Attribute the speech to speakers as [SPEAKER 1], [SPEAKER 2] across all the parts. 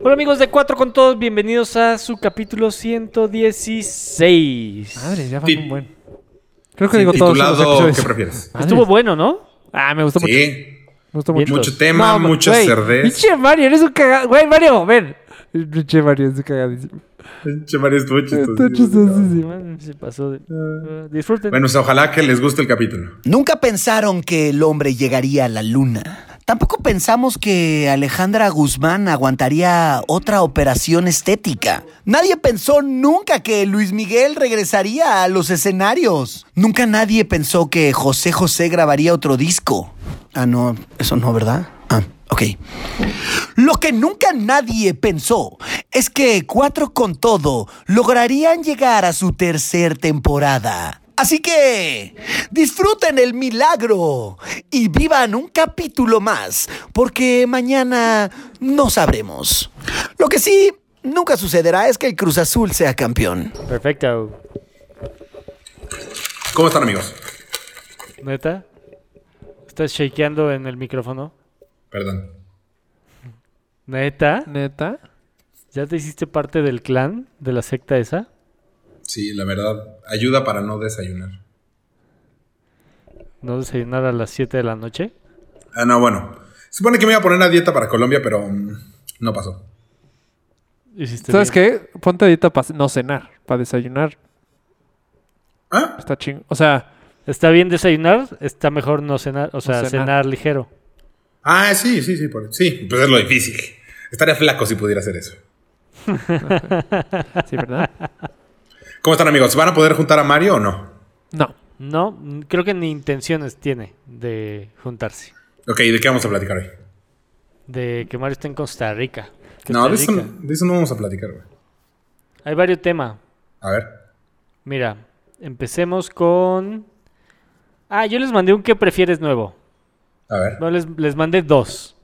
[SPEAKER 1] Hola amigos de Cuatro con Todos, bienvenidos a su capítulo 116.
[SPEAKER 2] Madre, ya fue
[SPEAKER 3] Ti-
[SPEAKER 2] un buen. Creo que digo todos los
[SPEAKER 3] Titulado,
[SPEAKER 2] episodios.
[SPEAKER 3] ¿qué prefieres?
[SPEAKER 2] Madre,
[SPEAKER 1] Estuvo bueno, ¿no?
[SPEAKER 2] Ah, me gustó mucho.
[SPEAKER 3] Sí,
[SPEAKER 2] Me gustó
[SPEAKER 1] Bien. Entonces,
[SPEAKER 2] mucho.
[SPEAKER 3] mucho tema,
[SPEAKER 2] no,
[SPEAKER 3] muchas
[SPEAKER 2] güey,
[SPEAKER 3] cervezas.
[SPEAKER 2] Pinche Mario, eres un cagado. Güey, Mario, ven. El Pinche Mario es un cagadísimo.
[SPEAKER 3] Pinche Mario estuvo
[SPEAKER 2] Está
[SPEAKER 3] chistoso.
[SPEAKER 2] chistosísimo.
[SPEAKER 1] Man, se pasó de- Ah, Disfruten.
[SPEAKER 3] Bueno, o sea, ojalá que les guste el capítulo.
[SPEAKER 4] Nunca pensaron que el hombre llegaría a la luna. Tampoco pensamos que Alejandra Guzmán aguantaría otra operación estética. Nadie pensó nunca que Luis Miguel regresaría a los escenarios. Nunca nadie pensó que José José grabaría otro disco. Ah, no, eso no, ¿verdad? Ah, ok. Lo que nunca nadie pensó es que Cuatro con Todo lograrían llegar a su tercer temporada. Así que disfruten el milagro y vivan un capítulo más, porque mañana no sabremos. Lo que sí nunca sucederá es que el Cruz Azul sea campeón.
[SPEAKER 1] Perfecto.
[SPEAKER 3] ¿Cómo están, amigos?
[SPEAKER 1] ¿Neta? ¿Estás shakeando en el micrófono?
[SPEAKER 3] Perdón.
[SPEAKER 1] ¿Neta?
[SPEAKER 2] Neta.
[SPEAKER 1] ¿Ya te hiciste parte del clan de la secta esa?
[SPEAKER 3] Sí, la verdad, ayuda para no desayunar.
[SPEAKER 1] ¿No desayunar a las 7 de la noche?
[SPEAKER 3] Ah, no, bueno. Supone que me iba a poner a dieta para Colombia, pero mm, no pasó.
[SPEAKER 1] Hiciste
[SPEAKER 2] ¿Sabes
[SPEAKER 1] bien.
[SPEAKER 2] qué? Ponte a dieta para no cenar, para desayunar.
[SPEAKER 3] ¿Ah?
[SPEAKER 2] Está ching. O sea,
[SPEAKER 1] Está bien desayunar, está mejor no cenar, o sea,
[SPEAKER 2] cenar.
[SPEAKER 1] cenar. ligero.
[SPEAKER 3] Ah, sí, sí, sí. por- Sí, pues es lo difícil. Estaría flaco si pudiera hacer eso.
[SPEAKER 2] sí, ¿verdad?
[SPEAKER 3] ¿Cómo están, amigos? ¿Van a poder juntar a Mario o no?
[SPEAKER 2] No.
[SPEAKER 1] No, mm, creo que ni intenciones tiene de juntarse.
[SPEAKER 3] Ok, ¿de qué vamos a platicar hoy?
[SPEAKER 1] De que Mario está en Costa Rica.
[SPEAKER 3] No, de
[SPEAKER 1] Costa
[SPEAKER 3] eso,
[SPEAKER 1] Rica.
[SPEAKER 3] de eso no vamos a platicar, güey.
[SPEAKER 1] Hay varios temas.
[SPEAKER 3] A ver.
[SPEAKER 1] Mira, empecemos con... Ah, yo les mandé un qué prefieres nuevo.
[SPEAKER 3] A ver.
[SPEAKER 1] No, les, les mandé dos.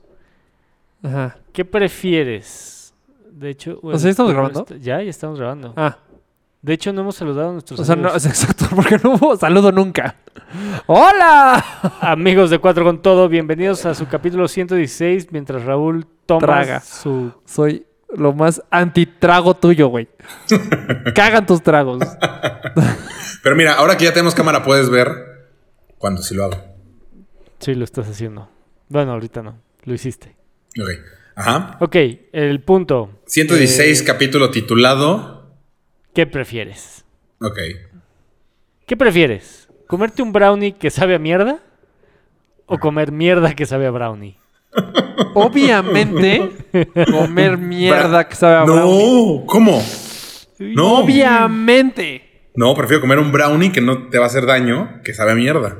[SPEAKER 2] Ajá.
[SPEAKER 1] ¿Qué prefieres? De hecho... bueno,
[SPEAKER 2] sea, ¿ya estamos
[SPEAKER 1] pero
[SPEAKER 2] grabando?
[SPEAKER 1] está- Ya, ya estamos grabando.
[SPEAKER 2] Ah.
[SPEAKER 1] De hecho, no hemos saludado a
[SPEAKER 3] Pues
[SPEAKER 1] nuestros
[SPEAKER 2] O sea, no,
[SPEAKER 1] amigos.
[SPEAKER 2] es exacto, porque no hubo saludo nunca. ¡Hola!
[SPEAKER 1] Amigos de Cuatro con Todo, bienvenidos a su capítulo 116, mientras Raúl toma
[SPEAKER 2] Traga.
[SPEAKER 1] su...
[SPEAKER 2] Soy lo más antitrago tuyo, güey. Cagan tus tragos.
[SPEAKER 3] Pero mira, ahora que ya tenemos cámara, puedes ver cuando sí lo hago.
[SPEAKER 1] Sí, lo estás haciendo. Bueno, ahorita no, lo hiciste.
[SPEAKER 3] Ok. Ajá.
[SPEAKER 1] Ok, el punto.
[SPEAKER 3] 116 capítulo titulado.
[SPEAKER 1] ¿Qué prefieres?
[SPEAKER 3] Ok.
[SPEAKER 1] ¿Qué prefieres? ¿Comerte un brownie que sabe a mierda? ¿O comer mierda que sabe a brownie?
[SPEAKER 2] Obviamente, comer mierda que sabe a brownie.
[SPEAKER 3] No, ¿cómo? No.
[SPEAKER 2] Obviamente.
[SPEAKER 3] No, prefiero comer un brownie que no te va a hacer daño, que sabe a mierda.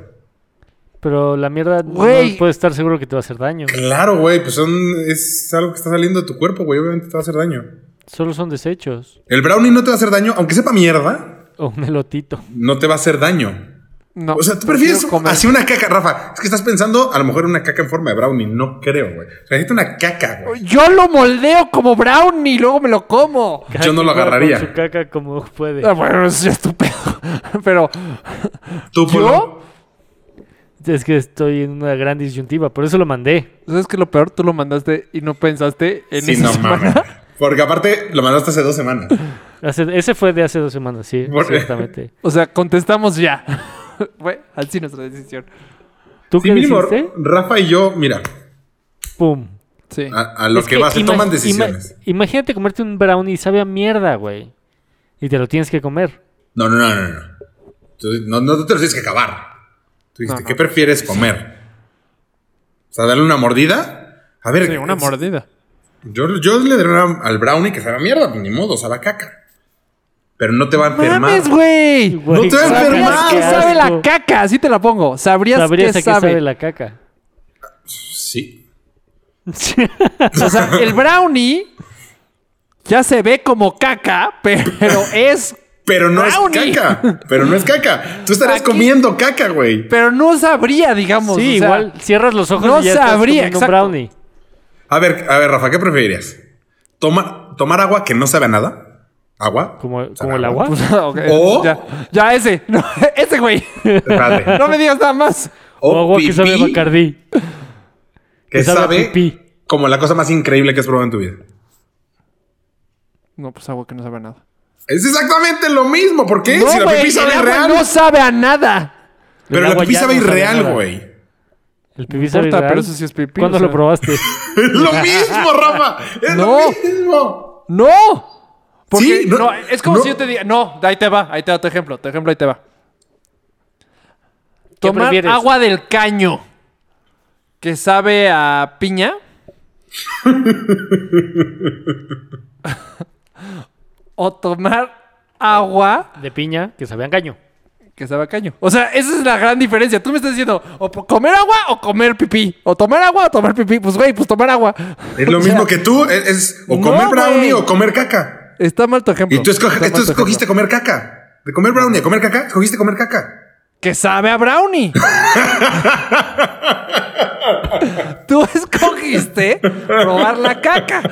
[SPEAKER 1] Pero la mierda
[SPEAKER 2] Güey.
[SPEAKER 1] no puede estar seguro que te va a hacer daño.
[SPEAKER 3] Claro, güey, pues son, es algo que está saliendo de tu cuerpo, güey, obviamente te va a hacer daño.
[SPEAKER 1] Solo son desechos.
[SPEAKER 3] El brownie no te va a hacer daño, aunque sepa mierda,
[SPEAKER 1] O un elotito.
[SPEAKER 3] no te va a hacer daño.
[SPEAKER 2] No.
[SPEAKER 3] O sea, tú
[SPEAKER 2] prefiero
[SPEAKER 3] prefieres
[SPEAKER 2] comer-
[SPEAKER 3] así una caca, Rafa. Es que estás pensando a lo mejor en una caca en forma de brownie, no creo, güey. O sea, necesito una caca, güey.
[SPEAKER 2] Yo lo moldeo como brownie y luego me lo como.
[SPEAKER 1] Cada
[SPEAKER 3] Yo no
[SPEAKER 1] quien juega
[SPEAKER 3] lo
[SPEAKER 1] con
[SPEAKER 3] agarraría.
[SPEAKER 1] su caca como puede.
[SPEAKER 2] Ah, Bueno, eso ya es estúpido. Pero
[SPEAKER 3] ¿Tú, Polo?
[SPEAKER 2] yo,
[SPEAKER 1] Es que estoy en una gran disyuntiva, por eso lo mandé.
[SPEAKER 2] ¿sabes qué es lo peor? Tú lo mandaste y no pensaste en
[SPEAKER 3] Sí,
[SPEAKER 2] esa
[SPEAKER 3] no
[SPEAKER 2] semana.
[SPEAKER 3] mames. Porque aparte lo mandaste hace dos semanas.
[SPEAKER 1] Hace- ese fue de hace dos semanas, sí,
[SPEAKER 3] ¿Por qué?
[SPEAKER 1] exactamente.
[SPEAKER 2] O sea, contestamos ya. Fue así nuestra decisión.
[SPEAKER 1] ¿Tú
[SPEAKER 3] Sí,
[SPEAKER 1] qué
[SPEAKER 3] mínimo,
[SPEAKER 1] dijiste?
[SPEAKER 3] Rafa y yo, mira,
[SPEAKER 1] ¡Pum!
[SPEAKER 2] Sí.
[SPEAKER 3] a, a lo
[SPEAKER 1] Es
[SPEAKER 3] que, va, se
[SPEAKER 1] ima-
[SPEAKER 3] toman
[SPEAKER 1] ima-
[SPEAKER 3] decisiones.
[SPEAKER 1] imagínate comerte un brownie y sabe a mierda, güey. Y te lo tienes que comer.
[SPEAKER 3] No, no, no, no, no. Tú- no, no te lo tienes que acabar. Tú dijiste,
[SPEAKER 2] No, no.
[SPEAKER 3] ¿qué prefieres comer? O sea, darle una mordida. A ver,
[SPEAKER 2] Sí, una
[SPEAKER 3] es-
[SPEAKER 2] mordida.
[SPEAKER 3] Yo, yo le daré una- al brownie que sabe a mierda, pues, ni modo, sabe a caca. Pero no te va a enfermar.
[SPEAKER 2] ¡Mames, güey!
[SPEAKER 1] Güey,
[SPEAKER 3] te va a
[SPEAKER 1] sabe
[SPEAKER 3] enfermar.
[SPEAKER 2] ¿Sabrías
[SPEAKER 3] Qué
[SPEAKER 2] que sabe
[SPEAKER 1] asco.
[SPEAKER 2] la caca? Así te la pongo. Sabrías,
[SPEAKER 1] Sabrías a
[SPEAKER 2] que
[SPEAKER 1] qué sabe
[SPEAKER 2] sabe.
[SPEAKER 1] la caca.
[SPEAKER 3] Sí.
[SPEAKER 2] O sea, el brownie ya se ve como caca, pero es...
[SPEAKER 3] Pero no
[SPEAKER 2] Brownie.
[SPEAKER 3] es caca. Pero no es caca. Tú estarías
[SPEAKER 2] Aquí-
[SPEAKER 3] comiendo caca, güey.
[SPEAKER 2] Pero no sabría, digamos.
[SPEAKER 1] sí,
[SPEAKER 2] o sea,
[SPEAKER 1] igual cierras los ojos
[SPEAKER 2] no
[SPEAKER 1] y ya estás
[SPEAKER 2] sabría,
[SPEAKER 1] comiendo un
[SPEAKER 2] exacto.
[SPEAKER 1] brownie.
[SPEAKER 3] A ver, a ver, Rafa, ¿qué preferirías? Toma- ¿Tomar agua que no sabe a nada? ¿Agua?
[SPEAKER 1] Como,
[SPEAKER 3] ¿Sabe
[SPEAKER 1] como
[SPEAKER 3] a
[SPEAKER 1] el
[SPEAKER 3] agua?
[SPEAKER 1] agua.
[SPEAKER 2] Pues, ah, ok,
[SPEAKER 3] O-
[SPEAKER 2] ya, ya ese. No, ese güey.
[SPEAKER 3] Espérate.
[SPEAKER 2] No me digas nada más.
[SPEAKER 1] O agua que sabe a
[SPEAKER 3] Oh, pipí
[SPEAKER 1] Bacardí.
[SPEAKER 3] que
[SPEAKER 1] que sabe a
[SPEAKER 3] sabe
[SPEAKER 1] pipí.
[SPEAKER 3] como la cosa más increíble que has probado en tu vida.
[SPEAKER 2] No, pues agua que no sabe a nada.
[SPEAKER 3] Es exactamente lo mismo, ¿por qué? si la
[SPEAKER 2] güey,
[SPEAKER 3] pipí sabe
[SPEAKER 2] el agua
[SPEAKER 3] irreal.
[SPEAKER 2] no sabe a nada.
[SPEAKER 1] El
[SPEAKER 3] Pero la
[SPEAKER 1] agua
[SPEAKER 3] pipí
[SPEAKER 1] ya
[SPEAKER 3] sabe
[SPEAKER 1] no sabe
[SPEAKER 3] irreal,
[SPEAKER 1] nada.
[SPEAKER 3] güey.
[SPEAKER 1] El pipí sabe
[SPEAKER 2] importa,
[SPEAKER 1] irreal.
[SPEAKER 2] pero eso sí es pipí,
[SPEAKER 1] ¿Cuándo
[SPEAKER 2] o sea.
[SPEAKER 1] lo probaste?
[SPEAKER 3] Es lo mismo, Rafa. Es
[SPEAKER 2] No.
[SPEAKER 3] lo mismo.
[SPEAKER 2] ¡No! Porque
[SPEAKER 3] Sí,
[SPEAKER 2] no,
[SPEAKER 3] no,
[SPEAKER 2] es como
[SPEAKER 3] no.
[SPEAKER 2] si yo te diga, no, ahí te va, ahí te va tu ejemplo, tu ejemplo ahí te va. Tomar
[SPEAKER 1] prefieres?
[SPEAKER 2] agua del caño que sabe a piña. o tomar agua
[SPEAKER 1] De piña, que sabía engaño.
[SPEAKER 2] que sabe a caño. O sea, esa es la gran diferencia. Tú me estás diciendo, o po- comer agua o comer pipí. O tomar agua o tomar pipí. Pues güey, pues tomar agua.
[SPEAKER 3] Es lo mismo que tú. Es, es o
[SPEAKER 2] No,
[SPEAKER 3] comer
[SPEAKER 2] güey.
[SPEAKER 3] brownie o comer caca.
[SPEAKER 2] Está mal tu ejemplo.
[SPEAKER 3] Y tú, escoge-
[SPEAKER 2] Está mal
[SPEAKER 3] tú
[SPEAKER 2] tu ejemplo.
[SPEAKER 3] escogiste comer caca. De comer brownie a comer caca, escogiste comer caca.
[SPEAKER 2] que sabe a brownie. Tú escogiste probar la caca.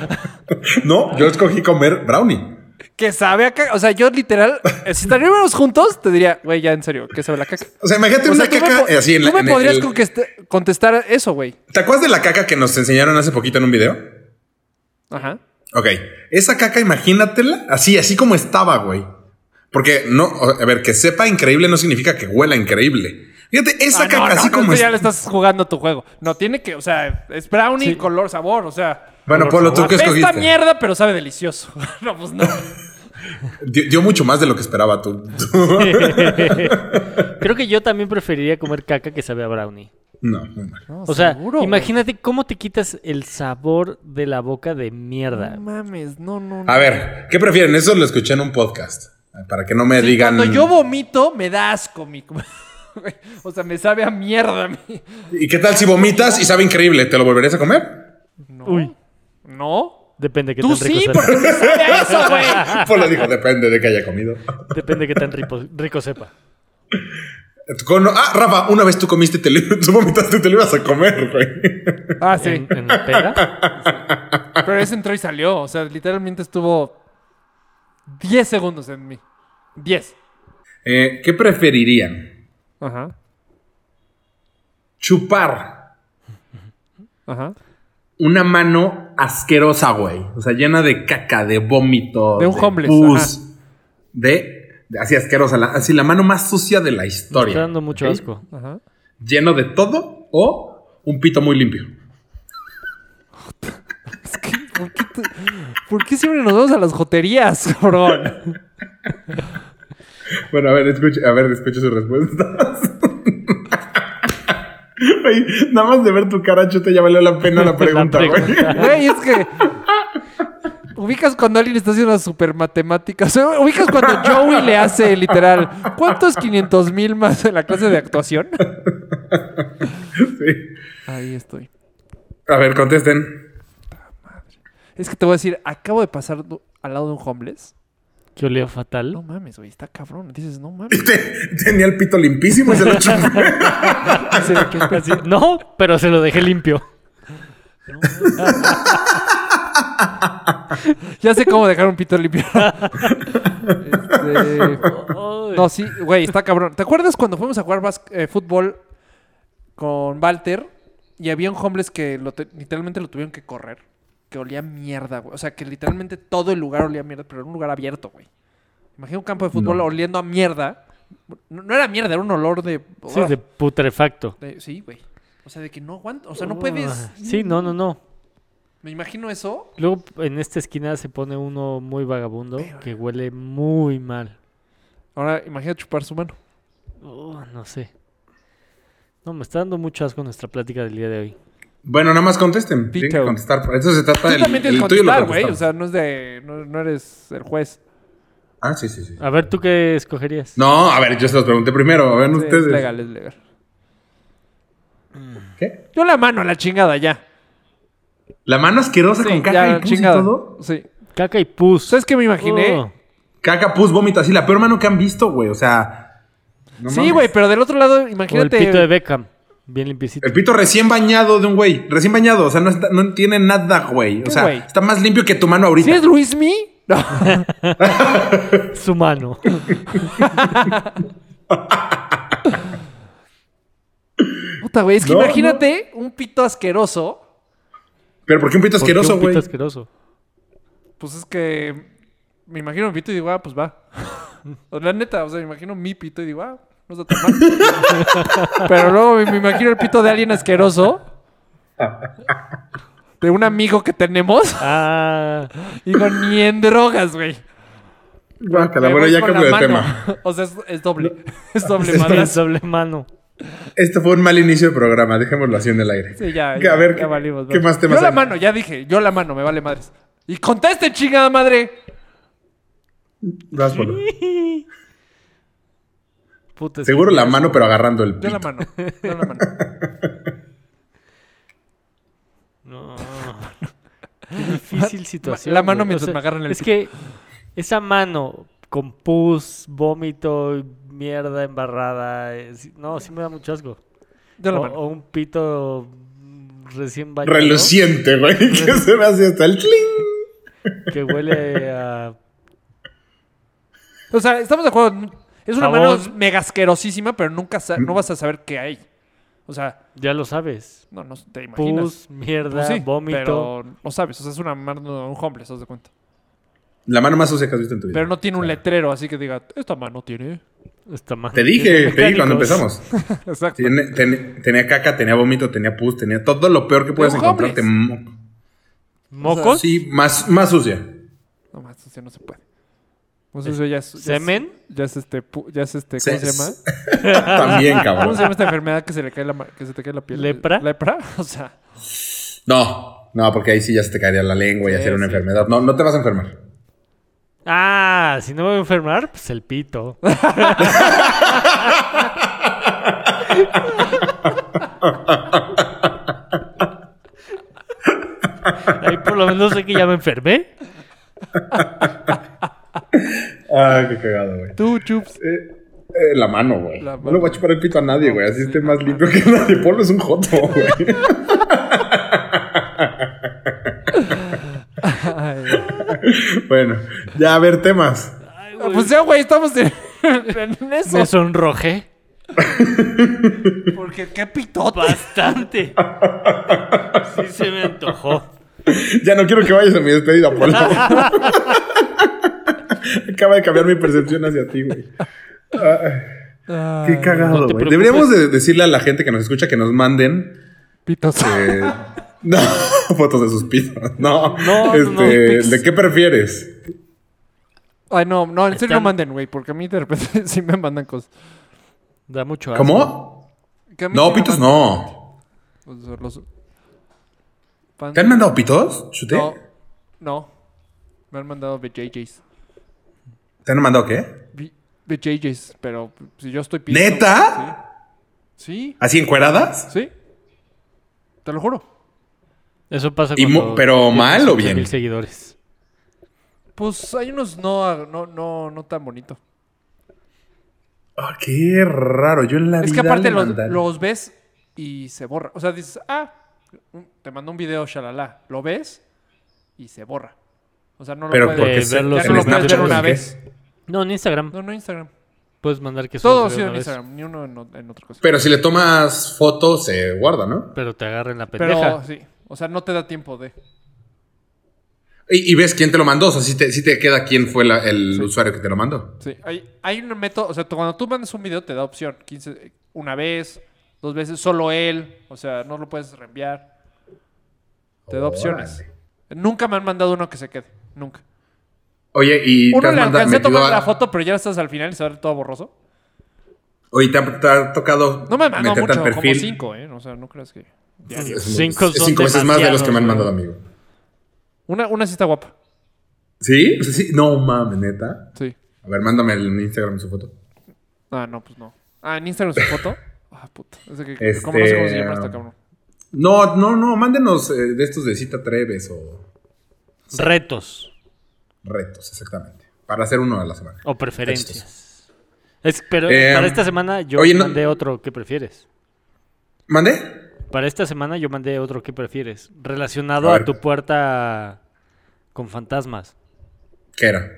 [SPEAKER 3] No, yo escogí comer brownie.
[SPEAKER 2] Que sabe a caca. O sea, yo literal, eh, si estaríamos juntos, te diría, güey, ya en serio, que sabe la caca.
[SPEAKER 3] O sea, imagínate
[SPEAKER 2] O sea,
[SPEAKER 3] una
[SPEAKER 2] tú me
[SPEAKER 3] caca
[SPEAKER 2] po-
[SPEAKER 3] eh, así en la.
[SPEAKER 2] Tú me
[SPEAKER 3] en el-
[SPEAKER 2] podrías contest- contestar eso, güey.
[SPEAKER 3] ¿Te acuerdas de la caca que nos enseñaron hace poquito en un video?
[SPEAKER 2] Ajá.
[SPEAKER 3] Ok. Esa caca, imagínatela así, así como estaba, güey. Porque no, o- a ver, que sepa increíble no significa que huela increíble. Fíjate,
[SPEAKER 2] Ah,
[SPEAKER 3] esa
[SPEAKER 2] no,
[SPEAKER 3] caca
[SPEAKER 2] no,
[SPEAKER 3] así
[SPEAKER 2] no,
[SPEAKER 3] como
[SPEAKER 2] tú ya
[SPEAKER 3] está.
[SPEAKER 2] le estás jugando tu juego. No tiene que, o sea, es brownie, color, sabor, o sea.
[SPEAKER 3] Bueno, Polo, ¿tú qué
[SPEAKER 2] Esta
[SPEAKER 3] escogiste?
[SPEAKER 2] mierda, pero sabe delicioso. no, pues no.
[SPEAKER 3] Dio, dio mucho más de lo que esperaba tú.
[SPEAKER 1] Creo que yo también preferiría comer caca que sabe a brownie.
[SPEAKER 3] no, muy mal.
[SPEAKER 1] O sea,
[SPEAKER 2] Seguro, güey.
[SPEAKER 1] imagínate cómo te quitas el sabor de la boca de mierda.
[SPEAKER 2] No mames, no, no, no.
[SPEAKER 3] A ver, ¿qué prefieren? Eso lo escuché en un podcast. Para que no me digan.
[SPEAKER 2] Cuando yo vomito, me da asco, mi. o sea, me sabe a mierda a mí.
[SPEAKER 3] ¿Y qué tal si vomitas y sabe increíble? ¿Te lo volverías a comer?
[SPEAKER 2] No.
[SPEAKER 1] Uy.
[SPEAKER 2] No.
[SPEAKER 1] Depende de qué
[SPEAKER 2] Tú
[SPEAKER 1] tan rico
[SPEAKER 2] sí,
[SPEAKER 1] sepa.
[SPEAKER 2] porque me sabe a eso, güey.
[SPEAKER 3] Polo dijo, depende de que haya comido.
[SPEAKER 1] Depende de qué tan rico, rico sepa.
[SPEAKER 3] Con- ah, Rafa, una vez tú comiste, y te lo- tú vomitaste y te lo ibas a comer, güey.
[SPEAKER 2] Ah, sí.
[SPEAKER 1] ¿En, en la peda?
[SPEAKER 2] Pero ese entró y salió. O sea, literalmente estuvo 10 segundos en mí. 10.
[SPEAKER 3] Eh, ¿Qué preferirían?
[SPEAKER 2] Ajá.
[SPEAKER 3] Chupar
[SPEAKER 2] Ajá.
[SPEAKER 3] una mano asquerosa, güey. O sea, llena de caca, de vómito.
[SPEAKER 2] De un homeless, ajá.
[SPEAKER 3] de, de- Así asquerosa. la- así la mano más sucia de la
[SPEAKER 1] Me
[SPEAKER 3] historia.
[SPEAKER 1] está dando mucho
[SPEAKER 3] ¿ok?
[SPEAKER 1] asco.
[SPEAKER 2] Ajá.
[SPEAKER 3] lleno de todo o un pito muy limpio.
[SPEAKER 2] Es que, ¿por qué, tú- por qué siempre nos vamos a las joterías, cabrón?
[SPEAKER 3] Bueno, a ver, escuche, a ver, escuche sus respuestas. Güey, nada más de ver tu cara chute ya valió la pena la pregunta, güey.
[SPEAKER 2] Güey, es que. Ubicas cuando alguien está haciendo una super matemática. O sea, ubicas cuando Joey le hace literal. ¿Cuántos 500 mil más en la clase de actuación?
[SPEAKER 3] Sí.
[SPEAKER 2] Ahí estoy.
[SPEAKER 3] A ver, contesten.
[SPEAKER 2] Es que te voy a decir, acabo de pasar du- al lado de un homeless.
[SPEAKER 1] Que olía
[SPEAKER 2] No
[SPEAKER 1] fatal.
[SPEAKER 2] mames, güey, está cabrón. Dices, no
[SPEAKER 3] Y
[SPEAKER 2] mames.
[SPEAKER 3] te- tenía el pito limpísimo y se lo chupé.
[SPEAKER 2] Dice, ¿qué es
[SPEAKER 1] Así, no, pero se lo dejé limpio.
[SPEAKER 2] Ya sé cómo dejar un pito limpio. Este, No, sí, güey, está cabrón. ¿Te acuerdas cuando fuimos a jugar bas- eh, fútbol con Walter y había un homeless que lo te- literalmente lo tuvieron que correr? Que olía mierda, güey. O sea, que literalmente todo el lugar olía mierda, pero era un lugar abierto, güey. Imagina un campo de fútbol oliendo a mierda. No, no era mierda, era un olor de...
[SPEAKER 1] Sí, de putrefacto. Ah,
[SPEAKER 2] de- sí, güey. O sea, de que no aguanto. O sea, no puedes...
[SPEAKER 1] Sí, no, no, no.
[SPEAKER 2] Me imagino eso
[SPEAKER 1] Luego en esta esquina se pone uno muy vagabundo que huele muy mal.
[SPEAKER 2] Ahora imagina chupar su mano.
[SPEAKER 1] Oh, no sé. No, me está dando mucho asco nuestra plática del día de hoy.
[SPEAKER 3] Bueno, nada más contesten. Tienen que
[SPEAKER 2] Pito.
[SPEAKER 3] contestar. Eso se trata
[SPEAKER 2] Tú
[SPEAKER 3] del
[SPEAKER 2] también tienes
[SPEAKER 3] el
[SPEAKER 2] que
[SPEAKER 3] tuyo. lo
[SPEAKER 2] contestar, güey. O
[SPEAKER 3] contestamos.
[SPEAKER 2] sea, no es de. No, no eres el juez.
[SPEAKER 3] Ah, sí, sí, sí.
[SPEAKER 1] A ver, ¿tú qué escogerías?
[SPEAKER 3] No, a ver, yo se los pregunté primero. A ver,
[SPEAKER 2] Sí,
[SPEAKER 3] ustedes.
[SPEAKER 2] Es legal, es legal.
[SPEAKER 3] ¿Qué?
[SPEAKER 2] Yo la mano, a la chingada, ya.
[SPEAKER 3] La mano asquerosa
[SPEAKER 2] Sí,
[SPEAKER 3] con
[SPEAKER 2] ya,
[SPEAKER 3] caca y
[SPEAKER 2] la
[SPEAKER 3] pus y
[SPEAKER 2] chingada.
[SPEAKER 3] todo.
[SPEAKER 2] Sí.
[SPEAKER 1] Caca y pus.
[SPEAKER 2] ¿Sabes qué me imaginé?
[SPEAKER 1] Oh.
[SPEAKER 3] Caca, pus, vómito, así la peor mano que han visto, güey. O sea. no
[SPEAKER 2] sí,
[SPEAKER 3] mames.
[SPEAKER 2] güey, pero del otro lado,
[SPEAKER 1] O el
[SPEAKER 2] imagínate.
[SPEAKER 1] pito de Beckham. Bien limpiecito.
[SPEAKER 3] El pito recién bañado de un güey. Recién bañado. O sea, no, está- no tiene nada, güey.
[SPEAKER 2] ¿Qué
[SPEAKER 3] O sea,
[SPEAKER 2] güey?
[SPEAKER 3] está más limpio que tu mano
[SPEAKER 2] ¿Sí
[SPEAKER 3] ahorita.
[SPEAKER 2] es Luis Mi? No.
[SPEAKER 1] Su mano.
[SPEAKER 2] Puta, güey. Es que
[SPEAKER 3] No,
[SPEAKER 2] imagínate un pito asqueroso.
[SPEAKER 3] Pero ¿por qué un pito
[SPEAKER 1] ¿Por qué un
[SPEAKER 3] asqueroso,
[SPEAKER 1] pito
[SPEAKER 3] güey?
[SPEAKER 1] asqueroso.
[SPEAKER 2] Pues es que. me imagino mi pito y digo, ah, pues va. La neta, o sea, me imagino mi pito y digo, ah, no está tan mal. Pero luego me, me imagino el pito de alguien asqueroso. De un amigo que tenemos.
[SPEAKER 1] Ah,
[SPEAKER 2] Y digo, ni en drogas, güey.
[SPEAKER 3] Guácala,
[SPEAKER 2] Me
[SPEAKER 3] bueno,
[SPEAKER 2] voy
[SPEAKER 3] ya
[SPEAKER 2] con la
[SPEAKER 3] cambio de
[SPEAKER 2] mano.
[SPEAKER 3] tema.
[SPEAKER 2] O sea, es, es doble. Es doble
[SPEAKER 1] el
[SPEAKER 2] madrazo.
[SPEAKER 1] doble mano.
[SPEAKER 3] Este fue un mal inicio de programa, dejémoslo así en el aire.
[SPEAKER 2] Sí, ya,
[SPEAKER 3] Que
[SPEAKER 2] ya,
[SPEAKER 3] a ver,
[SPEAKER 2] ya
[SPEAKER 3] ¿qué,
[SPEAKER 2] valimos,
[SPEAKER 3] qué
[SPEAKER 2] bro.
[SPEAKER 3] más temas
[SPEAKER 2] Yo la
[SPEAKER 3] hay?
[SPEAKER 2] mano, ya dije. Yo la mano, me vale madres. Y conteste, chingada madre.
[SPEAKER 3] Vas, boludo.
[SPEAKER 1] Puta, es que-
[SPEAKER 3] Seguro la mano, pero agarrando el
[SPEAKER 2] Yo
[SPEAKER 3] pito.
[SPEAKER 2] la mano. Yo la mano.
[SPEAKER 1] No. Qué difícil situación.
[SPEAKER 2] la mano
[SPEAKER 1] güey.
[SPEAKER 2] mientras me agarran el
[SPEAKER 1] Es
[SPEAKER 2] pito.
[SPEAKER 1] que esa mano con pus, vómito, mierda embarrada. es- No, sí me da mucho asco.
[SPEAKER 2] Yo la
[SPEAKER 1] o,
[SPEAKER 2] mano.
[SPEAKER 1] o un pito mm, recién bañado
[SPEAKER 3] Reluciente, güey. Que se me hace hasta el tling.
[SPEAKER 1] que huele a
[SPEAKER 2] O sea, estamos de acuerdo. Es una
[SPEAKER 1] Jabón.
[SPEAKER 2] mano mega asquerosísima, pero nunca sa- no vas a saber qué hay. O sea,
[SPEAKER 1] ya lo sabes.
[SPEAKER 2] no, no te imaginas.
[SPEAKER 1] Pus, mierda,
[SPEAKER 2] Pues sí,
[SPEAKER 1] vómito.
[SPEAKER 2] Pero no sabes. O sea, es una mano de un homeless, haz de cuenta.
[SPEAKER 3] La mano más sucia que has visto en tu vida.
[SPEAKER 2] Pero no tiene un letrero, así que diga, esta mano tiene.
[SPEAKER 1] Esta mano
[SPEAKER 3] Te dije,
[SPEAKER 1] tiene
[SPEAKER 3] te dije cuando
[SPEAKER 1] mecánicos.
[SPEAKER 3] empezamos.
[SPEAKER 2] Exacto.
[SPEAKER 3] Tiene- ten- tenía caca, tenía vómito, tenía pus, tenía todo lo peor que puedes
[SPEAKER 2] un
[SPEAKER 3] encontrarte. Mm,
[SPEAKER 1] Mocos,
[SPEAKER 3] Sí, más, más sucia.
[SPEAKER 2] No más, eso no se puede. Pues eso ya es. ya es-
[SPEAKER 1] semen.
[SPEAKER 2] Ya es este. pu- Ya es este ¿Cómo se llama?
[SPEAKER 3] llama? También,
[SPEAKER 2] ¿Cómo
[SPEAKER 3] cabrón.
[SPEAKER 2] se llama esta enfermedad que se le cae la, ma- que se te cae la piel?
[SPEAKER 1] ¿Lepra?
[SPEAKER 2] ¿Lepra? O sea,
[SPEAKER 3] No, no, porque ahí sí ya se te caería la lengua y
[SPEAKER 2] Sí,
[SPEAKER 3] hacer una
[SPEAKER 2] sí.
[SPEAKER 3] enfermedad. No, no te vas a enfermar.
[SPEAKER 1] Ah, si no me voy a enfermar, pues el pito. Ahí por lo menos sé que ya me enfermé.
[SPEAKER 3] Ay, qué cagado, güey.
[SPEAKER 2] tú, chups.
[SPEAKER 3] Eh, la mano, güey.
[SPEAKER 2] La
[SPEAKER 3] No le voy a chupar el pito a nadie, güey. Así
[SPEAKER 2] sí,
[SPEAKER 3] esté
[SPEAKER 2] no
[SPEAKER 3] más limpio que nadie. Polo es un joto, güey.
[SPEAKER 2] Ay.
[SPEAKER 3] bueno, ya a ver temas.
[SPEAKER 2] Pues ya, güey, estamos en, en eso.
[SPEAKER 1] Me sonrojé
[SPEAKER 2] Porque qué pitote.
[SPEAKER 1] bastante. Sí se me antojó.
[SPEAKER 3] Ya no quiero que vayas a mi despedida, Polo. Acaba de cambiar mi percepción hacia ti, güey. Qué cagado, güey.
[SPEAKER 1] preocupes.
[SPEAKER 3] Deberíamos de decirle a la gente que nos escucha que nos manden
[SPEAKER 2] Pitos.
[SPEAKER 3] Eh, no, fotos de sus pitos. No,
[SPEAKER 1] No, no,
[SPEAKER 3] este,
[SPEAKER 1] no, pics.
[SPEAKER 3] ¿de qué prefieres?
[SPEAKER 2] Ay, no, no, en serio
[SPEAKER 1] Están-
[SPEAKER 2] no manden, güey, porque a mí de repente sí me mandan cosas.
[SPEAKER 1] Da mucho asco.
[SPEAKER 3] ¿Cómo?
[SPEAKER 2] Que a mí sí
[SPEAKER 3] No,
[SPEAKER 2] me
[SPEAKER 3] pitos
[SPEAKER 2] mandan-
[SPEAKER 3] no.
[SPEAKER 2] Los- los- pan-
[SPEAKER 3] ¿Te han mandado pitos? ¿Chute?
[SPEAKER 2] No, no. Me han mandado BJJs.
[SPEAKER 3] ¿Te han mandado qué?
[SPEAKER 2] Vi- BJJs, pero si yo estoy
[SPEAKER 3] ¿Neta?
[SPEAKER 2] Sí.
[SPEAKER 3] ¿Así encueradas?
[SPEAKER 2] sí, sí. Te lo juro.
[SPEAKER 1] Eso pasa
[SPEAKER 3] Y mu-
[SPEAKER 1] cuando
[SPEAKER 3] pero
[SPEAKER 1] tienes
[SPEAKER 3] mal o
[SPEAKER 1] 11,000
[SPEAKER 3] bien.
[SPEAKER 1] seguidores.
[SPEAKER 2] Pues hay unos no, no, no, no tan bonito.
[SPEAKER 3] Ah, qué raro. Yo en la
[SPEAKER 2] Es que
[SPEAKER 3] vida
[SPEAKER 2] aparte
[SPEAKER 3] le
[SPEAKER 2] los,
[SPEAKER 3] mandaría.
[SPEAKER 2] los ves y se borra. O sea, dices, ah, te mandó un video, shalala. Lo ves y se borra. O sea, no lo
[SPEAKER 3] Pero
[SPEAKER 2] puedes
[SPEAKER 1] porque
[SPEAKER 2] ver.
[SPEAKER 1] se-
[SPEAKER 2] ya
[SPEAKER 1] en
[SPEAKER 2] no lo puedes
[SPEAKER 1] Snapchat,
[SPEAKER 2] ver una
[SPEAKER 1] ¿o qué?
[SPEAKER 2] vez.
[SPEAKER 1] No, en Instagram.
[SPEAKER 2] No, no Instagram.
[SPEAKER 1] Puedes mandar que solo
[SPEAKER 2] Todo ha
[SPEAKER 1] se
[SPEAKER 2] sido
[SPEAKER 1] vea
[SPEAKER 2] en
[SPEAKER 1] una vez,
[SPEAKER 2] Instagram, ni uno en, o- en otra cosa.
[SPEAKER 3] Pero si le tomas foto, se guarda, ¿no?
[SPEAKER 1] Pero te agarren la
[SPEAKER 2] Pero
[SPEAKER 1] pendeja.
[SPEAKER 2] sí, o sea, no te da tiempo de.
[SPEAKER 3] Y, y ves quién te lo mandó. O sea, si te, si te queda quién fue la- el usuario que te lo mandó.
[SPEAKER 2] Sí, hay, hay un método, o sea, tú- cuando tú mandas un video te da opción, 15, una vez, dos veces, solo él, o sea, no lo puedes reenviar. Te da opciones.
[SPEAKER 3] Órale.
[SPEAKER 2] Nunca me han mandado uno que se quede, nunca.
[SPEAKER 3] Oye, y te
[SPEAKER 2] Uno
[SPEAKER 3] has
[SPEAKER 2] le
[SPEAKER 3] manda-
[SPEAKER 2] alcancé a
[SPEAKER 3] metido
[SPEAKER 2] tomar
[SPEAKER 3] a-
[SPEAKER 2] la foto, pero ya estás al final y se ve todo borroso.
[SPEAKER 3] Oye, te ha, te ha tocado
[SPEAKER 2] No me han mandado
[SPEAKER 3] meterte
[SPEAKER 2] mucho,
[SPEAKER 3] al
[SPEAKER 2] como
[SPEAKER 3] perfil.
[SPEAKER 2] cinco, ¿eh? O sea, no creas que.
[SPEAKER 3] Es muy-
[SPEAKER 1] Cinco
[SPEAKER 3] es
[SPEAKER 1] son
[SPEAKER 3] cinco veces más de los que me han mandado
[SPEAKER 1] demasiados,
[SPEAKER 3] a mí. güey.
[SPEAKER 2] Una, una sí está guapa.
[SPEAKER 3] ¿Sí? O sea, sí. No mames, neta.
[SPEAKER 2] Sí.
[SPEAKER 3] A ver, mándame en Instagram su foto.
[SPEAKER 2] Ah, no, pues no. Ah, en Instagram su foto. Ah, puta. Es de que,
[SPEAKER 3] Este,
[SPEAKER 2] ¿Cómo no sé cómo se llama esta cabrón?
[SPEAKER 3] No, no, no, mándenos eh, de estos de cita Treves o
[SPEAKER 1] Retos
[SPEAKER 3] retos, exactamente. Para hacer uno a la semana.
[SPEAKER 1] o preferencias. Es- pero
[SPEAKER 3] Eh,
[SPEAKER 1] para esta semana yo
[SPEAKER 3] oye, no-
[SPEAKER 1] mandé otro que prefieres.
[SPEAKER 3] ¿Mandé?
[SPEAKER 1] Para esta semana yo mandé otro que prefieres. Relacionado
[SPEAKER 3] A
[SPEAKER 1] a,
[SPEAKER 3] ver.
[SPEAKER 1] tu puerta con fantasmas.
[SPEAKER 3] ¿Qué era?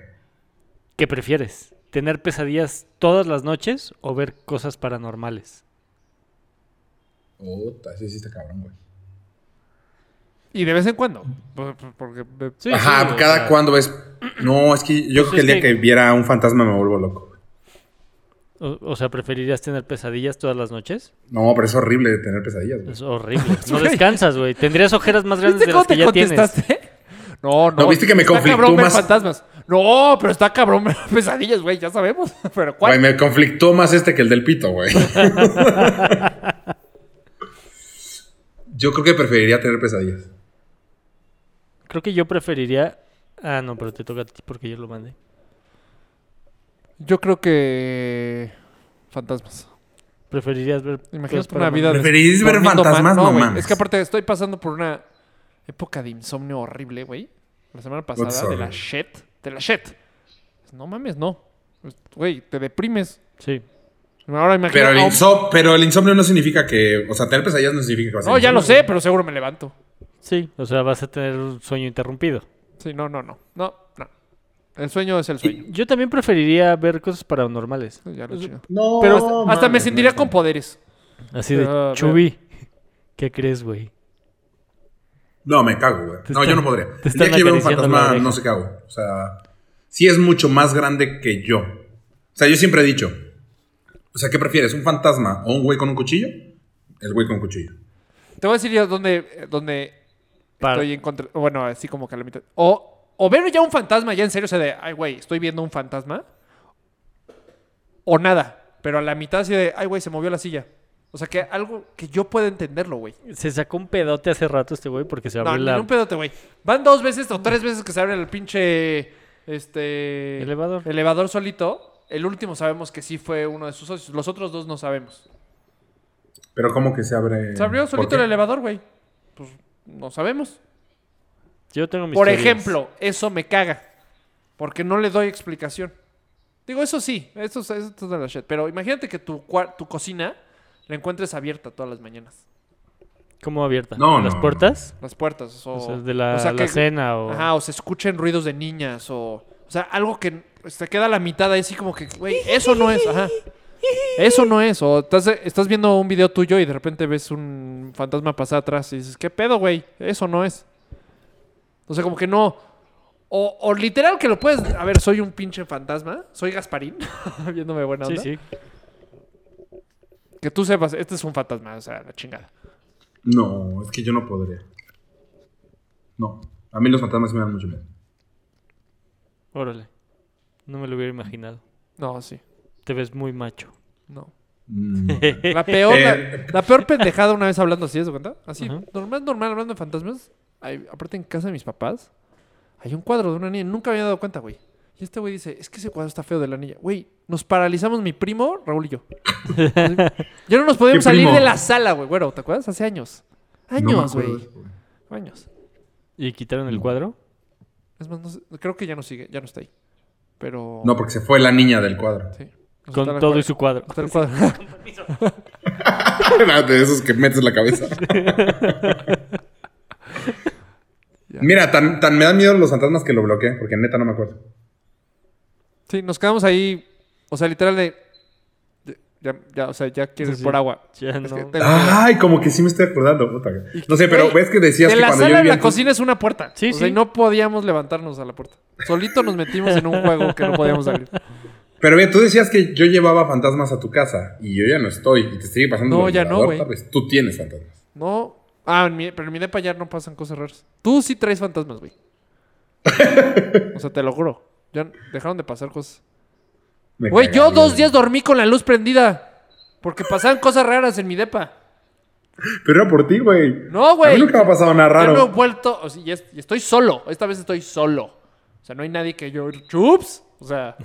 [SPEAKER 1] ¿Qué prefieres? ¿Tener pesadillas todas las noches o ver cosas paranormales?
[SPEAKER 3] Puta, sí, sí, está cabrón, güey.
[SPEAKER 2] Y de vez en cuando. por- por- Porque.
[SPEAKER 1] Sí,
[SPEAKER 3] Ajá, pues,
[SPEAKER 1] sí, o
[SPEAKER 3] cada
[SPEAKER 1] sea, pues
[SPEAKER 3] cuando ves No, es que yo creo que el
[SPEAKER 1] es
[SPEAKER 3] día
[SPEAKER 1] que-
[SPEAKER 3] que viera a un fantasma me vuelvo loco.
[SPEAKER 1] O, o sea, ¿preferirías tener pesadillas todas las noches?
[SPEAKER 3] No, pero es horrible tener pesadillas, güey.
[SPEAKER 1] Es horrible. No descansas, güey. Tendrías ojeras más grandes
[SPEAKER 2] ¿Viste
[SPEAKER 1] de las
[SPEAKER 2] cómo
[SPEAKER 1] que
[SPEAKER 2] te
[SPEAKER 1] ya tienes.
[SPEAKER 2] contestaste? No, no.
[SPEAKER 3] No, ¿viste que me
[SPEAKER 2] está
[SPEAKER 3] conflictó
[SPEAKER 2] cabrón ver
[SPEAKER 3] más?
[SPEAKER 2] fantasmas. No, pero está cabrón ver pesadillas, güey, ya sabemos. Pero ¿cuál?
[SPEAKER 3] Güey, me conflictó más este que el del pito, güey. yo creo que preferiría tener pesadillas.
[SPEAKER 1] Creo que yo preferiría. Ah, no, pero te toca a ti porque yo lo mandé.
[SPEAKER 2] Yo creo que fantasmas.
[SPEAKER 1] Preferirías ver.
[SPEAKER 2] Imagínate
[SPEAKER 1] cosas
[SPEAKER 2] una vida
[SPEAKER 1] paranormales.
[SPEAKER 2] de
[SPEAKER 3] ¿Preferís ver
[SPEAKER 2] durmiendo
[SPEAKER 3] fantasmas? No
[SPEAKER 2] güey.
[SPEAKER 3] mames.
[SPEAKER 2] Es que aparte estoy pasando por una época de insomnio horrible, güey. La semana pasada de
[SPEAKER 3] horrible.
[SPEAKER 2] la shit, de la shit. No mames, no. Güey, te deprimes.
[SPEAKER 1] Sí.
[SPEAKER 2] Ahora imagínate.
[SPEAKER 3] Pero el,
[SPEAKER 2] a un-
[SPEAKER 3] inso- pero el insomnio no significa que. O sea, tener pesadillas no significa que vas a
[SPEAKER 2] No, ya lo
[SPEAKER 3] insomnio.
[SPEAKER 2] sé, pero seguro me levanto.
[SPEAKER 1] Sí. O sea, vas a tener un sueño interrumpido.
[SPEAKER 2] Sí, no, no, no. No, no. El sueño es el sueño.
[SPEAKER 1] Yo también preferiría ver cosas paranormales.
[SPEAKER 2] Pues Ya lo chingo.
[SPEAKER 3] Pues, No,
[SPEAKER 2] Pero hasta,
[SPEAKER 3] mames,
[SPEAKER 2] hasta me
[SPEAKER 3] no.
[SPEAKER 2] sentiría con poderes.
[SPEAKER 1] Así de
[SPEAKER 2] Ah,
[SPEAKER 1] Chubi. ¿Qué crees, güey?
[SPEAKER 3] No, me cago, güey.
[SPEAKER 1] Te
[SPEAKER 3] No,
[SPEAKER 1] están-
[SPEAKER 3] yo no podría.
[SPEAKER 1] te
[SPEAKER 3] El día
[SPEAKER 1] están
[SPEAKER 3] que yo veo un
[SPEAKER 1] acariciando la
[SPEAKER 3] fantasma,
[SPEAKER 1] oreja.
[SPEAKER 3] no sé qué hago. O sea, sí es mucho más grande que yo. O sea, yo siempre he dicho. O sea, ¿qué prefieres? ¿Un fantasma o un güey con un cuchillo? El güey con cuchillo.
[SPEAKER 2] Te voy a decir yo dónde, dónde
[SPEAKER 1] Para-
[SPEAKER 2] estoy en contra. Bueno, así como que a la mitad. O, o ver ya un fantasma, ya en serio, o sea, de, ay, güey, estoy viendo un fantasma. O nada, pero a la mitad así de, ay, güey, se movió la silla. O sea, que algo que yo pueda entenderlo, güey.
[SPEAKER 1] Se sacó un pedote hace rato este güey porque se
[SPEAKER 2] No,
[SPEAKER 1] abrió
[SPEAKER 2] ni
[SPEAKER 1] la...
[SPEAKER 2] un pedote, güey. Van dos veces o tres veces que se abre el pinche. Este.
[SPEAKER 1] Elevador.
[SPEAKER 2] Elevador solito. El último sabemos que sí fue uno de sus socios. Los otros dos no sabemos.
[SPEAKER 3] Pero ¿cómo que se abre?
[SPEAKER 1] Eh,
[SPEAKER 2] Se abrió
[SPEAKER 3] ¿Por
[SPEAKER 2] solito
[SPEAKER 3] qué?
[SPEAKER 2] el elevador, güey. Pues no sabemos.
[SPEAKER 1] Yo tengo mis
[SPEAKER 2] Por
[SPEAKER 1] teorías.
[SPEAKER 2] ejemplo, eso me caga. Porque no le doy explicación. Digo, eso sí, eso, es- esto es de la shit. Pero imagínate que tu, cuar- tu cocina la encuentres abierta todas las mañanas.
[SPEAKER 1] ¿Cómo abierta?
[SPEAKER 3] No,
[SPEAKER 1] ¿Las
[SPEAKER 3] no,
[SPEAKER 1] puertas?
[SPEAKER 2] Las puertas. O,
[SPEAKER 1] O sea, de la,
[SPEAKER 2] o sea,
[SPEAKER 1] la
[SPEAKER 2] que-
[SPEAKER 1] cena o...
[SPEAKER 2] Ajá, o se escuchen ruidos de niñas o... O sea, algo que se queda a la mitad ahí así como que, güey, eso no es, ajá. Eso no es. O estás, estás viendo un video tuyo y de repente ves un fantasma pasar atrás y dices, ¿qué pedo, güey? Eso no es. O sea, como que no... O, o literal que lo puedes... A ver, soy un pinche fantasma. Soy Gasparín. viéndome buena
[SPEAKER 1] sí,
[SPEAKER 2] onda.
[SPEAKER 1] sí.
[SPEAKER 2] Que tú sepas, este es un fantasma. O sea, la chingada.
[SPEAKER 3] No, es que yo no podría. No. A mí los fantasmas me dan mucho miedo.
[SPEAKER 1] Órale. No me lo hubiera imaginado.
[SPEAKER 2] No, sí.
[SPEAKER 1] Te ves muy macho.
[SPEAKER 2] No.
[SPEAKER 3] Mm.
[SPEAKER 2] La peor, la,
[SPEAKER 3] Eh.
[SPEAKER 2] la peor pendejada una vez hablando así, ¿se cuenta? Así,
[SPEAKER 1] Ajá.
[SPEAKER 2] normal, normal, hablando de fantasmas. Hay- aparte, en casa de mis papás, hay un cuadro de una niña. Nunca me había dado cuenta, güey. Y este güey dice, es que ese cuadro está feo de la niña. Güey, nos paralizamos mi primo, Raúl y yo. ya no nos podíamos
[SPEAKER 3] ¿Qué
[SPEAKER 2] salir
[SPEAKER 3] primo?
[SPEAKER 2] de la sala, güey. Bueno, ¿te acuerdas? Hace años.
[SPEAKER 3] No me
[SPEAKER 2] Años,
[SPEAKER 3] acuerdo
[SPEAKER 2] güey.
[SPEAKER 3] de eso, güey.
[SPEAKER 2] años.
[SPEAKER 1] ¿Y quitaron
[SPEAKER 3] Mm.
[SPEAKER 1] el cuadro?
[SPEAKER 2] Es más, no sé- creo que ya no sigue, ya no está ahí. Pero...
[SPEAKER 3] No, porque se fue la niña del cuadro.
[SPEAKER 2] sí. Nos
[SPEAKER 1] Con
[SPEAKER 2] está el
[SPEAKER 1] todo
[SPEAKER 2] cuadro-
[SPEAKER 1] y su cuadro.
[SPEAKER 2] está el cuadro.
[SPEAKER 3] Era de esos que metes la cabeza. Mira, tan, tan me dan miedo los fantasmas que lo bloqueé, porque neta no me acuerdo.
[SPEAKER 2] Sí, nos quedamos ahí. O sea, literal de. de- Ya, ya, o sea, ya quieres
[SPEAKER 1] Sí, sí.
[SPEAKER 2] por agua.
[SPEAKER 1] Ya
[SPEAKER 2] Es que
[SPEAKER 1] no.
[SPEAKER 2] te-
[SPEAKER 3] Ay, como que sí me estoy acordando. puta. No sé, pero
[SPEAKER 2] Güey,
[SPEAKER 3] ves que decías
[SPEAKER 2] De
[SPEAKER 3] que
[SPEAKER 2] la
[SPEAKER 3] cuando yo
[SPEAKER 2] sala a
[SPEAKER 3] vivía
[SPEAKER 2] la
[SPEAKER 3] en-
[SPEAKER 2] cocina es una puerta.
[SPEAKER 1] Sí,
[SPEAKER 2] o sea, y
[SPEAKER 1] sí.
[SPEAKER 2] no podíamos levantarnos a la puerta. Solito nos metimos en un juego que no podíamos salir.
[SPEAKER 3] Pero bien, tú decías que yo llevaba fantasmas a tu casa y yo ya no estoy y te sigue pasando.
[SPEAKER 2] No,
[SPEAKER 3] lo del
[SPEAKER 2] ya no,
[SPEAKER 3] elevador,
[SPEAKER 2] güey.
[SPEAKER 3] tal vez. Tú tienes fantasmas.
[SPEAKER 2] No. Ah, en mi- pero en mi depa ya no pasan cosas raras. Tú sí traes fantasmas, güey. O sea, te lo juro. Ya dejaron de pasar cosas.
[SPEAKER 3] Me
[SPEAKER 2] Güey, yo
[SPEAKER 3] cagaría,
[SPEAKER 2] dos
[SPEAKER 3] güey.
[SPEAKER 2] días dormí con la luz prendida. Porque pasaban cosas raras en mi depa.
[SPEAKER 3] Pero era por ti, güey.
[SPEAKER 2] No, güey.
[SPEAKER 3] A mí nunca me ha pasado nada raro.
[SPEAKER 2] Yo no he vuelto, o sea, y, es- y estoy solo. Esta vez estoy solo. O sea, no hay nadie que yo, chups. O sea,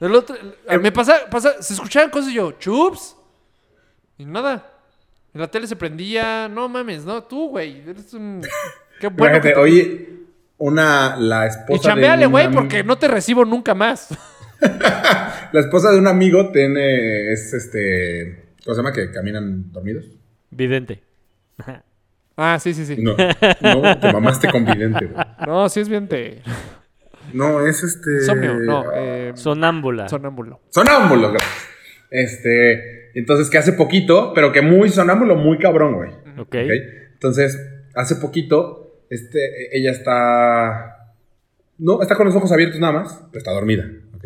[SPEAKER 2] el otro,
[SPEAKER 3] Em,
[SPEAKER 2] el- me pasa, pasa, se escuchaban cosas y yo, chups. Y nada. En la tele se prendía, no mames, no, tú, güey. Eres un. Qué bueno. que
[SPEAKER 3] Imagínate,
[SPEAKER 2] te-
[SPEAKER 3] oye, una, la
[SPEAKER 2] y
[SPEAKER 3] esposa. de
[SPEAKER 2] chambeale,
[SPEAKER 3] un
[SPEAKER 2] güey,
[SPEAKER 3] ami-
[SPEAKER 2] porque no te recibo nunca más.
[SPEAKER 3] La esposa de un amigo tiene. Es este. ¿Cómo se llama? Que caminan dormidos.
[SPEAKER 1] Vidente.
[SPEAKER 2] Ah, sí, sí, sí.
[SPEAKER 3] No, no, te mamaste con vidente, güey.
[SPEAKER 2] No, sí es bien te.
[SPEAKER 3] No, es este.
[SPEAKER 2] Insomnio, no. eh,
[SPEAKER 1] Sonámbula.
[SPEAKER 2] sonámbulo.
[SPEAKER 3] Sonámbulo, güey. Este. Entonces, que hace poquito, pero que muy sonámbulo, muy cabrón, güey.
[SPEAKER 1] Ok.
[SPEAKER 3] Ok. Entonces, hace poquito, este, ella está No, está con los ojos abiertos nada más, pero está dormida. ¿ok?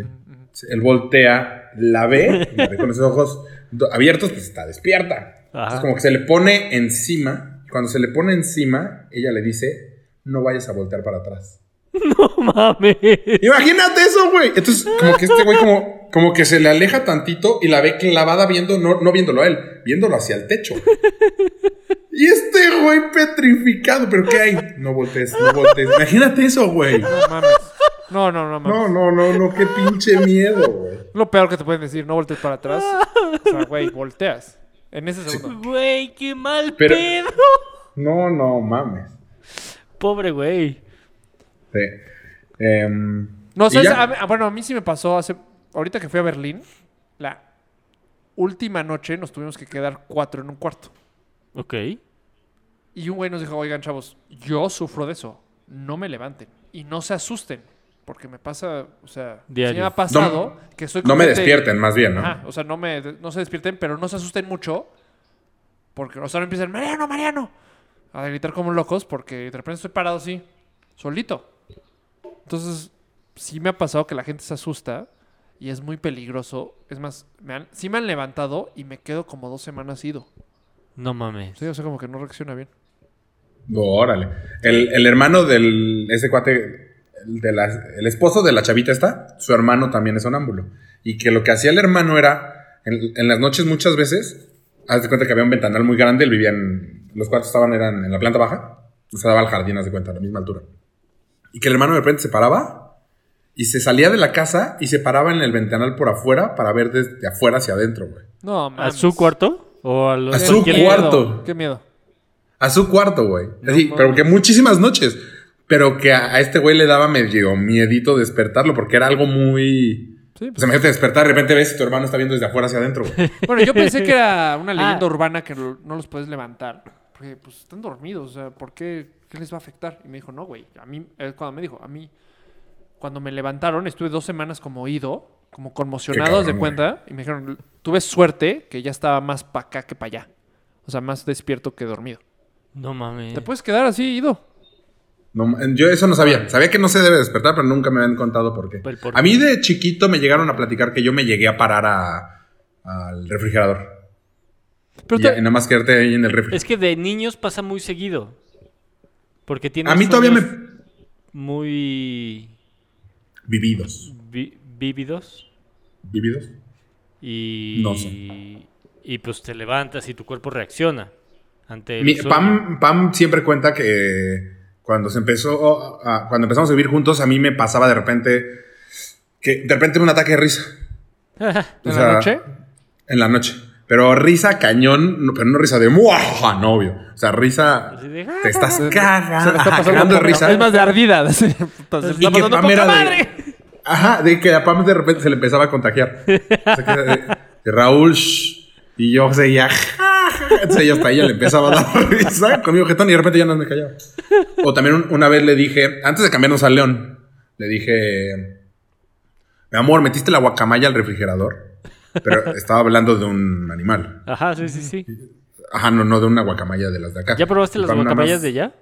[SPEAKER 3] Él voltea, la ve, la ve con los ojos do- abiertos, pues está despierta.
[SPEAKER 1] Ajá.
[SPEAKER 3] Es como que se le pone encima. y Cuando se le pone encima, ella le dice, no vayas a voltear para atrás.
[SPEAKER 1] No mames.
[SPEAKER 3] Imagínate eso, güey. Entonces, como que este güey como, como que se le aleja tantito y la ve clavada viendo, no, no viéndolo a él, viéndolo hacia el techo. Y este güey petrificado, pero ¿qué hay? No voltees, no voltees. Imagínate eso, güey.
[SPEAKER 2] No mames. No, no, no mames.
[SPEAKER 3] No, no, no, no, qué pinche miedo, güey.
[SPEAKER 2] Lo peor que te pueden decir, no voltees para atrás. O sea, güey, volteas. En ese segundo.
[SPEAKER 1] Güey, qué mal
[SPEAKER 3] Pero-
[SPEAKER 1] pedo.
[SPEAKER 3] No, no, mames.
[SPEAKER 1] Pobre güey.
[SPEAKER 3] Sí. Em,
[SPEAKER 2] No,
[SPEAKER 3] y
[SPEAKER 2] ¿sabes?
[SPEAKER 3] ya.
[SPEAKER 2] A mí- ah, bueno, a mí sí me pasó hace. Ahorita que fui a Berlín, la última noche nos tuvimos que quedar cuatro en un cuarto.
[SPEAKER 1] Ok.
[SPEAKER 2] Y un güey nos dijo, oigan, chavos, yo sufro de eso. No me levanten. Y no se asusten. Porque me pasa, o sea,
[SPEAKER 1] Diario.
[SPEAKER 2] sí me ha pasado que soy
[SPEAKER 3] No me
[SPEAKER 2] completamente-
[SPEAKER 3] despierten, más bien, ¿no?
[SPEAKER 2] Ajá, o sea, no, me, no se despierten, pero no se asusten mucho. Porque, o sea, no empiezan, Mariano, Mariano. A gritar como locos porque de repente estoy parado así, solito. Entonces, sí me ha pasado que la gente se asusta y es muy peligroso. Es más, me han, sí me han levantado y me quedo como dos semanas ido.
[SPEAKER 1] No mames.
[SPEAKER 2] Sí, o sea, como que no reacciona bien.
[SPEAKER 3] No, órale. El, el hermano del. Ese cuate. El, de la- el esposo de la chavita está. Su hermano también es sonámbulo. Y que lo que hacía el hermano era. En, en las noches, muchas veces. Haz de cuenta que había un ventanal muy grande. Él vivía en. Los cuartos estaban eran en la planta baja. Se daba al jardín, haz de cuenta, a la misma altura. Y que el hermano de repente se paraba. Y se salía de la casa y se paraba en el ventanal por afuera para ver desde afuera hacia adentro, güey.
[SPEAKER 2] No,
[SPEAKER 1] ¿A
[SPEAKER 2] mames.
[SPEAKER 1] su cuarto? ¿O a, los
[SPEAKER 3] A su
[SPEAKER 1] cualquier-
[SPEAKER 3] cuarto.
[SPEAKER 2] Qué miedo.
[SPEAKER 3] A su cuarto, güey. Así,
[SPEAKER 2] mames.
[SPEAKER 3] pero que muchísimas noches. Pero que a, a este güey le daba medio miedito despertarlo porque era algo muy.
[SPEAKER 2] Sí,
[SPEAKER 3] O sea, imagínate despertar, de repente ves si tu hermano está viendo desde afuera hacia adentro, güey.
[SPEAKER 2] Bueno, yo pensé que era
[SPEAKER 3] Ah.
[SPEAKER 2] una leyenda urbana que lo- no los puedes levantar. Porque pues están dormidos, o sea, ¿por qué? ¿Qué les va a afectar? Y me dijo, no, güey, a mí, él cuando me dijo, a mí, cuando me levantaron, estuve dos semanas como oído, como
[SPEAKER 3] Qué
[SPEAKER 2] conmocionado
[SPEAKER 3] cabrón,
[SPEAKER 2] de cuenta, y me dijeron, tuve suerte que ya estaba más para acá que para allá. O sea, más despierto que dormido.
[SPEAKER 1] No mames.
[SPEAKER 2] Te puedes quedar así, ido.
[SPEAKER 3] No ma- yo eso no sabía. Sabía que no se debe despertar, pero nunca me habían contado por qué.
[SPEAKER 1] Pero, ¿por
[SPEAKER 3] A mí de chiquito me llegaron a platicar que yo me llegué a parar a- al refrigerador.
[SPEAKER 2] Pero
[SPEAKER 3] y,
[SPEAKER 2] te-
[SPEAKER 3] ya- y nada más quedarte ahí en el refri.
[SPEAKER 1] Es que de niños pasa muy seguido. Porque tienen
[SPEAKER 3] a mí todavía me.
[SPEAKER 1] sueños muy
[SPEAKER 3] Vividos.
[SPEAKER 1] vi- vívidos
[SPEAKER 3] ¿Vividos?
[SPEAKER 1] y
[SPEAKER 3] No sé.
[SPEAKER 1] y pues te levantas y tu cuerpo reacciona ante el
[SPEAKER 3] Mi-
[SPEAKER 1] sueño.
[SPEAKER 3] Pam, Pam siempre cuenta que cuando se empezó a- cuando empezamos a vivir juntos, a mí me pasaba de repente que de repente un ataque de risa. O
[SPEAKER 2] ¿En
[SPEAKER 3] sea,
[SPEAKER 2] la noche?
[SPEAKER 3] En la noche. Pero risa cañón, no- pero no risa de muaja, no, obvio. O sea, risa.
[SPEAKER 1] Así
[SPEAKER 2] "Ah,
[SPEAKER 1] de,
[SPEAKER 3] Te estás cagando.
[SPEAKER 2] Se me está pasando
[SPEAKER 3] cagando de
[SPEAKER 2] por-
[SPEAKER 3] risa.
[SPEAKER 2] Es más de ardida. así, puta, se me
[SPEAKER 3] Y
[SPEAKER 2] está
[SPEAKER 3] que
[SPEAKER 2] pasando
[SPEAKER 3] Pam
[SPEAKER 2] poca
[SPEAKER 3] era de-
[SPEAKER 2] madre.
[SPEAKER 3] Ajá, de que a Pam de repente se le empezaba a contagiar. O sea, que de- de Raúl shh, y yo seguía. ja, ja, ja. Entonces ella hasta a ella le empezaba a dar risa conmigo jetón y de repente ya no me callaba. O también un- una vez le dije, antes de cambiarnos al León, le dije, mi amor, metiste la guacamaya al refrigerador. Pero estaba hablando de un animal.
[SPEAKER 1] Ajá, sí, sí, sí.
[SPEAKER 3] Ajá, no, no de una guacamaya de las de acá.
[SPEAKER 1] ¿Ya probaste las
[SPEAKER 3] Pam nada más-
[SPEAKER 1] guacamayas de allá?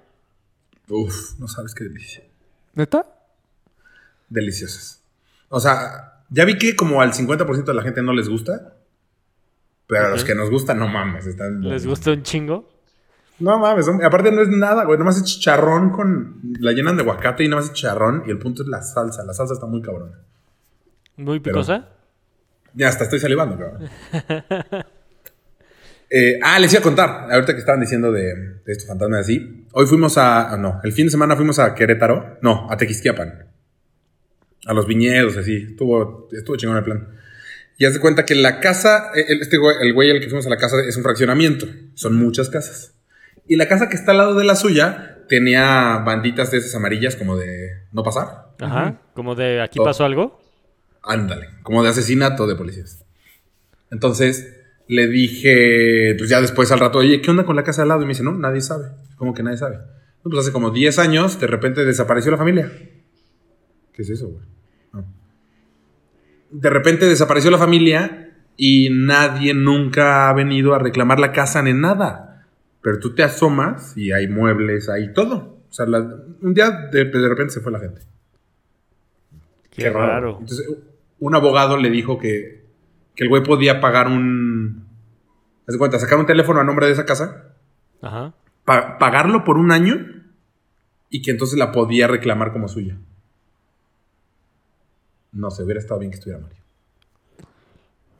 [SPEAKER 3] Uf, no sabes qué delicia.
[SPEAKER 2] ¿Neta?
[SPEAKER 3] deliciosas. O sea, ya vi que como al 50% de la gente no les gusta. Pero a los que nos gustan, no mames. Están,
[SPEAKER 1] ¿Les gusta un chingo?
[SPEAKER 3] No mames. son- Aparte, no es nada, güey. Nomás es chicharrón con. La llenan de aguacate y nomás es chicharrón. Y el punto es la salsa. La salsa está muy cabrona.
[SPEAKER 1] ¿Muy
[SPEAKER 3] Pero-
[SPEAKER 1] picosa?
[SPEAKER 3] Ya hasta estoy salivando, cabrón. Eh, ah, les iba a contar. Ahorita que estaban diciendo de, de estos fantasmas así. Hoy fuimos a. ah, No, el fin de semana fuimos a Querétaro. No, a Tequisquiapan. A los viñedos, así. Estuvo, estuvo chingón el plan. Y haz de cuenta que la casa. eh, el- Este güey, el güey al que fuimos a la casa es un fraccionamiento. Son muchas casas. Y la casa que está al lado de la suya tenía banditas de esas amarillas como de no pasar.
[SPEAKER 1] Ajá. Como de aquí
[SPEAKER 3] Oh.
[SPEAKER 1] pasó algo.
[SPEAKER 3] Ándale, como de asesinato de policías. Entonces le dije, pues ya después al rato, oye, ¿qué onda con la casa al lado? Y me dice, no, nadie sabe. ¿Cómo que nadie sabe? No, pues hace como 10 años, de repente desapareció la familia. ¿Qué es eso, güey? Ah. De repente desapareció la familia y nadie nunca ha venido a reclamar la casa ni nada. Pero tú te asomas y hay muebles, hay todo. O sea, la- un día de- de repente se fue la gente.
[SPEAKER 1] Qué, raro.
[SPEAKER 3] Entonces, un abogado le dijo que, que el güey podía pagar un. Haz de cuenta, sacar un teléfono a nombre de esa casa,
[SPEAKER 1] Ajá.
[SPEAKER 3] pa- pagarlo por un año y que entonces la podía reclamar como suya. No sé, hubiera estado bien que estuviera Mario.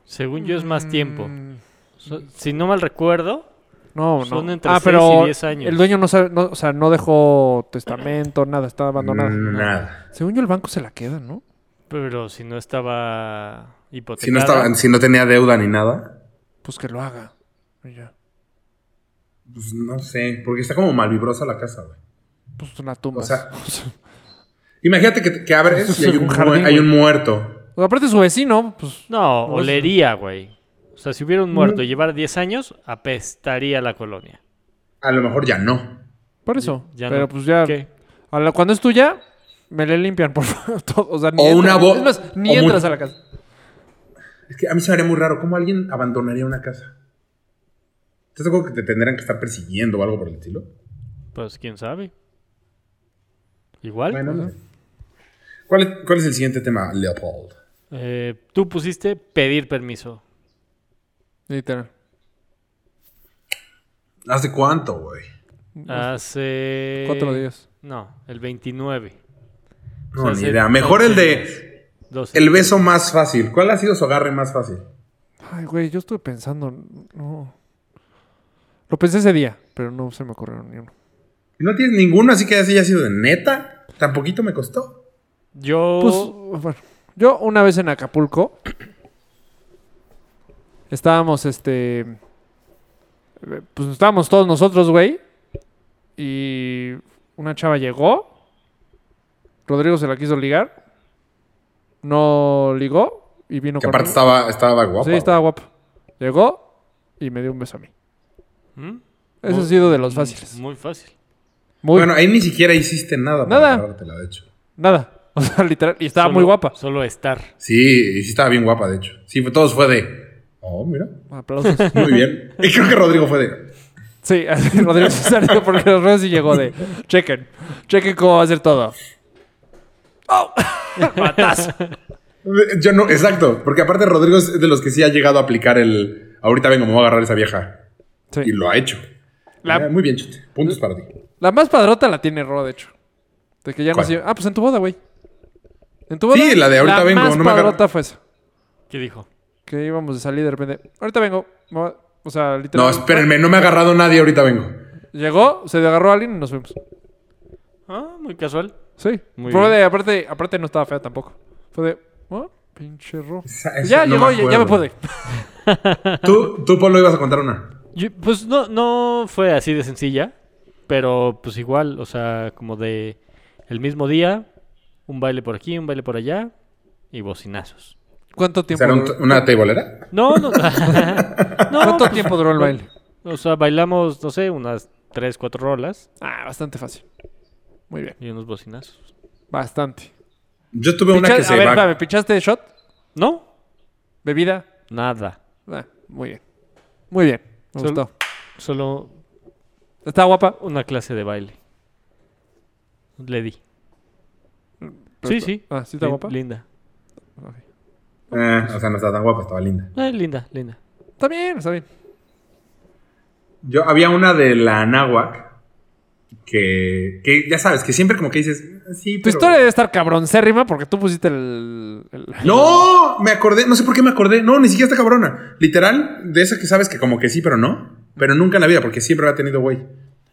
[SPEAKER 1] Según yo es más tiempo.
[SPEAKER 2] Mm,
[SPEAKER 1] So- si no mal recuerdo,
[SPEAKER 2] No, no.
[SPEAKER 1] Son entre seis y diez años.
[SPEAKER 2] El dueño no sabe, no, o sea, no dejó testamento, nada, estaba abandonado.
[SPEAKER 3] Mm,
[SPEAKER 1] Mm,
[SPEAKER 3] Nada.
[SPEAKER 2] Según yo, el banco se la queda, ¿no?
[SPEAKER 1] pero si no estaba hipotecado.
[SPEAKER 3] Si no, estaba, si no tenía deuda ni nada,
[SPEAKER 2] Pues que lo haga. Y ya.
[SPEAKER 3] pues no sé, porque está como malvibrosa la casa, güey.
[SPEAKER 2] Pues la tumba.
[SPEAKER 3] O sea- Imagínate que, que abres y hay un,
[SPEAKER 2] Un jardín,
[SPEAKER 3] mu- hay un
[SPEAKER 2] güey.
[SPEAKER 3] muerto.
[SPEAKER 2] aparte su vecino, pues
[SPEAKER 1] No,
[SPEAKER 2] No,
[SPEAKER 1] olería, güey. O sea, si hubiera un
[SPEAKER 3] Mm.
[SPEAKER 1] muerto y llevara 10 años, apestaría la colonia.
[SPEAKER 3] A lo mejor ya no.
[SPEAKER 2] por eso.
[SPEAKER 1] Ya
[SPEAKER 2] Pero
[SPEAKER 1] no.
[SPEAKER 2] pues ya.
[SPEAKER 1] ¿Qué?
[SPEAKER 2] a la- cuando es tuya, me le limpian, por favor. todo. O sea, ni
[SPEAKER 3] O
[SPEAKER 2] entras,
[SPEAKER 3] una bo-
[SPEAKER 2] es más, ni
[SPEAKER 3] o mu-
[SPEAKER 2] entras a la casa.
[SPEAKER 3] Es que a mí se me haría muy raro cómo alguien abandonaría una casa. ¿Estás de acuerdo que te tendrían que estar persiguiendo o algo por el estilo?
[SPEAKER 1] Pues quién sabe. Igual.
[SPEAKER 3] Bueno, no sé. ¿Cuál es, cuál es el siguiente tema, Leopold?
[SPEAKER 1] Eh, tú pusiste pedir permiso.
[SPEAKER 2] Literal.
[SPEAKER 3] ¿Hace cuánto, güey?
[SPEAKER 1] Hace.
[SPEAKER 2] Cuatro días.
[SPEAKER 1] No, el 29.
[SPEAKER 3] No,
[SPEAKER 1] O sea,
[SPEAKER 3] ni
[SPEAKER 1] hace
[SPEAKER 3] idea. Mejor el
[SPEAKER 1] 12
[SPEAKER 3] de
[SPEAKER 1] días. 12.
[SPEAKER 3] el beso más fácil. ¿Cuál ha sido su agarre más fácil?
[SPEAKER 2] Ay, güey, yo estuve pensando. No. Lo pensé ese día, pero no se me ocurrieron ni uno.
[SPEAKER 3] Y no tienes ninguno, así que así haya sido de neta. Tan poquito me costó.
[SPEAKER 1] Yo.
[SPEAKER 2] Pues, bueno, yo una vez en Acapulco estábamos, este, eh, pues estábamos todos nosotros, güey, y una chava llegó, Rodrigo se la quiso ligar, no ligó y vino
[SPEAKER 3] Que
[SPEAKER 2] con
[SPEAKER 3] aparte estaba, estaba guapo.
[SPEAKER 2] Sí, estaba guapo. Llegó y me dio un beso a mí.
[SPEAKER 1] ¿Mm?
[SPEAKER 2] Ese
[SPEAKER 1] Muy-
[SPEAKER 2] ha sido de los fáciles.
[SPEAKER 1] Muy fácil.
[SPEAKER 2] Muy,
[SPEAKER 3] Bueno, ahí ni siquiera hiciste nada para
[SPEAKER 2] Nada.
[SPEAKER 3] agarrártela, de hecho.
[SPEAKER 2] nada. O sea, literal, y estaba
[SPEAKER 1] Solo-
[SPEAKER 2] muy guapa.
[SPEAKER 1] Solo estar.
[SPEAKER 3] Sí, y sí estaba bien guapa, de hecho. Sí, fue- todos fue de. Oh, mira.
[SPEAKER 2] Aplausos.
[SPEAKER 3] Muy bien. Y creo que Rodrigo fue de.
[SPEAKER 2] Sí, así Rodrigo se salió porque los redes y llegó de chequen, chequen cómo va a ser todo.
[SPEAKER 3] Yo no, exacto. Porque aparte Rodrigo es de los que sí ha llegado a aplicar el. Ahorita vengo, me voy a agarrar esa vieja.
[SPEAKER 2] Sí.
[SPEAKER 3] Y lo ha hecho.
[SPEAKER 2] La-
[SPEAKER 3] Eh, Muy bien, chute. Puntos para ti.
[SPEAKER 2] La más padrota la tiene Ro, de hecho. De que ya no
[SPEAKER 3] ¿Cuál?
[SPEAKER 2] se- Ah, pues en tu boda, güey. En tu boda.
[SPEAKER 3] Sí, la de ahorita vengo,
[SPEAKER 2] más
[SPEAKER 3] no me agarro-
[SPEAKER 2] padrota fue esa.
[SPEAKER 1] ¿Qué dijo?
[SPEAKER 2] Que íbamos de salir de repente. Ahorita vengo. me voy a- O sea, literal.
[SPEAKER 3] No, espérenme, no me ha agarrado nadie, ahorita vengo.
[SPEAKER 2] Llegó, se agarró a alguien y nos fuimos.
[SPEAKER 1] Ah, muy casual.
[SPEAKER 2] Sí.
[SPEAKER 1] Muy
[SPEAKER 2] Fue
[SPEAKER 1] bien.
[SPEAKER 2] de, aparte, aparte no estaba fea tampoco. Fue de. "Ah, pinche Ro.
[SPEAKER 3] Esa- esa
[SPEAKER 2] Ya
[SPEAKER 3] no
[SPEAKER 2] llegó,
[SPEAKER 3] me
[SPEAKER 2] ya, ya me
[SPEAKER 3] acuerdo.
[SPEAKER 2] pude.
[SPEAKER 3] Tú, tú, Polo, ibas a contar una.
[SPEAKER 1] Yo- pues no, no fue así de sencilla, pero pues igual, o sea, como de el mismo día, un baile por aquí, un baile por allá y bocinazos.
[SPEAKER 2] ¿Cuánto
[SPEAKER 3] O
[SPEAKER 2] tiempo
[SPEAKER 3] sea, era un-
[SPEAKER 2] duró?
[SPEAKER 3] una teibolera.
[SPEAKER 1] No, no, no,
[SPEAKER 3] pues,
[SPEAKER 2] ¿Cuánto tiempo duró el baile?
[SPEAKER 1] o sea, bailamos, no sé, unas tres, cuatro rolas
[SPEAKER 2] Ah, bastante fácil. Muy bien.
[SPEAKER 1] y unos bocinazos.
[SPEAKER 2] Bastante.
[SPEAKER 3] Yo tuve una
[SPEAKER 2] Picha-
[SPEAKER 3] que
[SPEAKER 2] a
[SPEAKER 3] se
[SPEAKER 2] ver,
[SPEAKER 3] va-
[SPEAKER 2] espérame, ¿pichaste de shot?
[SPEAKER 1] No,
[SPEAKER 2] ¿Bebida?
[SPEAKER 1] nada,
[SPEAKER 2] Ah, muy bien. Muy bien. Me
[SPEAKER 1] Sol-
[SPEAKER 2] gustó.
[SPEAKER 1] solo
[SPEAKER 2] Está guapa.
[SPEAKER 1] una clase de baile. Le di.
[SPEAKER 2] Pero-
[SPEAKER 1] Sí, sí.
[SPEAKER 2] Ah, ¿sí está
[SPEAKER 1] Lin-
[SPEAKER 2] guapa?
[SPEAKER 1] Linda.
[SPEAKER 3] Eh, o sea, no estaba tan guapa, estaba linda.
[SPEAKER 1] Eh, linda, linda.
[SPEAKER 2] Está bien, está bien.
[SPEAKER 3] Yo había una de la Anáhuac que, que ya sabes, que siempre como que dices, sí,
[SPEAKER 2] Tu
[SPEAKER 3] pero-
[SPEAKER 2] historia debe estar cabroncérrima porque tú pusiste el... el-
[SPEAKER 3] No, me acordé, no sé por qué me acordé. No, ni siquiera está cabrona. Literal, de esa que sabes que como que sí, pero no. Pero nunca en la vida, porque siempre la ha tenido güey.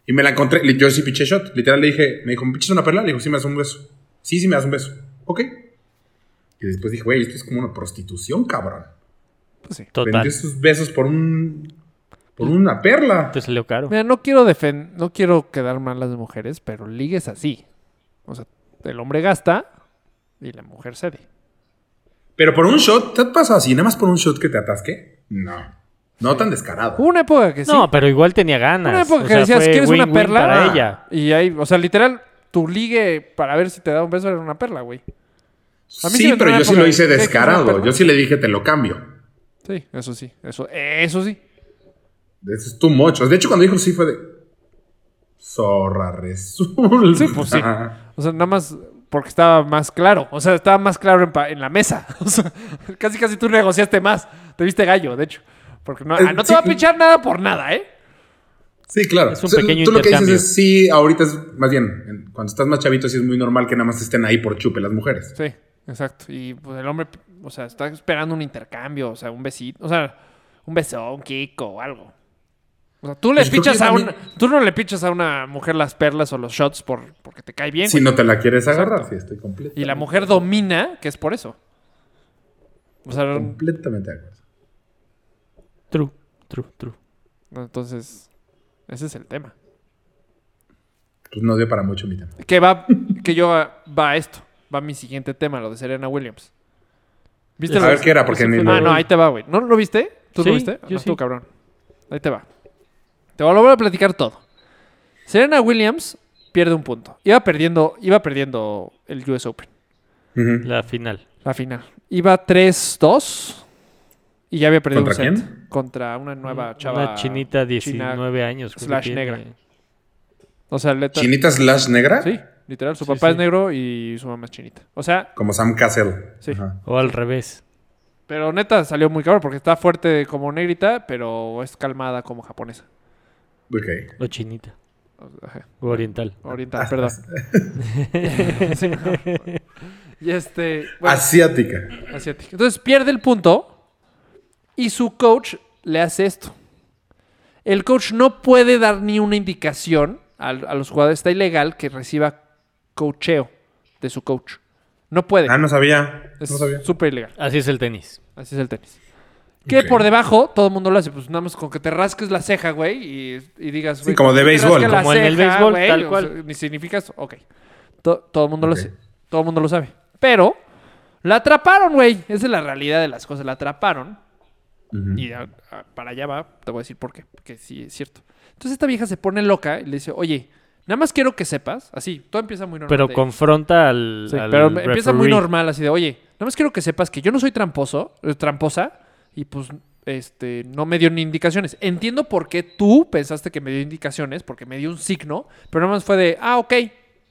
[SPEAKER 3] Y me la encontré, li- yo sí piché shot. Literal le dije, me dijo, ¿me pichas una perla? Le digo, sí, me das un beso. Sí, sí, me das un beso. Ok. Y después dije, güey, esto es como una prostitución, cabrón.
[SPEAKER 2] Pues sí.
[SPEAKER 1] Total.
[SPEAKER 3] Vendió sus besos por un. por una perla.
[SPEAKER 2] Pues
[SPEAKER 1] Te salió caro.
[SPEAKER 2] Mira, no quiero defen- no quiero quedar mal las mujeres, pero ligues así. O sea, el hombre gasta y la mujer cede.
[SPEAKER 3] Pero por un shot, ¿te pasa así? ¿Nada más por un shot que te atasque? No. No tan descarado.
[SPEAKER 2] Hubo una época que sí.
[SPEAKER 1] No, pero igual tenía ganas.
[SPEAKER 2] Una época
[SPEAKER 1] O
[SPEAKER 2] que
[SPEAKER 1] sea,
[SPEAKER 2] decías,
[SPEAKER 1] fue
[SPEAKER 2] ¿quieres una
[SPEAKER 1] win-win
[SPEAKER 2] perla?
[SPEAKER 1] Para ella.
[SPEAKER 2] Y ahí, o sea, literal, tu ligue para ver si te da un beso era una perla, güey. a mí sí
[SPEAKER 3] sí,
[SPEAKER 2] me entró
[SPEAKER 3] pero
[SPEAKER 2] una
[SPEAKER 3] yo sí
[SPEAKER 2] época
[SPEAKER 3] lo
[SPEAKER 2] de,
[SPEAKER 3] hice
[SPEAKER 2] "Eh, que es una
[SPEAKER 3] descarado.
[SPEAKER 2] perla".
[SPEAKER 3] Yo sí le dije, te lo cambio.
[SPEAKER 2] Sí, eso sí. Eso, eso sí.
[SPEAKER 3] Eso es too much. De hecho, cuando dijo sí fue de. Zorra Resul.
[SPEAKER 2] Sí, pues sí.
[SPEAKER 3] Ajá.
[SPEAKER 2] O sea, nada más Porque estaba más claro. O sea, estaba más claro en, pa- en la mesa. O sea, casi casi tú negociaste más. Te viste gallo, de hecho. Porque no,
[SPEAKER 3] Eh,
[SPEAKER 2] ah, no te
[SPEAKER 3] sí.
[SPEAKER 2] va a pinchar nada por nada, ¿eh?
[SPEAKER 3] Sí, claro.
[SPEAKER 1] Es un
[SPEAKER 3] O sea,
[SPEAKER 1] pequeño
[SPEAKER 3] Tú lo que dices
[SPEAKER 1] intercambio.
[SPEAKER 3] es, sí, ahorita es más bien, en- cuando estás más chavito, sí es muy normal que nada más estén ahí por chupe las mujeres.
[SPEAKER 2] Sí, exacto. Y pues el hombre, o sea, está esperando un intercambio, o sea, un besito, o sea, un beso, un kiko o algo. O sea, tú le
[SPEAKER 3] Pues creo que
[SPEAKER 2] pichas a
[SPEAKER 3] también-
[SPEAKER 2] una, tú no le pichas a una mujer las perlas o los shots por, porque te cae bien.
[SPEAKER 3] Si
[SPEAKER 2] güey.
[SPEAKER 3] no te la quieres agarrar, sí, estoy completamente,
[SPEAKER 2] Y la mujer domina, que es por eso. O sea,
[SPEAKER 3] completamente de acuerdo.
[SPEAKER 1] True, true, true.
[SPEAKER 2] entonces, ese es el tema.
[SPEAKER 3] Pues no dio para mucho mi tema.
[SPEAKER 2] Que va, que yo va a esto, va mi siguiente tema, lo de Serena Williams. ¿Viste
[SPEAKER 1] A
[SPEAKER 2] lo
[SPEAKER 3] A
[SPEAKER 2] de-
[SPEAKER 3] ver qué era, porque
[SPEAKER 1] Ese
[SPEAKER 3] ni
[SPEAKER 1] fue
[SPEAKER 3] lo-
[SPEAKER 2] Ah, no, ahí te va, güey. ¿No lo viste? ¿Tú
[SPEAKER 1] Sí,
[SPEAKER 2] lo viste?
[SPEAKER 1] yo
[SPEAKER 2] no, tú,
[SPEAKER 1] sí.
[SPEAKER 2] cabrón. Ahí te va. Te lo voy a platicar todo. Serena Williams pierde un punto. Iba perdiendo, iba perdiendo el US Open,
[SPEAKER 3] Ujú.
[SPEAKER 1] La final.
[SPEAKER 2] la final. Iba 3-2 y ya había perdido
[SPEAKER 3] ¿Contra
[SPEAKER 2] un set.
[SPEAKER 3] quién?
[SPEAKER 2] Contra una nueva chava.
[SPEAKER 1] Una chinita, 19
[SPEAKER 2] china.
[SPEAKER 1] años. creo que
[SPEAKER 2] slash
[SPEAKER 1] tiene.
[SPEAKER 2] negra. O sea, letra.
[SPEAKER 3] ¿Chinita slash negra?
[SPEAKER 2] Sí, literal. Su
[SPEAKER 1] Sí,
[SPEAKER 2] papá es
[SPEAKER 1] sí.
[SPEAKER 2] negro y su mamá es chinita. O sea,
[SPEAKER 3] Como Sam Castle.
[SPEAKER 2] Sí.
[SPEAKER 3] Ajá.
[SPEAKER 1] O al revés.
[SPEAKER 2] pero neta salió muy cabrón porque está fuerte como negrita, pero es calmada como japonesa.
[SPEAKER 3] Ok.
[SPEAKER 1] O chinita.
[SPEAKER 2] Ajá.
[SPEAKER 1] O oriental.
[SPEAKER 2] Oriental,
[SPEAKER 3] Ah.
[SPEAKER 2] perdón. Sí, no. y este. bueno,
[SPEAKER 3] Asiática.
[SPEAKER 2] asiático. Entonces pierde el punto y su coach le hace esto. El coach no puede dar ni una indicación al- a, los jugadores. Está ilegal que reciba cocheo de su coach. No puede.
[SPEAKER 3] Ah, no sabía.
[SPEAKER 2] es
[SPEAKER 3] no sabía.
[SPEAKER 2] súper ilegal.
[SPEAKER 1] Así es el tenis.
[SPEAKER 2] Así es el tenis. Que
[SPEAKER 3] Ok.
[SPEAKER 2] por debajo todo el mundo lo hace. Pues nada más con que te rasques la ceja, güey, y, y digas. güey,
[SPEAKER 3] como de
[SPEAKER 2] te
[SPEAKER 3] béisbol.
[SPEAKER 2] rascas la
[SPEAKER 1] Como en el
[SPEAKER 2] ceja,
[SPEAKER 1] béisbol,
[SPEAKER 2] güey,
[SPEAKER 1] tal
[SPEAKER 2] o
[SPEAKER 1] cual.
[SPEAKER 2] sea, Ni significa eso. Ok. To- todo el mundo
[SPEAKER 3] Ok.
[SPEAKER 2] lo hace. Todo el mundo lo sabe. Pero la atraparon, güey. Esa es la realidad de las cosas. La atraparon.
[SPEAKER 3] Ujú.
[SPEAKER 2] Y a- a- para allá va. Te voy a decir por qué. Porque sí es cierto. Entonces esta vieja se pone loca y le dice, oye, nada más quiero que sepas. Así, todo empieza muy normal.
[SPEAKER 1] Pero
[SPEAKER 2] de-
[SPEAKER 1] confronta al.
[SPEAKER 2] Sí,
[SPEAKER 1] al
[SPEAKER 2] pero em, empieza muy
[SPEAKER 1] referee.
[SPEAKER 2] normal, así de, oye, nada más quiero que sepas que yo no soy tramposo, eh, tramposa, y pues este, no me dio ni indicaciones. Entiendo por qué tú pensaste que me dio indicaciones, porque me dio un signo, pero nada más fue de, ah, ok,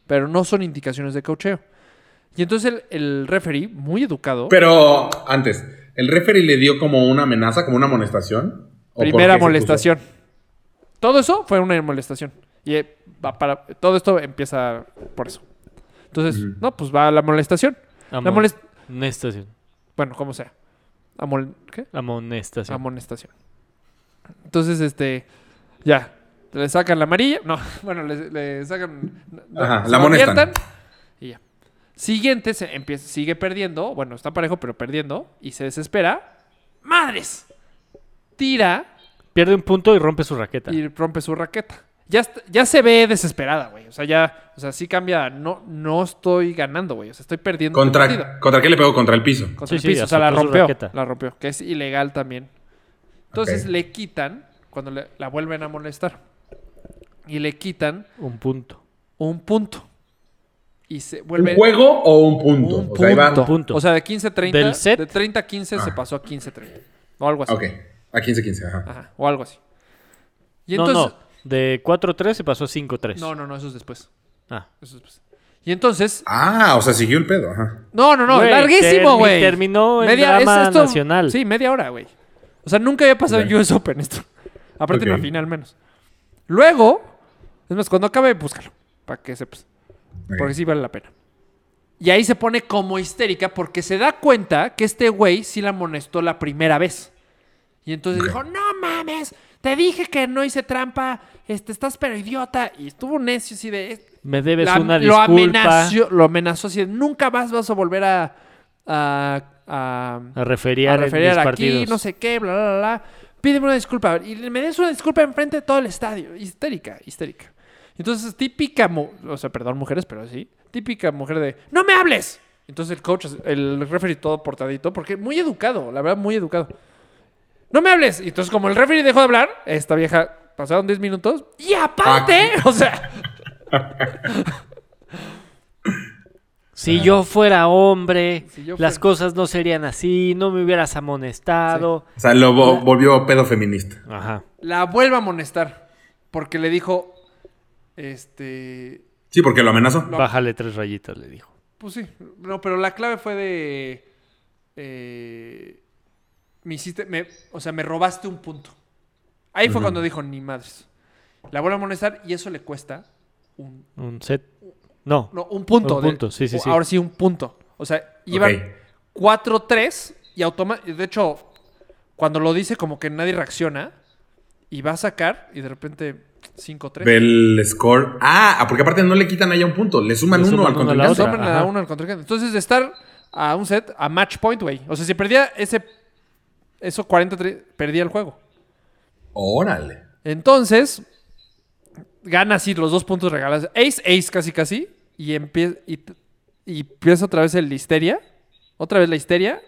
[SPEAKER 2] pero no son indicaciones de cocheo. Y entonces el, el referee, muy educado,
[SPEAKER 3] Pero antes, ¿el referee le dio como una amenaza, como una amonestación? ¿O por qué
[SPEAKER 2] primera
[SPEAKER 3] se puso?
[SPEAKER 2] molestación. Todo eso fue una molestación. Y eh, va para, todo esto empieza por eso. Entonces, no, pues va la molestación. La
[SPEAKER 1] Amon-
[SPEAKER 2] molest-
[SPEAKER 1] Amonestación.
[SPEAKER 2] Bueno, como sea. Amol- ¿Qué?
[SPEAKER 1] Amonestación.
[SPEAKER 2] Amonestación. Entonces, este, ya. Le sacan la amarilla. No, bueno, le, le sacan.
[SPEAKER 3] Ajá,
[SPEAKER 2] se
[SPEAKER 3] la
[SPEAKER 2] lo
[SPEAKER 3] amonestan.
[SPEAKER 2] adviertan Y ya. Siguiente, se empieza, sigue perdiendo. Bueno, está parejo, pero perdiendo. Y se desespera. ¡Madres! Tira
[SPEAKER 1] Pierde un punto y rompe su raqueta.
[SPEAKER 2] y rompe su raqueta. Ya, est- ya se ve desesperada, güey. O sea, ya. O sea, sí cambia. No, no estoy ganando, güey. O sea, estoy perdiendo. el partido.
[SPEAKER 3] ¿Contra, ¿Contra qué le pegó? Contra el piso.
[SPEAKER 2] Contra
[SPEAKER 1] Sí,
[SPEAKER 2] el
[SPEAKER 1] sí,
[SPEAKER 2] piso. o sea, la
[SPEAKER 1] azotó su
[SPEAKER 2] rompió.
[SPEAKER 1] raqueta.
[SPEAKER 2] La rompió, que es ilegal también. Entonces
[SPEAKER 3] Ok.
[SPEAKER 2] le quitan, cuando le- la vuelven a molestar, y le quitan
[SPEAKER 1] Un punto.
[SPEAKER 2] un punto. Y se vuelve
[SPEAKER 3] ¿Un juego o un punto?
[SPEAKER 2] un
[SPEAKER 3] O sea, ahí va-
[SPEAKER 2] punto.
[SPEAKER 1] punto.
[SPEAKER 2] O sea, de 15-30.
[SPEAKER 1] Del set.
[SPEAKER 2] De 30-15 se
[SPEAKER 3] Ah.
[SPEAKER 2] pasó a 15-30. O algo así.
[SPEAKER 3] Ok, a 15-15, ajá.
[SPEAKER 2] Ajá, o algo así. Y
[SPEAKER 1] no,
[SPEAKER 2] entonces.
[SPEAKER 1] no. De 4-3 se pasó a 5-3.
[SPEAKER 2] No, no, no, eso es después.
[SPEAKER 1] Ah.
[SPEAKER 2] Eso es después. Y entonces.
[SPEAKER 3] Ah, o sea, siguió el pedo, ajá.
[SPEAKER 2] No, no, no,
[SPEAKER 1] Güey,
[SPEAKER 2] larguísimo,
[SPEAKER 1] termi-
[SPEAKER 2] güey.
[SPEAKER 1] terminó el drama nacional.
[SPEAKER 2] Sí, media hora, güey. O sea, nunca había pasado en
[SPEAKER 3] Ok.
[SPEAKER 2] US Open esto. Aparte en
[SPEAKER 3] Ok.
[SPEAKER 2] la final menos. Luego, es más, cuando acabe, búscalo. Para que sepas.
[SPEAKER 3] Ok.
[SPEAKER 2] Porque sí vale la pena. Y ahí se pone como histérica porque se da cuenta que este güey sí la amonestó la primera vez. Y entonces
[SPEAKER 3] Ok.
[SPEAKER 2] dijo, no mames, te dije que no hice trampa, este, estás pero idiota. Y estuvo necio así de, "Es-
[SPEAKER 1] Me debes
[SPEAKER 2] la-
[SPEAKER 1] una
[SPEAKER 2] lo
[SPEAKER 1] disculpa.
[SPEAKER 2] amenazó, lo amenazó así de, nunca más vas a volver a a, a,
[SPEAKER 1] A referir
[SPEAKER 2] a
[SPEAKER 1] a
[SPEAKER 2] referir
[SPEAKER 1] mis
[SPEAKER 2] aquí,
[SPEAKER 1] partidos.
[SPEAKER 2] no sé qué, bla, bla, bla, bla. Pídeme una disculpa. Y me des una disculpa enfrente de todo el estadio. Histérica, histérica. Entonces, típica, mu- o sea, perdón, mujeres, pero sí. Típica mujer de, ¡no me hables! Entonces el coach, el referee todo portadito, porque muy educado, la verdad, muy educado. ¡No me hables! Y entonces, como el referee dejó de hablar, esta vieja, pasaron 10 minutos, y aparte, o sea,
[SPEAKER 1] Si yo fuera hombre,
[SPEAKER 2] Si yo
[SPEAKER 1] las
[SPEAKER 2] fuera-
[SPEAKER 1] cosas no serían así, no me hubieras amonestado.
[SPEAKER 3] O sea, lo vo- volvió pedo feminista.
[SPEAKER 1] Ajá.
[SPEAKER 2] la vuelve a amonestar porque le dijo este
[SPEAKER 3] Sí, porque lo amenazó.
[SPEAKER 1] Bájale tres rayitas, le dijo.
[SPEAKER 2] Pues sí. No, pero la clave fue de. eh, me hiciste. me- o sea, me robaste un punto. Ahí fue
[SPEAKER 3] Ujú.
[SPEAKER 2] cuando dijo, ni madres. La voy a molestar y eso le cuesta un,
[SPEAKER 1] Un set. No.
[SPEAKER 2] no, un punto.
[SPEAKER 1] Un
[SPEAKER 2] de-
[SPEAKER 1] punto, sí, sí,
[SPEAKER 2] o-
[SPEAKER 1] sí.
[SPEAKER 2] Ahora sí, un punto. O sea, iban
[SPEAKER 3] Ok.
[SPEAKER 2] 4-3 y automáticamente. De hecho, cuando lo dice, como que nadie reacciona y va a sacar y de repente 5-3.
[SPEAKER 3] Ve el score. Ah, porque aparte no le quitan allá un punto, le suman
[SPEAKER 1] Le
[SPEAKER 3] uno
[SPEAKER 1] suman
[SPEAKER 3] al
[SPEAKER 1] uno a la
[SPEAKER 3] contrincante.
[SPEAKER 1] otra.
[SPEAKER 2] Sobran a
[SPEAKER 1] ajá.
[SPEAKER 2] uno al contrincante. Entonces, de estar a un set, a match point, güey. O sea, si perdía ese. Eso 43, perdía el juego.
[SPEAKER 3] Órale.
[SPEAKER 2] Entonces, gana así los dos puntos regalados. Ace, ace, casi, casi. Y empieza, y, t- y empieza otra vez el histeria. Otra vez la histeria.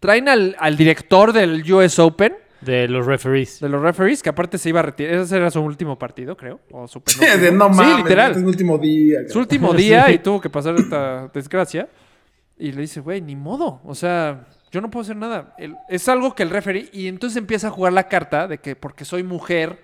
[SPEAKER 2] Traen al, al director del US Open,
[SPEAKER 1] De los referees.
[SPEAKER 2] de los referees, que aparte se iba a retirar. Ese era su último partido, creo. O su
[SPEAKER 3] De, no
[SPEAKER 2] penúltimo.
[SPEAKER 3] mames,
[SPEAKER 2] Sí, literal.
[SPEAKER 3] este es mi último día.
[SPEAKER 2] su último día y tuvo que pasar esta desgracia. Y le dice, güey, ni modo. O sea, yo no puedo hacer nada. El- es algo que el referee. Y entonces empieza a jugar la carta de que porque soy mujer.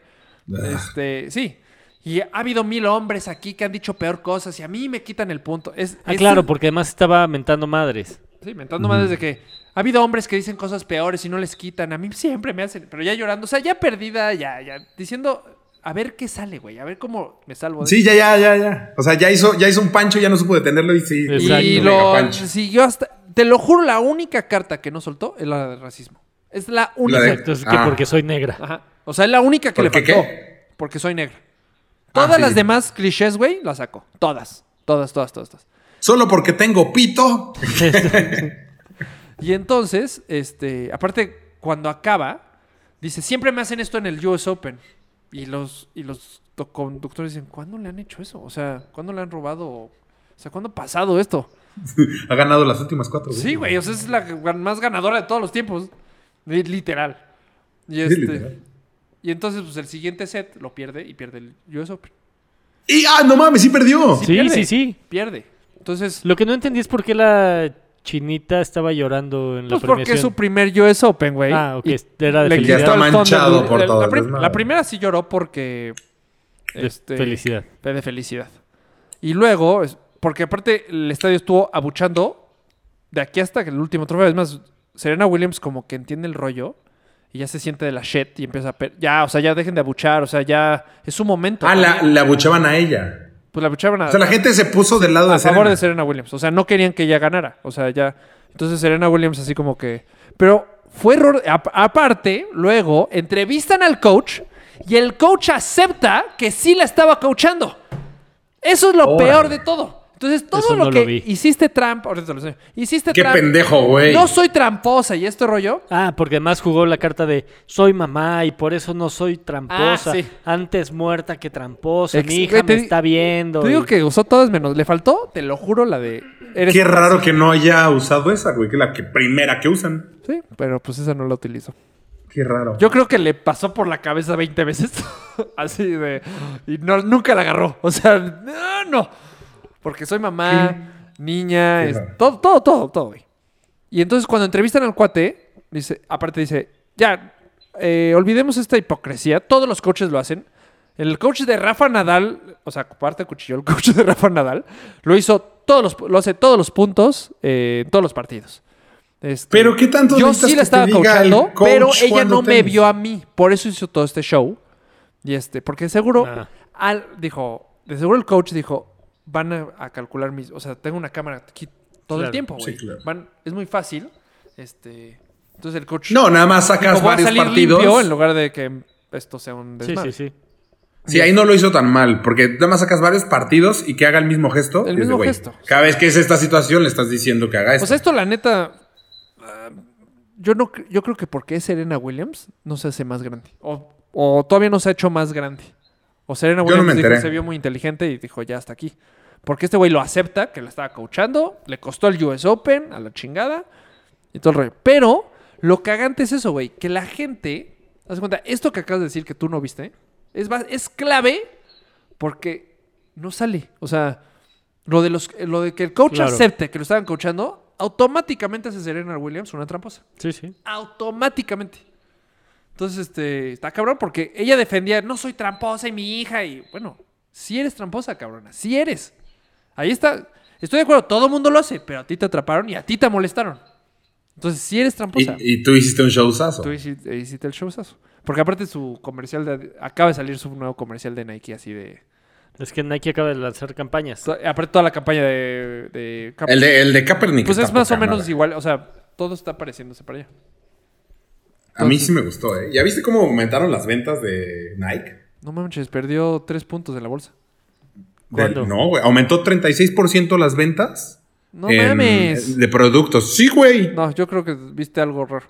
[SPEAKER 1] Ah.
[SPEAKER 2] Este, sí. Y ha habido mil hombres aquí que han dicho peor cosas y a mí me quitan el punto. Es,
[SPEAKER 1] Ah,
[SPEAKER 2] es
[SPEAKER 1] claro,
[SPEAKER 2] el-
[SPEAKER 1] porque además estaba mentando madres.
[SPEAKER 2] Sí, mentando más desde que ha habido hombres que dicen cosas peores y no les quitan. A mí siempre me hacen, pero ya llorando, o sea, ya perdida, ya, ya, diciendo, a ver qué sale, güey, a ver cómo me salvo de
[SPEAKER 3] Sí, ya, ya, ya, ya. O sea, ya hizo, ya hizo un pancho, ya no supo detenerlo y sí.
[SPEAKER 1] Y
[SPEAKER 2] Y
[SPEAKER 1] Exacto.
[SPEAKER 2] lo
[SPEAKER 3] Mega Punch.
[SPEAKER 2] siguió hasta. Te lo juro, la única carta que no soltó es la del racismo. Es la única.
[SPEAKER 3] de-
[SPEAKER 1] Entonces, que
[SPEAKER 3] Ah.
[SPEAKER 1] porque soy negra.
[SPEAKER 2] Ajá. O sea, es la única que le
[SPEAKER 3] ¿Por qué
[SPEAKER 2] faltó.
[SPEAKER 3] qué?
[SPEAKER 2] Porque soy negra.
[SPEAKER 3] Ah,
[SPEAKER 2] Todas
[SPEAKER 3] sí.
[SPEAKER 2] las demás clichés, güey, las sacó. Todas. Todas, todas, todas, todas.
[SPEAKER 3] Solo porque tengo pito.
[SPEAKER 2] Y entonces, este, aparte, cuando acaba, dice, siempre me hacen esto en el US Open. Y los, y los to- conductores dicen, ¿cuándo le han hecho eso? O sea, ¿cuándo le han robado? O sea, ¿cuándo ha pasado esto?
[SPEAKER 3] ha ganado las últimas cuatro.
[SPEAKER 2] Sí, güey, o sea, es la gan- más ganadora de todos los tiempos. Li- Literal. Y,
[SPEAKER 3] Sí,
[SPEAKER 2] este,
[SPEAKER 3] literal.
[SPEAKER 2] y entonces, pues el siguiente set lo pierde y pierde el US Open.
[SPEAKER 3] Y ah, no mames, sí perdió.
[SPEAKER 1] Sí,
[SPEAKER 2] pierde.
[SPEAKER 1] sí, sí.
[SPEAKER 2] Pierde. Entonces,
[SPEAKER 1] Lo que no entendí es por qué la chinita estaba llorando en la
[SPEAKER 2] pues porque es
[SPEAKER 1] premiación.
[SPEAKER 2] su primer US Open, güey.
[SPEAKER 1] Ah, ok.
[SPEAKER 2] Y
[SPEAKER 1] Era de
[SPEAKER 2] le
[SPEAKER 1] felicidad.
[SPEAKER 3] Ya está
[SPEAKER 2] quitó el
[SPEAKER 3] manchado
[SPEAKER 2] Thunder-
[SPEAKER 3] por
[SPEAKER 2] la-
[SPEAKER 3] todo
[SPEAKER 2] La,
[SPEAKER 3] el
[SPEAKER 2] prim-
[SPEAKER 3] desmadre.
[SPEAKER 2] la primera sí lloró porque. este,
[SPEAKER 1] De felicidad.
[SPEAKER 2] de- de felicidad. Y luego, es- porque aparte el estadio estuvo abuchando de aquí hasta que el último trofeo. Es más, Serena Williams como que entiende el rollo y ya se siente de la shit y empieza a... pe- Ya, o sea, ya dejen de abuchar, o sea, ya es su momento.
[SPEAKER 3] Ah, la,
[SPEAKER 2] También,
[SPEAKER 3] la abuchaban a ella.
[SPEAKER 2] Pues la abuchaban a,
[SPEAKER 3] O sea, la gente se puso del lado
[SPEAKER 2] a
[SPEAKER 3] de Serena.
[SPEAKER 2] favor de Serena Williams. O sea, no querían que ella ganara. O sea, ya... Entonces Serena Williams así como que... Pero fue error... a- aparte, luego, entrevistan al coach y el coach acepta que sí la estaba coachando. Eso es lo
[SPEAKER 3] Órale.
[SPEAKER 2] peor de todo. Entonces, todo
[SPEAKER 1] Eso
[SPEAKER 2] lo
[SPEAKER 1] no lo
[SPEAKER 2] que
[SPEAKER 1] vi.
[SPEAKER 2] hiciste Trump... Ahorita te lo enseño. Hiciste
[SPEAKER 3] Qué
[SPEAKER 2] Trump...
[SPEAKER 3] pendejo, güey.
[SPEAKER 2] No soy tramposa y este rollo.
[SPEAKER 1] Ah, porque además jugó la carta de soy mamá y por eso no soy tramposa.
[SPEAKER 2] Ah, sí.
[SPEAKER 1] Antes muerta que tramposa.
[SPEAKER 2] Ex-
[SPEAKER 1] Mi hija
[SPEAKER 2] güey, te
[SPEAKER 1] me
[SPEAKER 2] di-
[SPEAKER 1] está viendo.
[SPEAKER 2] Te digo
[SPEAKER 1] y-
[SPEAKER 2] que usó todas menos. Le faltó, te lo juro, la de. Eres
[SPEAKER 3] Qué raro que no haya usado esa, güey, que es la que primera que usan.
[SPEAKER 2] Sí, pero pues esa no la utilizó.
[SPEAKER 3] Qué raro.
[SPEAKER 2] Yo creo que le pasó por la cabeza 20 veces. así de. Y no, nunca la agarró. O sea, no, no. Porque soy mamá, niña,
[SPEAKER 3] Qué
[SPEAKER 2] es-
[SPEAKER 3] raro.
[SPEAKER 2] todo, todo, todo, todo, güey. Y entonces cuando entrevistan al cuate, dice, aparte dice, ya, eh, olvidemos esta hipocresía, todos los coaches lo hacen. El coach de Rafa Nadal, o sea, aparte cuchillo, el coach de Rafa Nadal, lo hizo todos los, lo hace todos los puntos, eh, en todos los partidos. Este,
[SPEAKER 3] Pero qué tanto
[SPEAKER 2] Yo
[SPEAKER 3] necesitas
[SPEAKER 2] sí la
[SPEAKER 3] que
[SPEAKER 2] estaba
[SPEAKER 3] te diga
[SPEAKER 2] coachando,
[SPEAKER 3] el coach
[SPEAKER 2] pero ella
[SPEAKER 3] cuándo
[SPEAKER 2] no me
[SPEAKER 3] tenis?
[SPEAKER 2] vio a mí, por eso hizo todo este show. Y este, porque seguro,
[SPEAKER 1] Ah.
[SPEAKER 2] al, dijo, de seguro el coach dijo, van a, a calcular mis, o sea, tengo una cámara aquí todo el
[SPEAKER 1] Claro,
[SPEAKER 2] tiempo,
[SPEAKER 3] sí,
[SPEAKER 2] güey.
[SPEAKER 3] claro.
[SPEAKER 2] Van- es muy fácil. Este, entonces el coach
[SPEAKER 3] No, nada más
[SPEAKER 2] dijo,
[SPEAKER 3] sacas
[SPEAKER 2] "Voy a
[SPEAKER 3] varios
[SPEAKER 2] salir
[SPEAKER 3] partidos.
[SPEAKER 2] limpio en lugar de que esto sea un
[SPEAKER 1] Sí,
[SPEAKER 2] desmadre.
[SPEAKER 1] sí, sí.
[SPEAKER 3] Sí, ahí no lo hizo tan mal, porque nada más sacas varios partidos y que haga el mismo gesto.
[SPEAKER 2] El
[SPEAKER 3] y dices,
[SPEAKER 2] mismo
[SPEAKER 3] "Güey,
[SPEAKER 2] gesto". Pues
[SPEAKER 3] Cada vez que es esta situación le estás diciendo que haga esto.
[SPEAKER 2] O sea, esto la neta ah, yo no cre- yo creo que porque es Serena Williams no se hace más grande o, o todavía no se ha hecho más grande. O Serena
[SPEAKER 3] Yo no me
[SPEAKER 2] Williams dijo,
[SPEAKER 3] enteré.
[SPEAKER 2] se vio muy inteligente y dijo, "Ya hasta aquí." Porque este güey lo acepta que la estaba coachando, le costó el US Open a la chingada y todo el rollo. Pero lo cagante es eso, güey, que la gente, haz de cuenta, esto que acabas de decir que tú no viste, es va- es clave porque no sale, o sea, lo de, los, lo de que el coach
[SPEAKER 1] Claro.
[SPEAKER 2] acepte que lo estaban coachando, automáticamente hace Serena Williams una tramposa.
[SPEAKER 1] Sí, sí.
[SPEAKER 2] Automáticamente. Entonces, este, está cabrón porque ella defendía, no soy tramposa y mi hija, y bueno, si eres tramposa, cabrona, si eres. Ahí está. Estoy de acuerdo, todo mundo lo hace, pero a ti te atraparon y a ti te molestaron. Entonces, si eres
[SPEAKER 3] Y,
[SPEAKER 2] tramposa,
[SPEAKER 3] y tú hiciste un showzazo.
[SPEAKER 2] tú hiciste, hiciste el showzazo. Porque aparte su comercial de... Acaba de salir su nuevo comercial de Nike así de...
[SPEAKER 1] Es que Nike acaba de lanzar campañas.
[SPEAKER 2] to- Aparte toda la campaña de... de Cap-
[SPEAKER 3] El de, el de Kaepernick.
[SPEAKER 2] pues
[SPEAKER 3] está
[SPEAKER 2] es más o
[SPEAKER 3] poca
[SPEAKER 2] menos
[SPEAKER 3] madre.
[SPEAKER 2] igual, o sea, todo está pareciéndose para allá.
[SPEAKER 3] A mí sí me gustó, ¿eh? ¿Ya viste cómo aumentaron las ventas de Nike?
[SPEAKER 2] No manches, perdió tres puntos en la bolsa.
[SPEAKER 3] De-
[SPEAKER 1] ¿Cuándo?
[SPEAKER 3] no, güey. Aumentó 36% las ventas.
[SPEAKER 2] No
[SPEAKER 3] en-
[SPEAKER 2] mames.
[SPEAKER 3] De productos. Sí, güey.
[SPEAKER 2] No, yo creo que viste algo raro.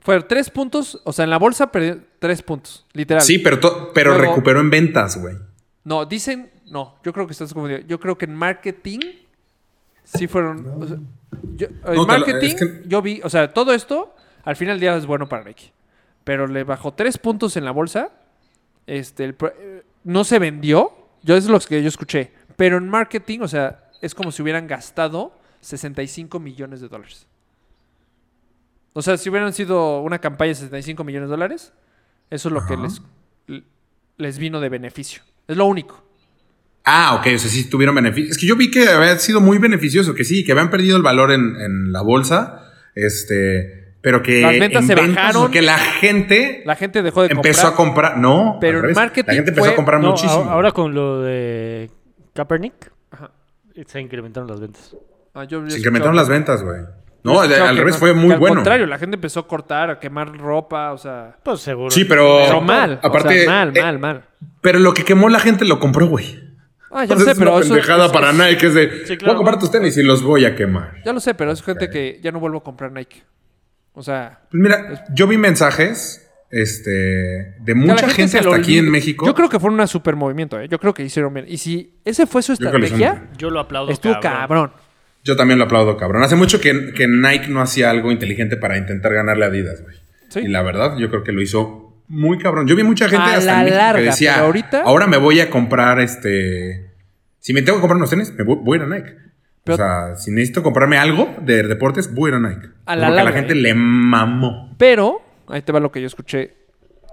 [SPEAKER 2] Fueron tres puntos, o sea, en la bolsa perdió tres puntos, literal.
[SPEAKER 3] Sí, pero, to- pero
[SPEAKER 2] Luego-
[SPEAKER 3] recuperó en ventas, güey.
[SPEAKER 2] No, dicen, no, yo creo que estás confundido. Yo creo que en marketing sí fueron. o sea, yo- en
[SPEAKER 3] lo-
[SPEAKER 2] marketing
[SPEAKER 3] es que-
[SPEAKER 2] yo vi, o sea, todo esto al final del día es bueno para Nike. Pero le bajó tres puntos en la bolsa. Este, el pro- eh, no se vendió. Yo es lo que yo escuché. Pero en marketing, o sea, es como si hubieran gastado 65 millones de dólares. O sea, si hubieran sido una campaña de 65 millones de dólares, eso es lo que
[SPEAKER 3] Ajá.
[SPEAKER 2] les, les vino de beneficio. Es lo único.
[SPEAKER 3] Ah, ok, o sea, sí tuvieron beneficio. Es que yo vi que había sido muy beneficioso, que sí, que habían perdido el valor en, en la bolsa, este, pero que
[SPEAKER 2] Las ventas
[SPEAKER 3] en
[SPEAKER 2] se bajaron.
[SPEAKER 3] que la gente
[SPEAKER 2] La gente dejó de
[SPEAKER 3] empezó
[SPEAKER 2] comprar.
[SPEAKER 3] a comprar, no,
[SPEAKER 2] Pero
[SPEAKER 3] al
[SPEAKER 2] el
[SPEAKER 3] revés.
[SPEAKER 2] marketing
[SPEAKER 3] la gente empezó
[SPEAKER 2] fue-
[SPEAKER 3] a comprar
[SPEAKER 1] No,
[SPEAKER 3] muchísimo.
[SPEAKER 1] a- Ahora con lo de Kaepernick,
[SPEAKER 2] Ajá.
[SPEAKER 1] se incrementaron las ventas.
[SPEAKER 2] Ah, yo- yo
[SPEAKER 3] se
[SPEAKER 2] escuchaba-
[SPEAKER 3] incrementaron las ventas, güey. No,
[SPEAKER 2] yo
[SPEAKER 3] al
[SPEAKER 2] escuchaba
[SPEAKER 3] al
[SPEAKER 2] que
[SPEAKER 3] revés
[SPEAKER 2] no,
[SPEAKER 3] fue
[SPEAKER 2] que
[SPEAKER 3] muy
[SPEAKER 2] al
[SPEAKER 3] bueno.
[SPEAKER 2] contrario, la gente empezó a cortar, a quemar ropa, o sea.
[SPEAKER 1] Pues seguro.
[SPEAKER 3] Sí, pero,
[SPEAKER 2] Pero mal.
[SPEAKER 3] Oh, aparte,
[SPEAKER 2] o sea, mal,
[SPEAKER 3] eh,
[SPEAKER 2] mal, mal.
[SPEAKER 3] pero lo que quemó la gente lo compró, güey.
[SPEAKER 2] Ah, ya lo
[SPEAKER 3] Entonces
[SPEAKER 2] sé,
[SPEAKER 3] es una
[SPEAKER 2] pero eso.
[SPEAKER 3] pendejada
[SPEAKER 2] es-
[SPEAKER 3] para
[SPEAKER 2] es-
[SPEAKER 3] Nike es de,
[SPEAKER 1] Sí, claro.
[SPEAKER 3] voy a comprar tus tenis y los voy a quemar.
[SPEAKER 2] Ya lo sé, pero es gente que ya no vuelvo a comprar Nike. O sea.
[SPEAKER 3] Pues mira, yo vi mensajes este, de
[SPEAKER 2] que a la
[SPEAKER 3] mucha gente,
[SPEAKER 2] se
[SPEAKER 3] hasta
[SPEAKER 2] lo
[SPEAKER 3] aquí
[SPEAKER 2] olvide.
[SPEAKER 3] en México.
[SPEAKER 2] Yo creo que fue un super movimiento, ¿eh? Yo creo que hicieron bien. Y si ese fue su
[SPEAKER 3] Yo creo que lo hicieron
[SPEAKER 2] estrategia,
[SPEAKER 1] Yo lo aplaudo.
[SPEAKER 2] estuvo cabrón.
[SPEAKER 3] Yo también lo aplaudo, cabrón. Hace mucho que, que Nike no hacía algo inteligente para intentar ganarle a Adidas, güey.
[SPEAKER 2] Sí.
[SPEAKER 3] Y la verdad, yo creo que lo hizo muy cabrón. Yo vi mucha gente
[SPEAKER 2] A la
[SPEAKER 3] hasta en México
[SPEAKER 2] larga,
[SPEAKER 3] que decía,
[SPEAKER 2] pero ahorita-
[SPEAKER 3] ahora me voy a comprar este... Si me tengo que comprar unos tenis, me voy, voy a ir a Nike.
[SPEAKER 2] Pero-
[SPEAKER 3] o sea, si necesito comprarme algo de deportes, voy a ir a Nike.
[SPEAKER 2] A la
[SPEAKER 3] Porque a
[SPEAKER 2] larga,
[SPEAKER 3] la gente
[SPEAKER 2] ¿eh?
[SPEAKER 3] le mamó.
[SPEAKER 2] Pero, ahí te va lo que yo escuché.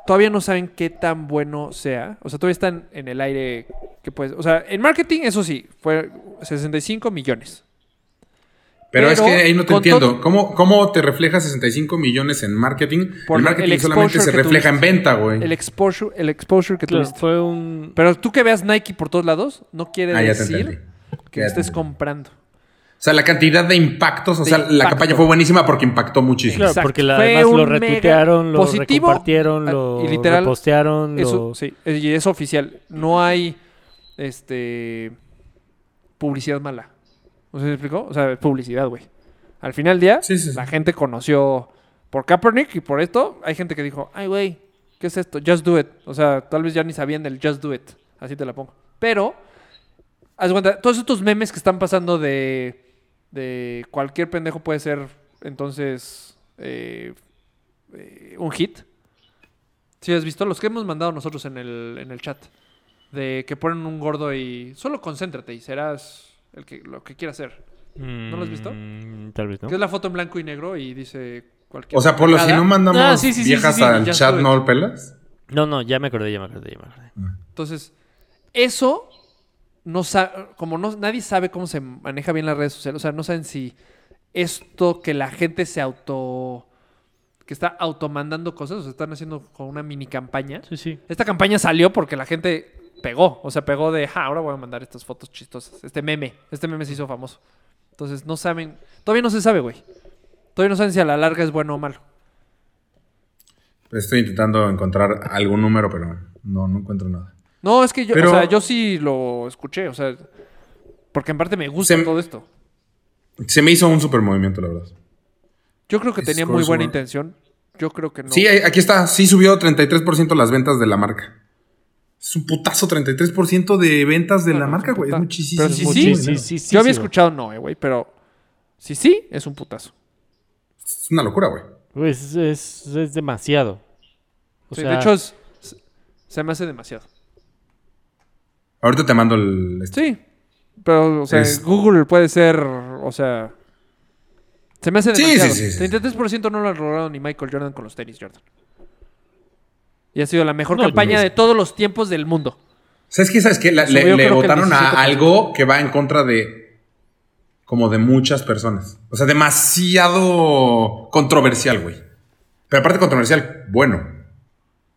[SPEAKER 2] Todavía no saben qué tan bueno sea. O sea, todavía están en el aire que puedes. O sea, en marketing, eso sí, fue 65 millones.
[SPEAKER 3] Pero, es
[SPEAKER 2] Pero
[SPEAKER 3] que ahí no te
[SPEAKER 2] con
[SPEAKER 3] entiendo.
[SPEAKER 2] todo-
[SPEAKER 3] ¿Cómo, ¿Cómo te refleja 65 millones en marketing?
[SPEAKER 2] Por
[SPEAKER 3] el
[SPEAKER 2] lo-
[SPEAKER 3] marketing
[SPEAKER 2] el
[SPEAKER 3] solamente
[SPEAKER 2] exposure
[SPEAKER 3] se
[SPEAKER 2] que
[SPEAKER 3] refleja en
[SPEAKER 2] tuviste.
[SPEAKER 3] venta, güey.
[SPEAKER 2] El exposure, el exposure que tuviste.
[SPEAKER 1] fue un.
[SPEAKER 2] Pero tú que veas Nike por todos lados, no quiere
[SPEAKER 3] Ah, ya te entendí.
[SPEAKER 2] decir que
[SPEAKER 3] Ya te
[SPEAKER 2] estés
[SPEAKER 3] entendí.
[SPEAKER 2] comprando.
[SPEAKER 3] O sea, la cantidad de impactos, o
[SPEAKER 2] De
[SPEAKER 3] sea, la
[SPEAKER 2] impacto.
[SPEAKER 3] campaña fue buenísima porque impactó muchísimo.
[SPEAKER 1] Claro,
[SPEAKER 2] Exacto.
[SPEAKER 1] porque la-
[SPEAKER 2] Fue
[SPEAKER 1] además lo
[SPEAKER 2] un mega
[SPEAKER 1] retuitearon, lo
[SPEAKER 2] positivo,
[SPEAKER 1] compartieron,
[SPEAKER 2] ah,
[SPEAKER 1] lo
[SPEAKER 2] y literal,
[SPEAKER 1] repostearon,
[SPEAKER 2] Eso,
[SPEAKER 1] lo-
[SPEAKER 2] sí. es- Y es oficial. No hay este publicidad mala. ¿No se explicó? O sea, es publicidad, güey. Al final del día,
[SPEAKER 3] Sí, sí, sí.
[SPEAKER 2] la gente conoció por Kaepernick y por esto hay gente que dijo, ay, güey, ¿qué es esto? Just do it. O sea, tal vez ya ni sabían del just do it. Así te la pongo. Pero, haz de cuenta, todos estos memes que están pasando de, de cualquier pendejo puede ser entonces eh, eh, un hit. Si has visto los que hemos mandado nosotros en el, en el chat. De que ponen un gordo y solo concéntrate y serás el que, lo que quieras ser.
[SPEAKER 1] ¿No
[SPEAKER 2] lo has visto?
[SPEAKER 1] Mm, Tal vez no.
[SPEAKER 2] Que es la foto en blanco y negro y dice cualquier
[SPEAKER 3] O sea, Polo, si
[SPEAKER 2] pendejada.
[SPEAKER 3] no mandamos
[SPEAKER 2] Ah, sí, sí, sí,
[SPEAKER 3] viejas
[SPEAKER 2] sí, sí,
[SPEAKER 3] al
[SPEAKER 2] ya
[SPEAKER 3] chat,
[SPEAKER 2] estuve.
[SPEAKER 3] ¿no pelas?
[SPEAKER 1] No, no, ya me acordé, ya me acordé, ya me acordé.
[SPEAKER 2] Entonces, eso no sa- como no, nadie sabe cómo se maneja bien las redes sociales, o sea, no saben si esto que la gente se auto que está automandando cosas, o sea, están haciendo con una mini campaña.
[SPEAKER 1] Sí, sí.
[SPEAKER 2] Esta campaña salió porque la gente pegó. O sea, pegó de, ja, ahora voy a mandar estas fotos chistosas. Este meme. Este meme se hizo famoso. Entonces, no saben. Todavía no se sabe, güey. Todavía no saben si a la larga es bueno o malo.
[SPEAKER 3] Estoy intentando encontrar algún número, pero no, no encuentro nada.
[SPEAKER 2] No, es que yo,
[SPEAKER 3] Pero-
[SPEAKER 2] o sea, yo sí lo escuché. O sea, porque en parte me gusta
[SPEAKER 3] Se-
[SPEAKER 2] todo esto.
[SPEAKER 3] Se me hizo un super movimiento, la verdad.
[SPEAKER 2] Yo creo que tenía muy
[SPEAKER 3] Scores
[SPEAKER 2] buena
[SPEAKER 3] were-
[SPEAKER 2] intención. Yo creo que no.
[SPEAKER 3] Sí, ahí- aquí está. Sí subió 33% las ventas de la marca. Es un putazo 33% de ventas de
[SPEAKER 2] No,
[SPEAKER 3] la
[SPEAKER 2] no,
[SPEAKER 3] marca,
[SPEAKER 2] es un
[SPEAKER 3] güey. Es
[SPEAKER 2] puta-
[SPEAKER 3] muchísimo.
[SPEAKER 2] Pero sí,
[SPEAKER 3] es
[SPEAKER 2] sí.
[SPEAKER 3] muchísimo
[SPEAKER 1] Sí,
[SPEAKER 3] dinero.
[SPEAKER 1] sí, sí,
[SPEAKER 2] yo había
[SPEAKER 1] sí,
[SPEAKER 2] escuchado no, eh, güey, pero si sí, es un putazo.
[SPEAKER 3] Es una locura, güey.
[SPEAKER 1] güey. Es, es- es demasiado. O
[SPEAKER 2] Sí,
[SPEAKER 1] sea,
[SPEAKER 2] de hecho, es- se- se me hace demasiado.
[SPEAKER 3] Ahorita te mando el... este.
[SPEAKER 2] Sí. Pero, o sea,
[SPEAKER 3] Es-
[SPEAKER 2] Google puede ser. O sea. Se me hace
[SPEAKER 3] Sí,
[SPEAKER 2] demasiado.
[SPEAKER 3] sí, sí, sí.
[SPEAKER 2] 33% no lo han logrado ni Michael Jordan con los tenis, Jordan. Y ha sido la mejor
[SPEAKER 1] No,
[SPEAKER 2] campaña
[SPEAKER 3] no es-
[SPEAKER 2] de todos los tiempos del mundo.
[SPEAKER 3] ¿Sabes qué? ¿Sabes qué? La-
[SPEAKER 2] Subió,
[SPEAKER 3] le le
[SPEAKER 2] creo que el
[SPEAKER 3] votaron a
[SPEAKER 2] 17%.
[SPEAKER 3] algo que va en contra de como de muchas personas. O sea, demasiado controversial, güey. Pero aparte controversial, bueno.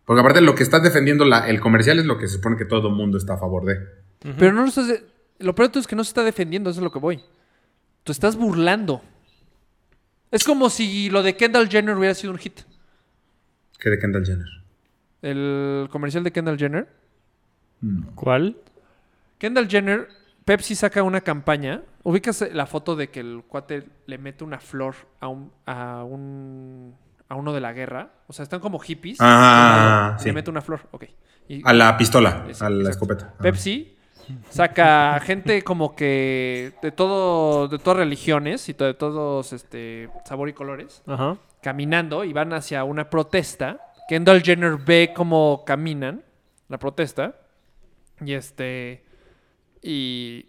[SPEAKER 3] Porque aparte lo que está defendiendo la- el comercial es lo que se supone que todo el mundo está a favor de.
[SPEAKER 2] Pero no lo estás. de- Lo peor de todo es que no se está defendiendo, eso es lo que voy. Tú estás burlando. Es como si lo de Kendall Jenner hubiera sido un hit.
[SPEAKER 3] Que de Kendall Jenner.
[SPEAKER 2] El comercial de Kendall Jenner.
[SPEAKER 1] ¿Cuál?
[SPEAKER 2] Kendall Jenner, Pepsi saca una campaña. Ubicas la foto de que el cuate le mete una flor a un. a un. a uno de la guerra. O sea, están como hippies.
[SPEAKER 3] Ah,
[SPEAKER 2] Le
[SPEAKER 3] sí.
[SPEAKER 2] mete una flor, ok. Y-
[SPEAKER 3] A la pistola,
[SPEAKER 2] Sí,
[SPEAKER 3] a
[SPEAKER 2] exacto.
[SPEAKER 3] la escopeta. Ah.
[SPEAKER 2] Pepsi saca gente como que de todo, de todas religiones y to- de todos este sabor y colores
[SPEAKER 1] Ajá.
[SPEAKER 2] caminando y van hacia una protesta. Kendall Jenner ve cómo caminan la protesta y este y,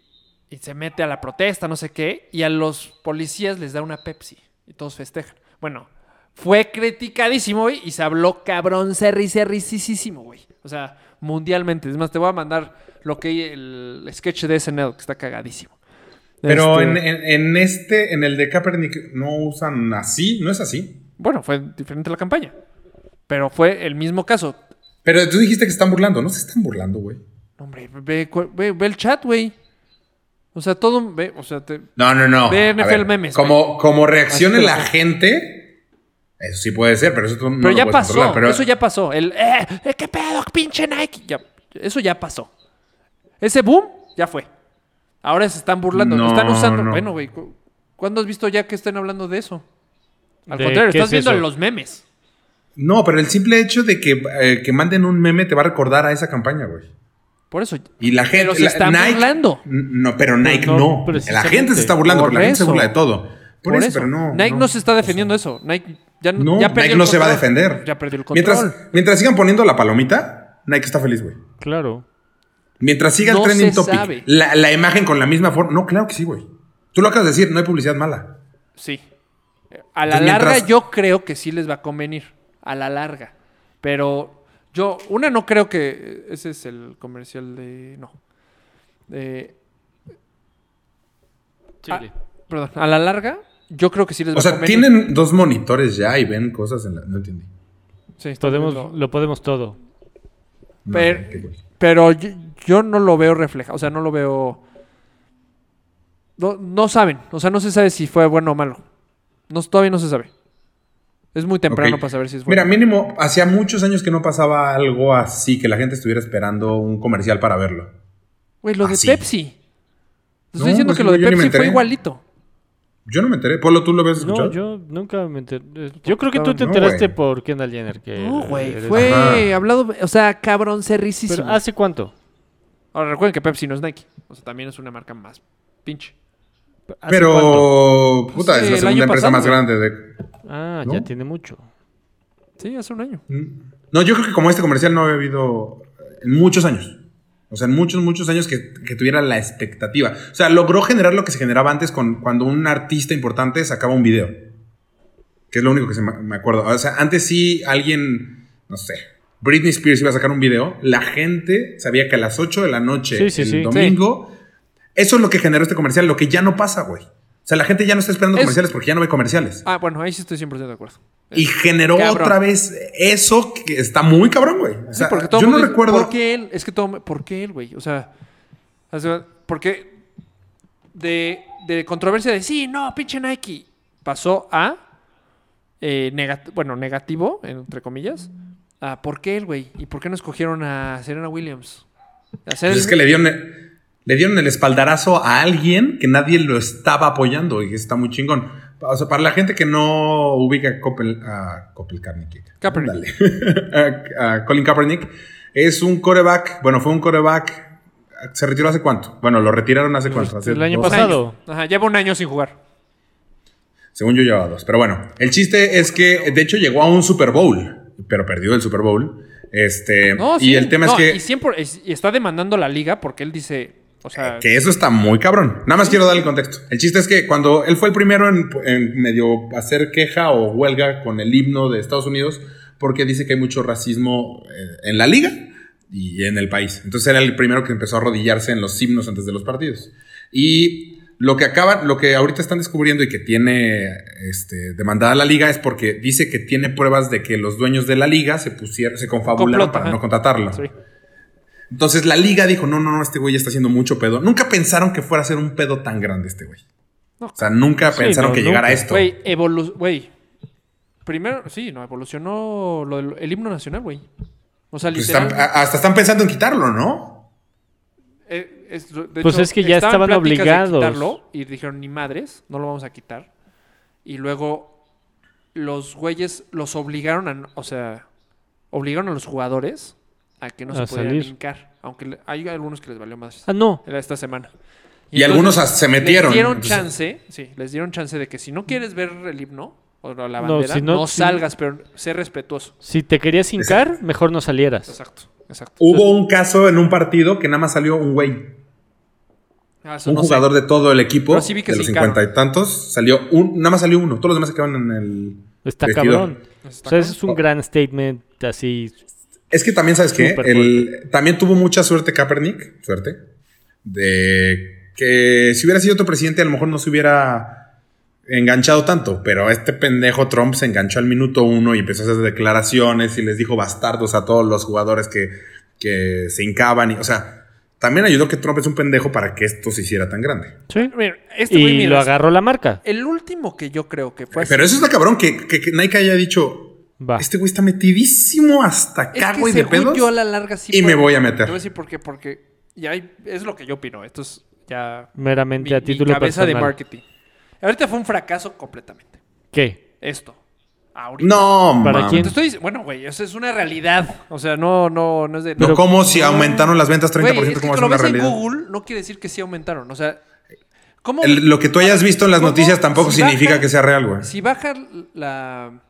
[SPEAKER 2] y se mete a la protesta, no sé qué, y a los policías les da una Pepsi y todos festejan. Bueno, fue criticadísimo güey, y se habló cabrón, serri, serricisísimo, güey. O sea, mundialmente. Es más, te voy a mandar lo que el sketch de SNL que está cagadísimo.
[SPEAKER 3] Pero
[SPEAKER 2] Este,
[SPEAKER 3] en, en- en este, en el de Kaepernick, no usan así, no es así.
[SPEAKER 2] bueno, fue diferente la campaña. Pero fue el mismo caso.
[SPEAKER 3] Pero tú dijiste que se están burlando, no se están burlando, güey.
[SPEAKER 2] No, Hombre, ve, cu- ve- ve el chat, güey. O sea, todo. Ve, o sea, te-
[SPEAKER 3] No, no, no.
[SPEAKER 2] Ve
[SPEAKER 3] A
[SPEAKER 2] NFL memes, pues.
[SPEAKER 3] Como, como reaccione
[SPEAKER 2] Así te lo
[SPEAKER 3] la
[SPEAKER 2] pongo.
[SPEAKER 3] gente, eso sí puede ser, pero eso tú no
[SPEAKER 2] pero
[SPEAKER 3] lo
[SPEAKER 2] ya
[SPEAKER 3] puedes
[SPEAKER 2] pasó.
[SPEAKER 3] controlar, pero-
[SPEAKER 2] Eso ya pasó. El. Eh, eh, ¿Qué pedo, pinche Nike? Ya, eso ya pasó. Ese boom ya fue. Ahora se están burlando.
[SPEAKER 3] No,
[SPEAKER 2] están usando.
[SPEAKER 3] no.
[SPEAKER 2] Bueno, güey. cu- ¿Cuándo has visto ya que estén hablando de eso? Al
[SPEAKER 1] ¿De
[SPEAKER 2] contrario,
[SPEAKER 1] qué
[SPEAKER 2] estás
[SPEAKER 1] es
[SPEAKER 2] viendo
[SPEAKER 1] eso?
[SPEAKER 2] los memes.
[SPEAKER 3] No, pero el simple hecho de que, eh, que manden un meme te va a recordar a esa campaña, güey.
[SPEAKER 2] Por eso.
[SPEAKER 3] Y la gente.
[SPEAKER 2] Pero se
[SPEAKER 3] la-
[SPEAKER 2] están
[SPEAKER 3] Nike-
[SPEAKER 2] burlando. Pues
[SPEAKER 3] N- No, pero Nike
[SPEAKER 1] no,
[SPEAKER 3] no. La
[SPEAKER 1] precisamente.
[SPEAKER 3] gente se está burlando,
[SPEAKER 2] Por
[SPEAKER 3] porque la gente se
[SPEAKER 2] eso.
[SPEAKER 3] burla de todo. Por, eso, pero no.
[SPEAKER 2] Nike no. se está defendiendo eso. Nike ya
[SPEAKER 3] No,
[SPEAKER 2] ya perdió
[SPEAKER 3] Nike
[SPEAKER 2] el
[SPEAKER 3] no se va a
[SPEAKER 2] control.
[SPEAKER 3] defender.
[SPEAKER 2] Ya perdió el control.
[SPEAKER 3] mientras, mientras sigan poniendo la palomita, Nike está feliz, güey.
[SPEAKER 1] Claro.
[SPEAKER 3] Mientras siga el
[SPEAKER 2] No
[SPEAKER 3] trending
[SPEAKER 2] se
[SPEAKER 3] topic,
[SPEAKER 2] sabe.
[SPEAKER 3] la, la imagen con la misma forma. No, claro que sí, güey. Tú lo acabas de decir, no hay publicidad mala.
[SPEAKER 2] Sí. A la
[SPEAKER 3] Entonces, mientras-
[SPEAKER 2] larga yo creo que sí les va a convenir. A la larga. Pero yo, una no creo que... Ese es el comercial de... No. Eh,
[SPEAKER 1] Chile.
[SPEAKER 2] perdón. A la larga yo creo que sí les va
[SPEAKER 3] O
[SPEAKER 2] a
[SPEAKER 3] sea,
[SPEAKER 2] convenir.
[SPEAKER 3] tienen dos monitores ya y ven cosas en la. No entendí.
[SPEAKER 2] Sí, está
[SPEAKER 1] Podemos,
[SPEAKER 2] viendo.
[SPEAKER 1] lo podemos todo.
[SPEAKER 3] No,
[SPEAKER 2] Pero-
[SPEAKER 3] qué güey.
[SPEAKER 2] Pero yo, yo no lo veo reflejado. O sea, no lo veo... No, no saben. O sea, no se sabe si fue bueno o malo. No, todavía no se sabe. Es muy temprano
[SPEAKER 3] Ok.
[SPEAKER 2] para saber si es
[SPEAKER 3] Mira,
[SPEAKER 2] bueno.
[SPEAKER 3] mínimo, hacía muchos años que no pasaba algo así, que la gente estuviera esperando un comercial para verlo.
[SPEAKER 2] Güey, lo de
[SPEAKER 3] así.
[SPEAKER 2] Pepsi. Te
[SPEAKER 3] Ah, No,
[SPEAKER 2] estoy diciendo
[SPEAKER 3] pues,
[SPEAKER 2] que lo de
[SPEAKER 3] yo ni me
[SPEAKER 2] Pepsi fue
[SPEAKER 3] enteré.
[SPEAKER 2] igualito.
[SPEAKER 3] Yo no me enteré. Polo, ¿tú lo habías escuchado?
[SPEAKER 1] No, yo nunca me enteré. Yo creo que
[SPEAKER 2] estaba-
[SPEAKER 1] tú te
[SPEAKER 3] No,
[SPEAKER 1] enteraste
[SPEAKER 3] güey.
[SPEAKER 1] por Kendall Jenner. Que
[SPEAKER 2] No, güey.
[SPEAKER 1] eres-
[SPEAKER 2] Fue
[SPEAKER 3] Ajá.
[SPEAKER 2] hablado, o sea, cabrón,
[SPEAKER 1] Pero,
[SPEAKER 2] cerricísimo.
[SPEAKER 1] ¿Hace cuánto?
[SPEAKER 2] Ahora recuerden que Pepsi no es Nike. O sea, también es una marca más pinche.
[SPEAKER 1] ¿Hace cuánto?
[SPEAKER 3] Pero, puta,
[SPEAKER 2] sí,
[SPEAKER 3] es la
[SPEAKER 2] el
[SPEAKER 3] segunda
[SPEAKER 2] año
[SPEAKER 3] empresa
[SPEAKER 2] pasado,
[SPEAKER 3] más
[SPEAKER 2] güey.
[SPEAKER 3] grande de...
[SPEAKER 1] Ah,
[SPEAKER 3] ¿no?
[SPEAKER 1] ya tiene mucho.
[SPEAKER 2] Sí, hace un año.
[SPEAKER 3] No, yo creo que como este comercial no había habido eh, en muchos años. O sea, en muchos, muchos años que, que tuviera la expectativa. O sea, logró generar lo que se generaba antes con, cuando un artista importante sacaba un video. Que es lo único que se me me acuerdo. O sea, antes sí alguien, no sé, Britney Spears iba a sacar un video. La gente sabía que a las 8 de la noche
[SPEAKER 1] Sí, sí,
[SPEAKER 3] el
[SPEAKER 1] sí.
[SPEAKER 3] domingo... Eso es lo que generó este comercial, lo que ya no pasa, güey. O sea, la gente ya no está esperando
[SPEAKER 2] Es-
[SPEAKER 3] comerciales porque ya no ve comerciales.
[SPEAKER 2] Ah, bueno, ahí sí estoy 100% de acuerdo.
[SPEAKER 3] Y generó
[SPEAKER 2] Cabrón.
[SPEAKER 3] otra vez eso que está muy cabrón, güey. O
[SPEAKER 2] Sí,
[SPEAKER 3] sea,
[SPEAKER 2] porque todo
[SPEAKER 3] yo
[SPEAKER 2] mundo
[SPEAKER 3] no
[SPEAKER 2] dice,
[SPEAKER 3] recuerdo.
[SPEAKER 2] ¿Por qué él? Es que todo. ¿Por qué él, güey? O sea. hace- Porque. De, de controversia de sí, no, pinche Nike. Pasó a. eh, negat- bueno, negativo, entre comillas. A ¿por qué él, güey? ¿Y por qué no escogieron a Serena Williams? A hacer
[SPEAKER 3] Pues
[SPEAKER 2] el-
[SPEAKER 3] es que le dieron, le dieron el espaldarazo a alguien que nadie lo estaba apoyando y está muy chingón. O sea, para la gente que no ubica a Coppel, a Coppel Kaepernick.
[SPEAKER 2] Kaepernick.
[SPEAKER 3] Ándale. a, a Colin Kaepernick es un coreback. Bueno, fue un coreback. ¿Se retiró hace cuánto? Bueno, lo retiraron hace
[SPEAKER 2] Pues
[SPEAKER 3] cuánto. Hace
[SPEAKER 1] el año
[SPEAKER 3] dos
[SPEAKER 1] pasado.
[SPEAKER 2] Ajá, lleva un año sin jugar.
[SPEAKER 3] Según yo llevaba dos. Pero bueno, el chiste es que de hecho llegó a un Super Bowl, pero perdió el Super Bowl. Este,
[SPEAKER 2] No,
[SPEAKER 3] y
[SPEAKER 2] sí,
[SPEAKER 3] el tema
[SPEAKER 2] no,
[SPEAKER 3] es que,
[SPEAKER 2] Y, siempre, es- y está demandando la liga porque él dice. O sea.
[SPEAKER 3] Eh, que eso está muy cabrón. Nada más quiero darle contexto. El chiste es que cuando él fue el primero en, en medio hacer queja o huelga con el himno de Estados Unidos, porque dice que hay mucho racismo eh, en la liga y en el país. Entonces era el primero que empezó a arrodillarse en los himnos antes de los partidos. Y Lo que acaban, lo que ahorita están descubriendo y que tiene este, demandada la liga es porque dice que tiene pruebas de que los dueños de la liga se pusieron, se confabularon
[SPEAKER 2] Complota,
[SPEAKER 3] para
[SPEAKER 2] ajá.
[SPEAKER 3] no contratarla.
[SPEAKER 1] Sí.
[SPEAKER 3] Entonces la liga dijo, no, no, no, este güey ya está haciendo mucho pedo. Nunca pensaron que fuera a ser un pedo tan grande este güey.
[SPEAKER 2] No.
[SPEAKER 3] O sea, nunca
[SPEAKER 1] Sí,
[SPEAKER 3] pensaron
[SPEAKER 1] no,
[SPEAKER 3] que llegara a
[SPEAKER 1] nunca.
[SPEAKER 3] esto.
[SPEAKER 2] Güey, evolu- güey. Primero, sí, no, evolucionó lo del- el himno nacional, güey. O sea,
[SPEAKER 3] Pues
[SPEAKER 2] literal.
[SPEAKER 3] están- a- hasta están pensando en quitarlo, ¿no?
[SPEAKER 2] eh, es- de
[SPEAKER 1] Pues
[SPEAKER 2] hecho,
[SPEAKER 1] es que ya
[SPEAKER 2] en
[SPEAKER 1] estaban
[SPEAKER 2] pláticas de
[SPEAKER 1] obligados.
[SPEAKER 2] quitarlo y dijeron, ni madres, no lo vamos a quitar. Y luego los güeyes los obligaron a, no- o sea, obligaron a los jugadores a que no
[SPEAKER 1] A
[SPEAKER 2] se pudieran
[SPEAKER 1] salir.
[SPEAKER 2] brincar. Aunque le- hay algunos que les valió más.
[SPEAKER 1] Ah, no.
[SPEAKER 2] Era esta semana.
[SPEAKER 3] Y, algunos hasta se metieron.
[SPEAKER 2] Les dieron
[SPEAKER 3] Entonces,
[SPEAKER 2] chance, sí, les dieron chance de que si no quieres ver el himno o la bandera,
[SPEAKER 1] No,
[SPEAKER 2] no,
[SPEAKER 1] si no- si-
[SPEAKER 2] salgas, pero sé respetuoso.
[SPEAKER 1] Si te querías hincar, mejor no salieras.
[SPEAKER 2] Exacto, exacto.
[SPEAKER 3] Hubo un caso en un partido que nada más salió un güey.
[SPEAKER 2] Ah, eso
[SPEAKER 3] un
[SPEAKER 2] no sé.
[SPEAKER 3] jugador de todo el equipo,
[SPEAKER 2] Pero sí vi que
[SPEAKER 3] de
[SPEAKER 2] se
[SPEAKER 3] los
[SPEAKER 2] hincaron.
[SPEAKER 3] cincuenta y tantos, salió un, nada más salió uno, todos los demás se quedaron en el
[SPEAKER 1] Está
[SPEAKER 3] vestidor.
[SPEAKER 1] cabrón.
[SPEAKER 2] Está
[SPEAKER 1] O sea,
[SPEAKER 2] cabrón.
[SPEAKER 1] ese es un gran statement así.
[SPEAKER 3] Es que también, ¿sabes qué?
[SPEAKER 1] Súper
[SPEAKER 3] El, también tuvo mucha suerte Kaepernick, suerte, de que si hubiera sido otro presidente a lo mejor no se hubiera enganchado tanto, pero este pendejo Trump se enganchó al minuto uno y empezó a hacer declaraciones y les dijo bastardos a todos los jugadores que, que se hincaban, y, o sea, también ayudó que Trump es un pendejo para que esto se hiciera tan grande.
[SPEAKER 1] Sí.
[SPEAKER 2] Mira, este güey,
[SPEAKER 1] Y
[SPEAKER 2] mira,
[SPEAKER 1] lo agarró la marca.
[SPEAKER 2] El último que yo creo que fue así.
[SPEAKER 3] Pero eso está cabrón, que, que, que Nike haya dicho,
[SPEAKER 1] Va.
[SPEAKER 3] Este güey está metidísimo hasta
[SPEAKER 2] es
[SPEAKER 3] cago
[SPEAKER 2] que
[SPEAKER 3] y de
[SPEAKER 2] según
[SPEAKER 3] pedos.
[SPEAKER 2] yo a la larga sí
[SPEAKER 3] y
[SPEAKER 2] fue-
[SPEAKER 3] me voy a
[SPEAKER 2] Te
[SPEAKER 3] meter.
[SPEAKER 2] voy a decir por qué, porque ya hay- es lo que yo opino. Esto es ya
[SPEAKER 1] Meramente
[SPEAKER 2] mi-
[SPEAKER 1] a
[SPEAKER 2] mi
[SPEAKER 1] título
[SPEAKER 2] cabeza
[SPEAKER 1] personal.
[SPEAKER 2] de marketing. Ahorita fue un fracaso completamente.
[SPEAKER 1] ¿Qué?
[SPEAKER 2] Esto. Ahorita.
[SPEAKER 3] No,
[SPEAKER 1] ¿Para
[SPEAKER 3] mames.
[SPEAKER 1] quién?
[SPEAKER 2] Te estoy dic- bueno, güey, eso es una realidad. O sea, no, no, no es de.
[SPEAKER 3] No,
[SPEAKER 1] Pero-
[SPEAKER 3] como si aumentaron las ventas 30%
[SPEAKER 2] Güey, es que
[SPEAKER 3] como es
[SPEAKER 2] cuando
[SPEAKER 3] una
[SPEAKER 2] ves en
[SPEAKER 3] realidad.
[SPEAKER 2] Google, no quiere decir que sí aumentaron. O sea, ¿cómo?
[SPEAKER 3] El- lo que tú hayas visto en las
[SPEAKER 2] ¿Cómo?
[SPEAKER 3] noticias tampoco
[SPEAKER 2] Si
[SPEAKER 3] significa
[SPEAKER 2] baja-
[SPEAKER 3] que sea real, güey.
[SPEAKER 2] Si baja la.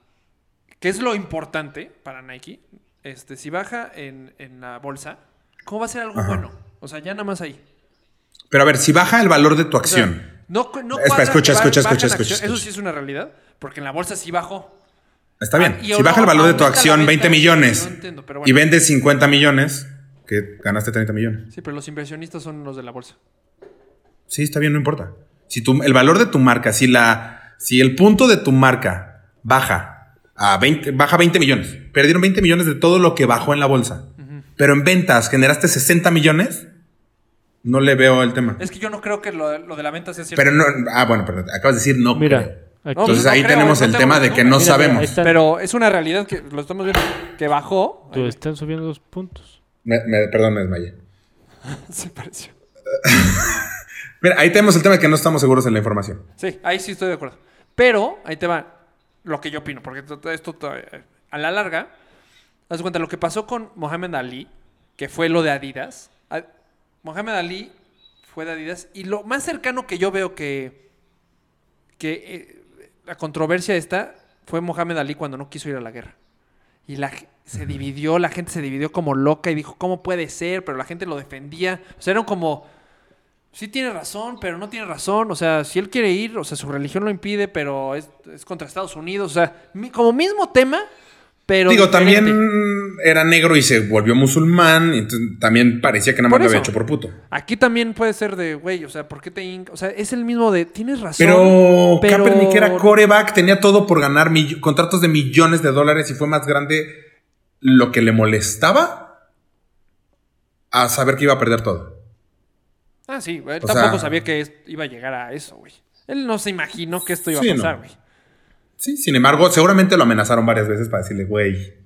[SPEAKER 2] que es lo importante para Nike? Este, si baja en, en la bolsa, ¿cómo va a ser algo
[SPEAKER 3] Ajá.
[SPEAKER 2] bueno? O sea, ya nada más ahí.
[SPEAKER 3] Pero a ver, si baja el valor de tu
[SPEAKER 2] O sea,
[SPEAKER 3] acción.
[SPEAKER 2] no, cu- no
[SPEAKER 3] Espera,
[SPEAKER 2] cuadra
[SPEAKER 3] escucha,
[SPEAKER 2] que
[SPEAKER 3] escucha,
[SPEAKER 2] bajan
[SPEAKER 3] escucha,
[SPEAKER 2] acciones.
[SPEAKER 3] escucha,
[SPEAKER 2] Eso
[SPEAKER 3] escucha.
[SPEAKER 2] sí es una realidad, porque en la bolsa sí bajó.
[SPEAKER 3] está bien.
[SPEAKER 2] ah, y
[SPEAKER 3] Si baja el
[SPEAKER 2] ahora
[SPEAKER 3] valor de
[SPEAKER 2] aumenta
[SPEAKER 3] tu
[SPEAKER 2] la
[SPEAKER 3] acción
[SPEAKER 2] venta,
[SPEAKER 3] 20
[SPEAKER 2] no
[SPEAKER 3] millones
[SPEAKER 2] entiendo, pero
[SPEAKER 3] y
[SPEAKER 2] bueno.
[SPEAKER 3] vendes 50 millones, que ganaste 30 millones.
[SPEAKER 2] Sí, pero los inversionistas son los de la bolsa.
[SPEAKER 3] Sí, está bien, no importa. Si tu, el valor de tu marca, si la, si el punto de tu marca baja a 20, baja 20 millones, perdieron 20 millones de todo lo que bajó en la bolsa, pero en ventas generaste 60 millones, no le veo el tema.
[SPEAKER 2] Es que yo no creo que lo, lo de la venta sea cierto.
[SPEAKER 3] Pero no, ah, bueno, pero acabas de decir no. creo.
[SPEAKER 1] Mira. aquí-
[SPEAKER 2] No,
[SPEAKER 3] Entonces
[SPEAKER 2] no
[SPEAKER 3] ahí
[SPEAKER 2] creo,
[SPEAKER 3] tenemos
[SPEAKER 2] no
[SPEAKER 3] el
[SPEAKER 2] tengo
[SPEAKER 3] tema
[SPEAKER 2] los
[SPEAKER 3] de que no
[SPEAKER 2] números.
[SPEAKER 1] Mira, mira, ahí
[SPEAKER 3] sabemos.
[SPEAKER 1] están-
[SPEAKER 2] Pero es una realidad que lo estamos viendo, que bajó.
[SPEAKER 1] tú- están subiendo dos puntos.
[SPEAKER 3] Me- me- perdón, me desmayé.
[SPEAKER 2] Sí, pareció.
[SPEAKER 3] Mira, ahí tenemos el tema de que no estamos seguros en la información.
[SPEAKER 2] Sí, ahí sí estoy de acuerdo. Pero ahí te va lo que yo opino, porque to- to- esto to- a la larga, haz de cuenta lo que pasó con Mohamed Ali, que fue lo de Adidas. A- Mohamed Ali fue de Adidas y lo más cercano que yo veo que, que eh, la controversia esta fue Mohamed Ali cuando no quiso ir a la guerra. Y la, g- se dividió, la gente se dividió como loca y dijo, ¿cómo puede ser? Pero la gente lo defendía. O sea, eran como, sí tiene razón, pero no tiene razón. O sea, si él quiere ir, o sea, su religión lo impide, pero es, es contra Estados Unidos. O sea, mi- como mismo tema, pero...
[SPEAKER 3] Digo,
[SPEAKER 2] diferente.
[SPEAKER 3] también era negro y se volvió musulmán, y entonces también parecía que nada más
[SPEAKER 2] Por
[SPEAKER 3] lo había
[SPEAKER 2] eso.
[SPEAKER 3] hecho por puto.
[SPEAKER 2] Aquí también puede ser de, güey, o sea, ¿por qué te hinca? O sea, es el mismo de, tienes razón.
[SPEAKER 3] Pero,
[SPEAKER 2] pero-
[SPEAKER 3] Kaepernick era coreback, tenía todo por ganar mill- contratos de millones de dólares y fue más grande lo que le molestaba a saber que iba a perder todo.
[SPEAKER 2] Ah, sí, güey,
[SPEAKER 3] O
[SPEAKER 2] tampoco
[SPEAKER 3] sea-
[SPEAKER 2] sabía que es- iba a llegar a eso, güey. Él no se imaginó que esto iba
[SPEAKER 3] Sí,
[SPEAKER 2] a pasar,
[SPEAKER 3] no.
[SPEAKER 2] güey.
[SPEAKER 3] Sí, sin embargo, seguramente lo amenazaron varias veces para decirle, güey,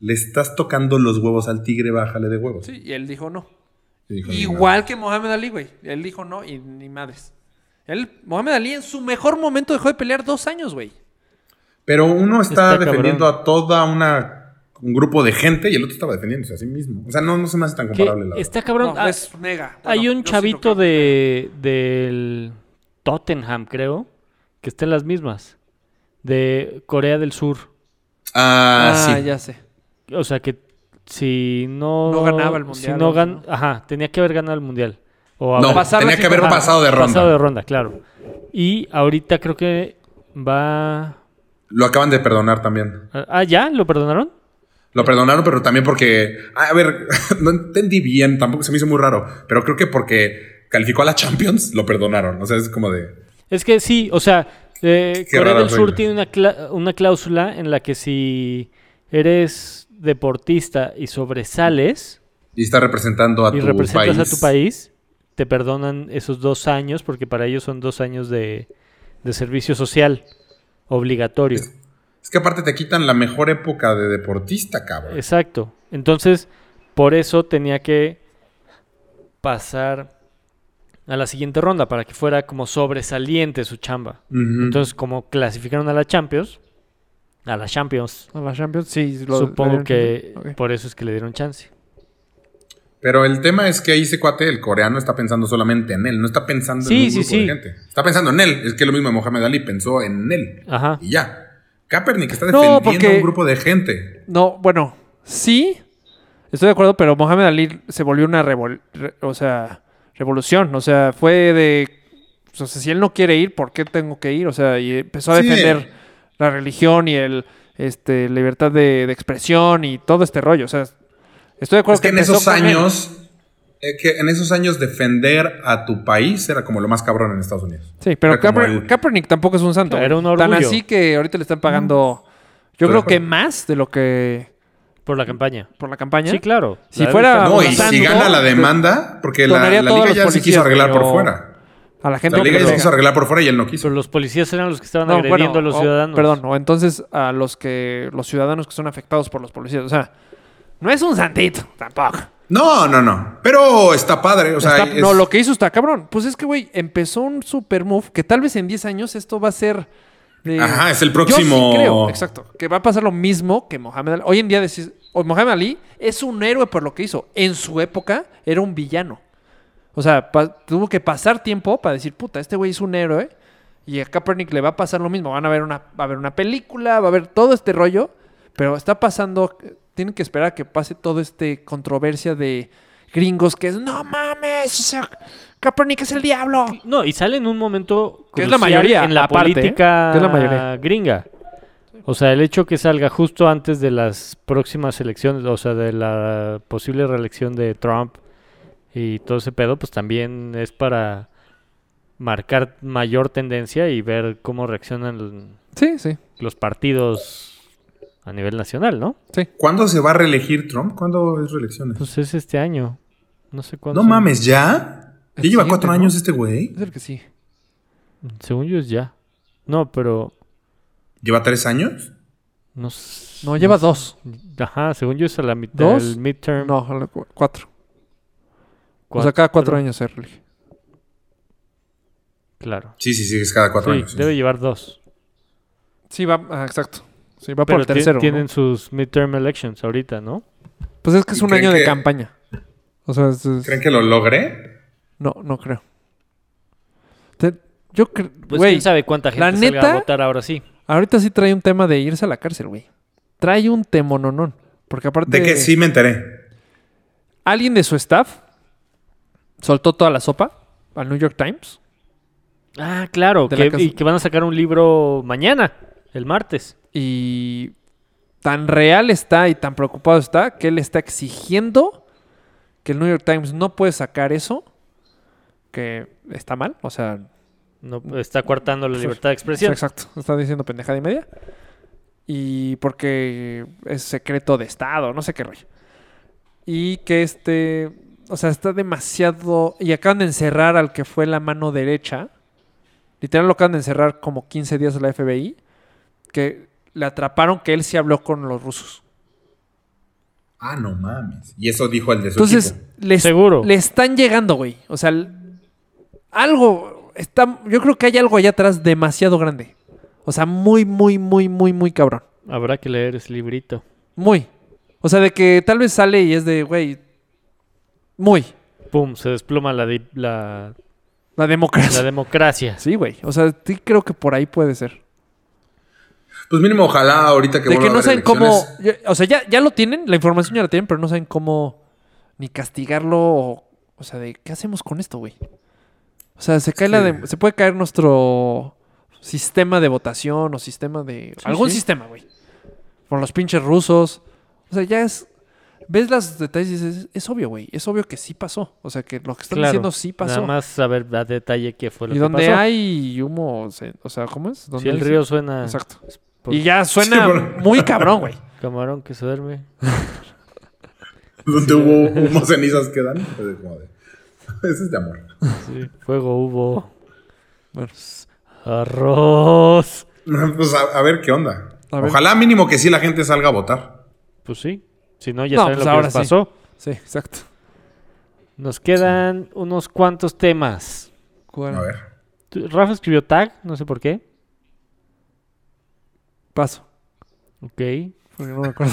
[SPEAKER 3] le estás tocando los huevos al tigre, bájale de huevos.
[SPEAKER 2] Sí, y él dijo no.
[SPEAKER 3] Y dijo,
[SPEAKER 2] Igual que Mohamed Ali, güey. Él dijo no y ni madres. Él, Mohamed Ali en su mejor momento dejó de pelear dos años, güey.
[SPEAKER 3] Pero uno está,
[SPEAKER 1] Está
[SPEAKER 3] defendiendo a toda una un grupo de gente y el otro estaba defendiéndose a sí mismo. O sea, no, no se me hace tan
[SPEAKER 1] ¿Qué?
[SPEAKER 3] comparable la verdad.
[SPEAKER 1] Está cabrón.
[SPEAKER 2] No,
[SPEAKER 1] Ah,
[SPEAKER 2] es mega. Bueno,
[SPEAKER 1] Hay
[SPEAKER 2] yo sí
[SPEAKER 1] un
[SPEAKER 2] lo
[SPEAKER 1] chavito
[SPEAKER 2] creo.
[SPEAKER 1] de del Tottenham, creo, que está en las mismas. De Corea del Sur.
[SPEAKER 3] Ah,
[SPEAKER 2] Ah,
[SPEAKER 3] sí.
[SPEAKER 2] ya sé.
[SPEAKER 1] O sea que si no.
[SPEAKER 2] No ganaba el
[SPEAKER 1] si
[SPEAKER 2] mundial,
[SPEAKER 1] no
[SPEAKER 2] o
[SPEAKER 1] gan-
[SPEAKER 2] no.
[SPEAKER 1] Ajá, tenía que haber ganado el mundial. O
[SPEAKER 3] No,
[SPEAKER 1] haber-
[SPEAKER 2] Pasarla
[SPEAKER 3] tenía
[SPEAKER 2] sin
[SPEAKER 3] que haber
[SPEAKER 2] pasar.
[SPEAKER 3] pasado de ronda.
[SPEAKER 1] pasado de ronda, claro. Y ahorita creo que va.
[SPEAKER 3] Lo acaban de perdonar también.
[SPEAKER 1] Ah, ya, ¿lo perdonaron?
[SPEAKER 3] Lo perdonaron, ah, pero también porque. A ver, no entendí bien, tampoco se me hizo muy raro. Pero creo que porque calificó a la Champions, lo perdonaron. O sea, es como de.
[SPEAKER 1] Es que sí, o sea, eh,
[SPEAKER 3] Qué
[SPEAKER 1] Corea
[SPEAKER 3] rara
[SPEAKER 1] del Sur
[SPEAKER 3] regla.
[SPEAKER 1] tiene una, cla- una cláusula en la que si eres deportista y sobresales
[SPEAKER 3] Y está representando a
[SPEAKER 1] y
[SPEAKER 3] tu
[SPEAKER 1] representas
[SPEAKER 3] país.
[SPEAKER 1] a tu país, te perdonan esos dos años, porque para ellos son dos años de, de servicio social obligatorio.
[SPEAKER 3] Es que aparte te quitan la mejor época de deportista, cabrón.
[SPEAKER 1] Exacto. Entonces, por eso tenía que pasar a la siguiente ronda, para que fuera como sobresaliente su chamba.
[SPEAKER 3] Ujú.
[SPEAKER 1] Entonces, como clasificaron a la Champions, a la Champions,
[SPEAKER 2] A la Champions, sí. lo-
[SPEAKER 1] supongo
[SPEAKER 2] lo-
[SPEAKER 1] que
[SPEAKER 2] Ok.
[SPEAKER 1] por eso es que le dieron chance.
[SPEAKER 3] Pero el tema es que ahí se cuate, el coreano está pensando solamente en él, no está pensando
[SPEAKER 1] Sí,
[SPEAKER 3] en un
[SPEAKER 1] sí,
[SPEAKER 3] grupo
[SPEAKER 1] sí.
[SPEAKER 3] de gente. Está pensando en él, es que lo mismo de Mohamed Ali pensó en él
[SPEAKER 1] Ajá.
[SPEAKER 3] y ya. Kaepernick está
[SPEAKER 2] No,
[SPEAKER 3] defendiendo
[SPEAKER 2] porque-
[SPEAKER 3] a un grupo de gente.
[SPEAKER 2] No, bueno, sí. Estoy de acuerdo, pero Mohamed Ali se volvió una revol- re- o sea, revolución. O sea, fue de. O sea, si él no quiere ir, ¿por qué tengo que ir? O sea, y empezó a
[SPEAKER 3] Sí.
[SPEAKER 2] defender la religión y el este libertad de, de expresión y todo este rollo. O sea, estoy de acuerdo
[SPEAKER 3] es que en
[SPEAKER 2] empezó
[SPEAKER 3] esos
[SPEAKER 2] con él.
[SPEAKER 3] años, eh, que en esos años defender a tu país era como lo más cabrón en Estados Unidos.
[SPEAKER 2] Sí, pero
[SPEAKER 3] Era como
[SPEAKER 2] Kaeper-
[SPEAKER 3] el-
[SPEAKER 2] Kaepernick tampoco es un santo.
[SPEAKER 1] Era un
[SPEAKER 2] Tan
[SPEAKER 1] orgullo.
[SPEAKER 2] así que ahorita le están pagando, yo
[SPEAKER 3] Estoy de
[SPEAKER 2] creo que
[SPEAKER 3] acuerdo.
[SPEAKER 2] más de lo que
[SPEAKER 1] Por la campaña.
[SPEAKER 2] por la campaña.
[SPEAKER 1] Sí, claro.
[SPEAKER 2] Si
[SPEAKER 1] La-
[SPEAKER 2] fuera-
[SPEAKER 3] No, y
[SPEAKER 2] Abrazando,
[SPEAKER 3] si gana la
[SPEAKER 2] ¿no?
[SPEAKER 3] demanda, porque la,
[SPEAKER 2] Donaría
[SPEAKER 3] la
[SPEAKER 2] todos
[SPEAKER 3] liga
[SPEAKER 2] los
[SPEAKER 3] ya se
[SPEAKER 2] policías,
[SPEAKER 3] quiso arreglar
[SPEAKER 2] pero-
[SPEAKER 3] por fuera.
[SPEAKER 2] A la gente
[SPEAKER 3] La liga
[SPEAKER 2] que
[SPEAKER 3] ya se
[SPEAKER 2] pega.
[SPEAKER 3] quiso arreglar por fuera y él no
[SPEAKER 1] Pero
[SPEAKER 3] quiso.
[SPEAKER 1] los policías eran los que estaban
[SPEAKER 2] No,
[SPEAKER 1] agrediendo a los
[SPEAKER 2] o-
[SPEAKER 1] ciudadanos.
[SPEAKER 2] Perdón, o entonces a los que los ciudadanos que son afectados por los policías. O sea, no es un santito tampoco.
[SPEAKER 3] No, no, no. Pero está padre. O sea,
[SPEAKER 2] Está-
[SPEAKER 3] es-
[SPEAKER 2] No, lo que hizo está cabrón. Pues es que, güey, empezó un super move que tal vez en 10 años esto va a ser. de-
[SPEAKER 3] Ajá, es el
[SPEAKER 2] Yo
[SPEAKER 3] próximo-
[SPEAKER 2] sí creo, exacto. Que va a pasar lo mismo que Mohamed Ali. Hoy en día decís. o Mohamed Ali es un héroe por lo que hizo. En su época era un villano. O sea, pa- tuvo que pasar tiempo para decir, puta, este güey es un héroe. Y a Kaepernick le va a pasar lo mismo. Van a ver una, va a haber una película, va a haber todo este rollo. Pero está pasando. Tienen que esperar a que pase todo este controversia de gringos que es, no mames, o sea, Kaepernick es el diablo.
[SPEAKER 1] No, y sale en un momento
[SPEAKER 2] Que es la
[SPEAKER 1] crucial
[SPEAKER 2] mayoría,
[SPEAKER 1] en la
[SPEAKER 2] aparte, ¿eh?
[SPEAKER 1] política
[SPEAKER 2] Que es la mayoría.
[SPEAKER 1] gringa. O sea, el hecho que salga justo antes de las próximas elecciones, o sea, de la posible reelección de Trump y todo ese pedo, pues también es para marcar mayor tendencia y ver cómo reaccionan
[SPEAKER 2] Sí, sí,
[SPEAKER 1] los partidos a nivel nacional, ¿no?
[SPEAKER 2] sí.
[SPEAKER 3] ¿Cuándo se va a reelegir Trump? ¿Cuándo es reelecciones?
[SPEAKER 1] Pues es este año. No sé cuándo.
[SPEAKER 3] No
[SPEAKER 1] se-
[SPEAKER 3] mames, ¿ya?
[SPEAKER 2] El
[SPEAKER 3] ¿Ya lleva
[SPEAKER 2] siguiente,
[SPEAKER 3] cuatro
[SPEAKER 2] ¿no?
[SPEAKER 3] años este güey?
[SPEAKER 2] Es el que sí.
[SPEAKER 1] Según yo es ya. No, pero
[SPEAKER 3] ¿Lleva tres años?
[SPEAKER 1] no s-
[SPEAKER 2] No, lleva dos.
[SPEAKER 1] Ajá, según yo es a la mitad
[SPEAKER 2] ¿Dos?
[SPEAKER 1] del midterm.
[SPEAKER 2] No, a la cu- cuatro. O sea, cada cuatro años se relige.
[SPEAKER 1] Claro.
[SPEAKER 3] Sí, sí, sí, es cada cuatro
[SPEAKER 1] Sí,
[SPEAKER 3] años. sí.
[SPEAKER 1] debe llevar dos.
[SPEAKER 2] Sí, va, ah, exacto. Sí, va
[SPEAKER 1] Pero
[SPEAKER 2] por el
[SPEAKER 1] ti-
[SPEAKER 2] tercero. ¿no?
[SPEAKER 1] tienen sus midterm elections ahorita, ¿no?
[SPEAKER 2] Pues es que es
[SPEAKER 3] ¿Y
[SPEAKER 2] un
[SPEAKER 3] creen
[SPEAKER 2] año de
[SPEAKER 3] que-
[SPEAKER 2] campaña. O sea, es- es-
[SPEAKER 3] ¿Creen que lo logré?
[SPEAKER 2] no, no creo. Te- Yo creo.
[SPEAKER 1] Pues
[SPEAKER 2] Güey,
[SPEAKER 1] quién sabe cuánta gente
[SPEAKER 2] la
[SPEAKER 1] salga
[SPEAKER 2] neta-
[SPEAKER 1] a votar ahora sí.
[SPEAKER 2] ahorita sí trae un tema de irse a la cárcel, güey. Trae un temononón. Porque aparte.
[SPEAKER 3] De que sí me enteré.
[SPEAKER 2] Alguien de su staff soltó toda la sopa al New York Times.
[SPEAKER 1] Ah, claro.
[SPEAKER 2] De
[SPEAKER 1] que-
[SPEAKER 2] la casa-
[SPEAKER 1] y que van a sacar un libro mañana, el martes.
[SPEAKER 2] Y tan real está y tan preocupado está que él está exigiendo que el New York Times no puede sacar eso, que está mal, o sea,
[SPEAKER 1] No, está coartando la
[SPEAKER 2] Sí.
[SPEAKER 1] libertad de expresión.
[SPEAKER 2] Mm. Pues, exacto, está diciendo pendejada y media. Y porque es secreto de Estado, no sé qué rollo. Y que este, o sea, está demasiado... Y acaban de encerrar al que fue la mano derecha. Literal lo acaban de encerrar como 15 días a la FBI. Que le atraparon que él sí habló con los rusos.
[SPEAKER 3] Ah, no mames. Y eso dijo el de su
[SPEAKER 2] Entonces,
[SPEAKER 3] equipo.
[SPEAKER 2] les-
[SPEAKER 1] Seguro.
[SPEAKER 2] le están llegando, güey. O sea, l- algo está. Yo creo que hay algo allá atrás demasiado grande. O sea, muy, muy, muy, muy, muy cabrón.
[SPEAKER 1] Habrá que leer ese librito.
[SPEAKER 2] Muy. O sea, de que tal vez sale y es de, güey. Muy.
[SPEAKER 1] Pum, se desploma la, di- la,
[SPEAKER 2] La democracia.
[SPEAKER 1] la democracia.
[SPEAKER 2] Sí, güey. O sea, sí creo que por ahí puede ser.
[SPEAKER 3] Pues mínimo, ojalá ahorita que
[SPEAKER 2] de que
[SPEAKER 3] vuelva a
[SPEAKER 2] no
[SPEAKER 3] haber
[SPEAKER 2] saben cómo.
[SPEAKER 3] elecciones.
[SPEAKER 2] ya- O sea, ya, ya lo tienen, la información ya la tienen, pero no saben cómo ni castigarlo. O, o sea, de qué hacemos con esto, güey. O sea, se cae la
[SPEAKER 3] que-
[SPEAKER 2] de- se puede caer nuestro sistema de votación o sistema de. algún
[SPEAKER 1] sí.
[SPEAKER 2] sistema, güey. Por los pinches rusos. O sea, ya es. ves los detalles y dices, es obvio, güey, es obvio que sí pasó. O sea, que lo que están
[SPEAKER 1] Claro,
[SPEAKER 2] diciendo sí pasó.
[SPEAKER 1] Nada más saber a detalle qué fue lo
[SPEAKER 2] y
[SPEAKER 1] que
[SPEAKER 2] donde
[SPEAKER 1] pasó.
[SPEAKER 2] hay humo, se- o sea, ¿cómo es? Donde
[SPEAKER 1] si el
[SPEAKER 2] hay-
[SPEAKER 1] río suena
[SPEAKER 2] Exacto.
[SPEAKER 1] por
[SPEAKER 2] Y ya suena
[SPEAKER 3] Sí, por-
[SPEAKER 2] muy cabrón, güey.
[SPEAKER 1] camarón que se duerme.
[SPEAKER 3] Donde hubo humo, cenizas quedan. Pues, como de- Ese es de amor.
[SPEAKER 1] Sí, fuego
[SPEAKER 2] Oh.
[SPEAKER 1] hubo. pues,
[SPEAKER 2] Bueno.
[SPEAKER 1] Arroz.
[SPEAKER 3] Pues a, a ver qué onda.
[SPEAKER 2] A ver.
[SPEAKER 3] Ojalá mínimo que sí la gente salga a votar.
[SPEAKER 1] Pues sí. Si no, ya
[SPEAKER 2] No,
[SPEAKER 1] saben
[SPEAKER 2] pues
[SPEAKER 1] lo que
[SPEAKER 2] ahora
[SPEAKER 1] les
[SPEAKER 2] sí.
[SPEAKER 1] pasó.
[SPEAKER 2] Sí, exacto.
[SPEAKER 1] Nos quedan unos cuantos temas.
[SPEAKER 2] Cuál-
[SPEAKER 3] A ver.
[SPEAKER 1] Tú- Rafa escribió tag, no sé por qué.
[SPEAKER 2] Paso,
[SPEAKER 1] Ok.
[SPEAKER 2] porque no me acuerdo.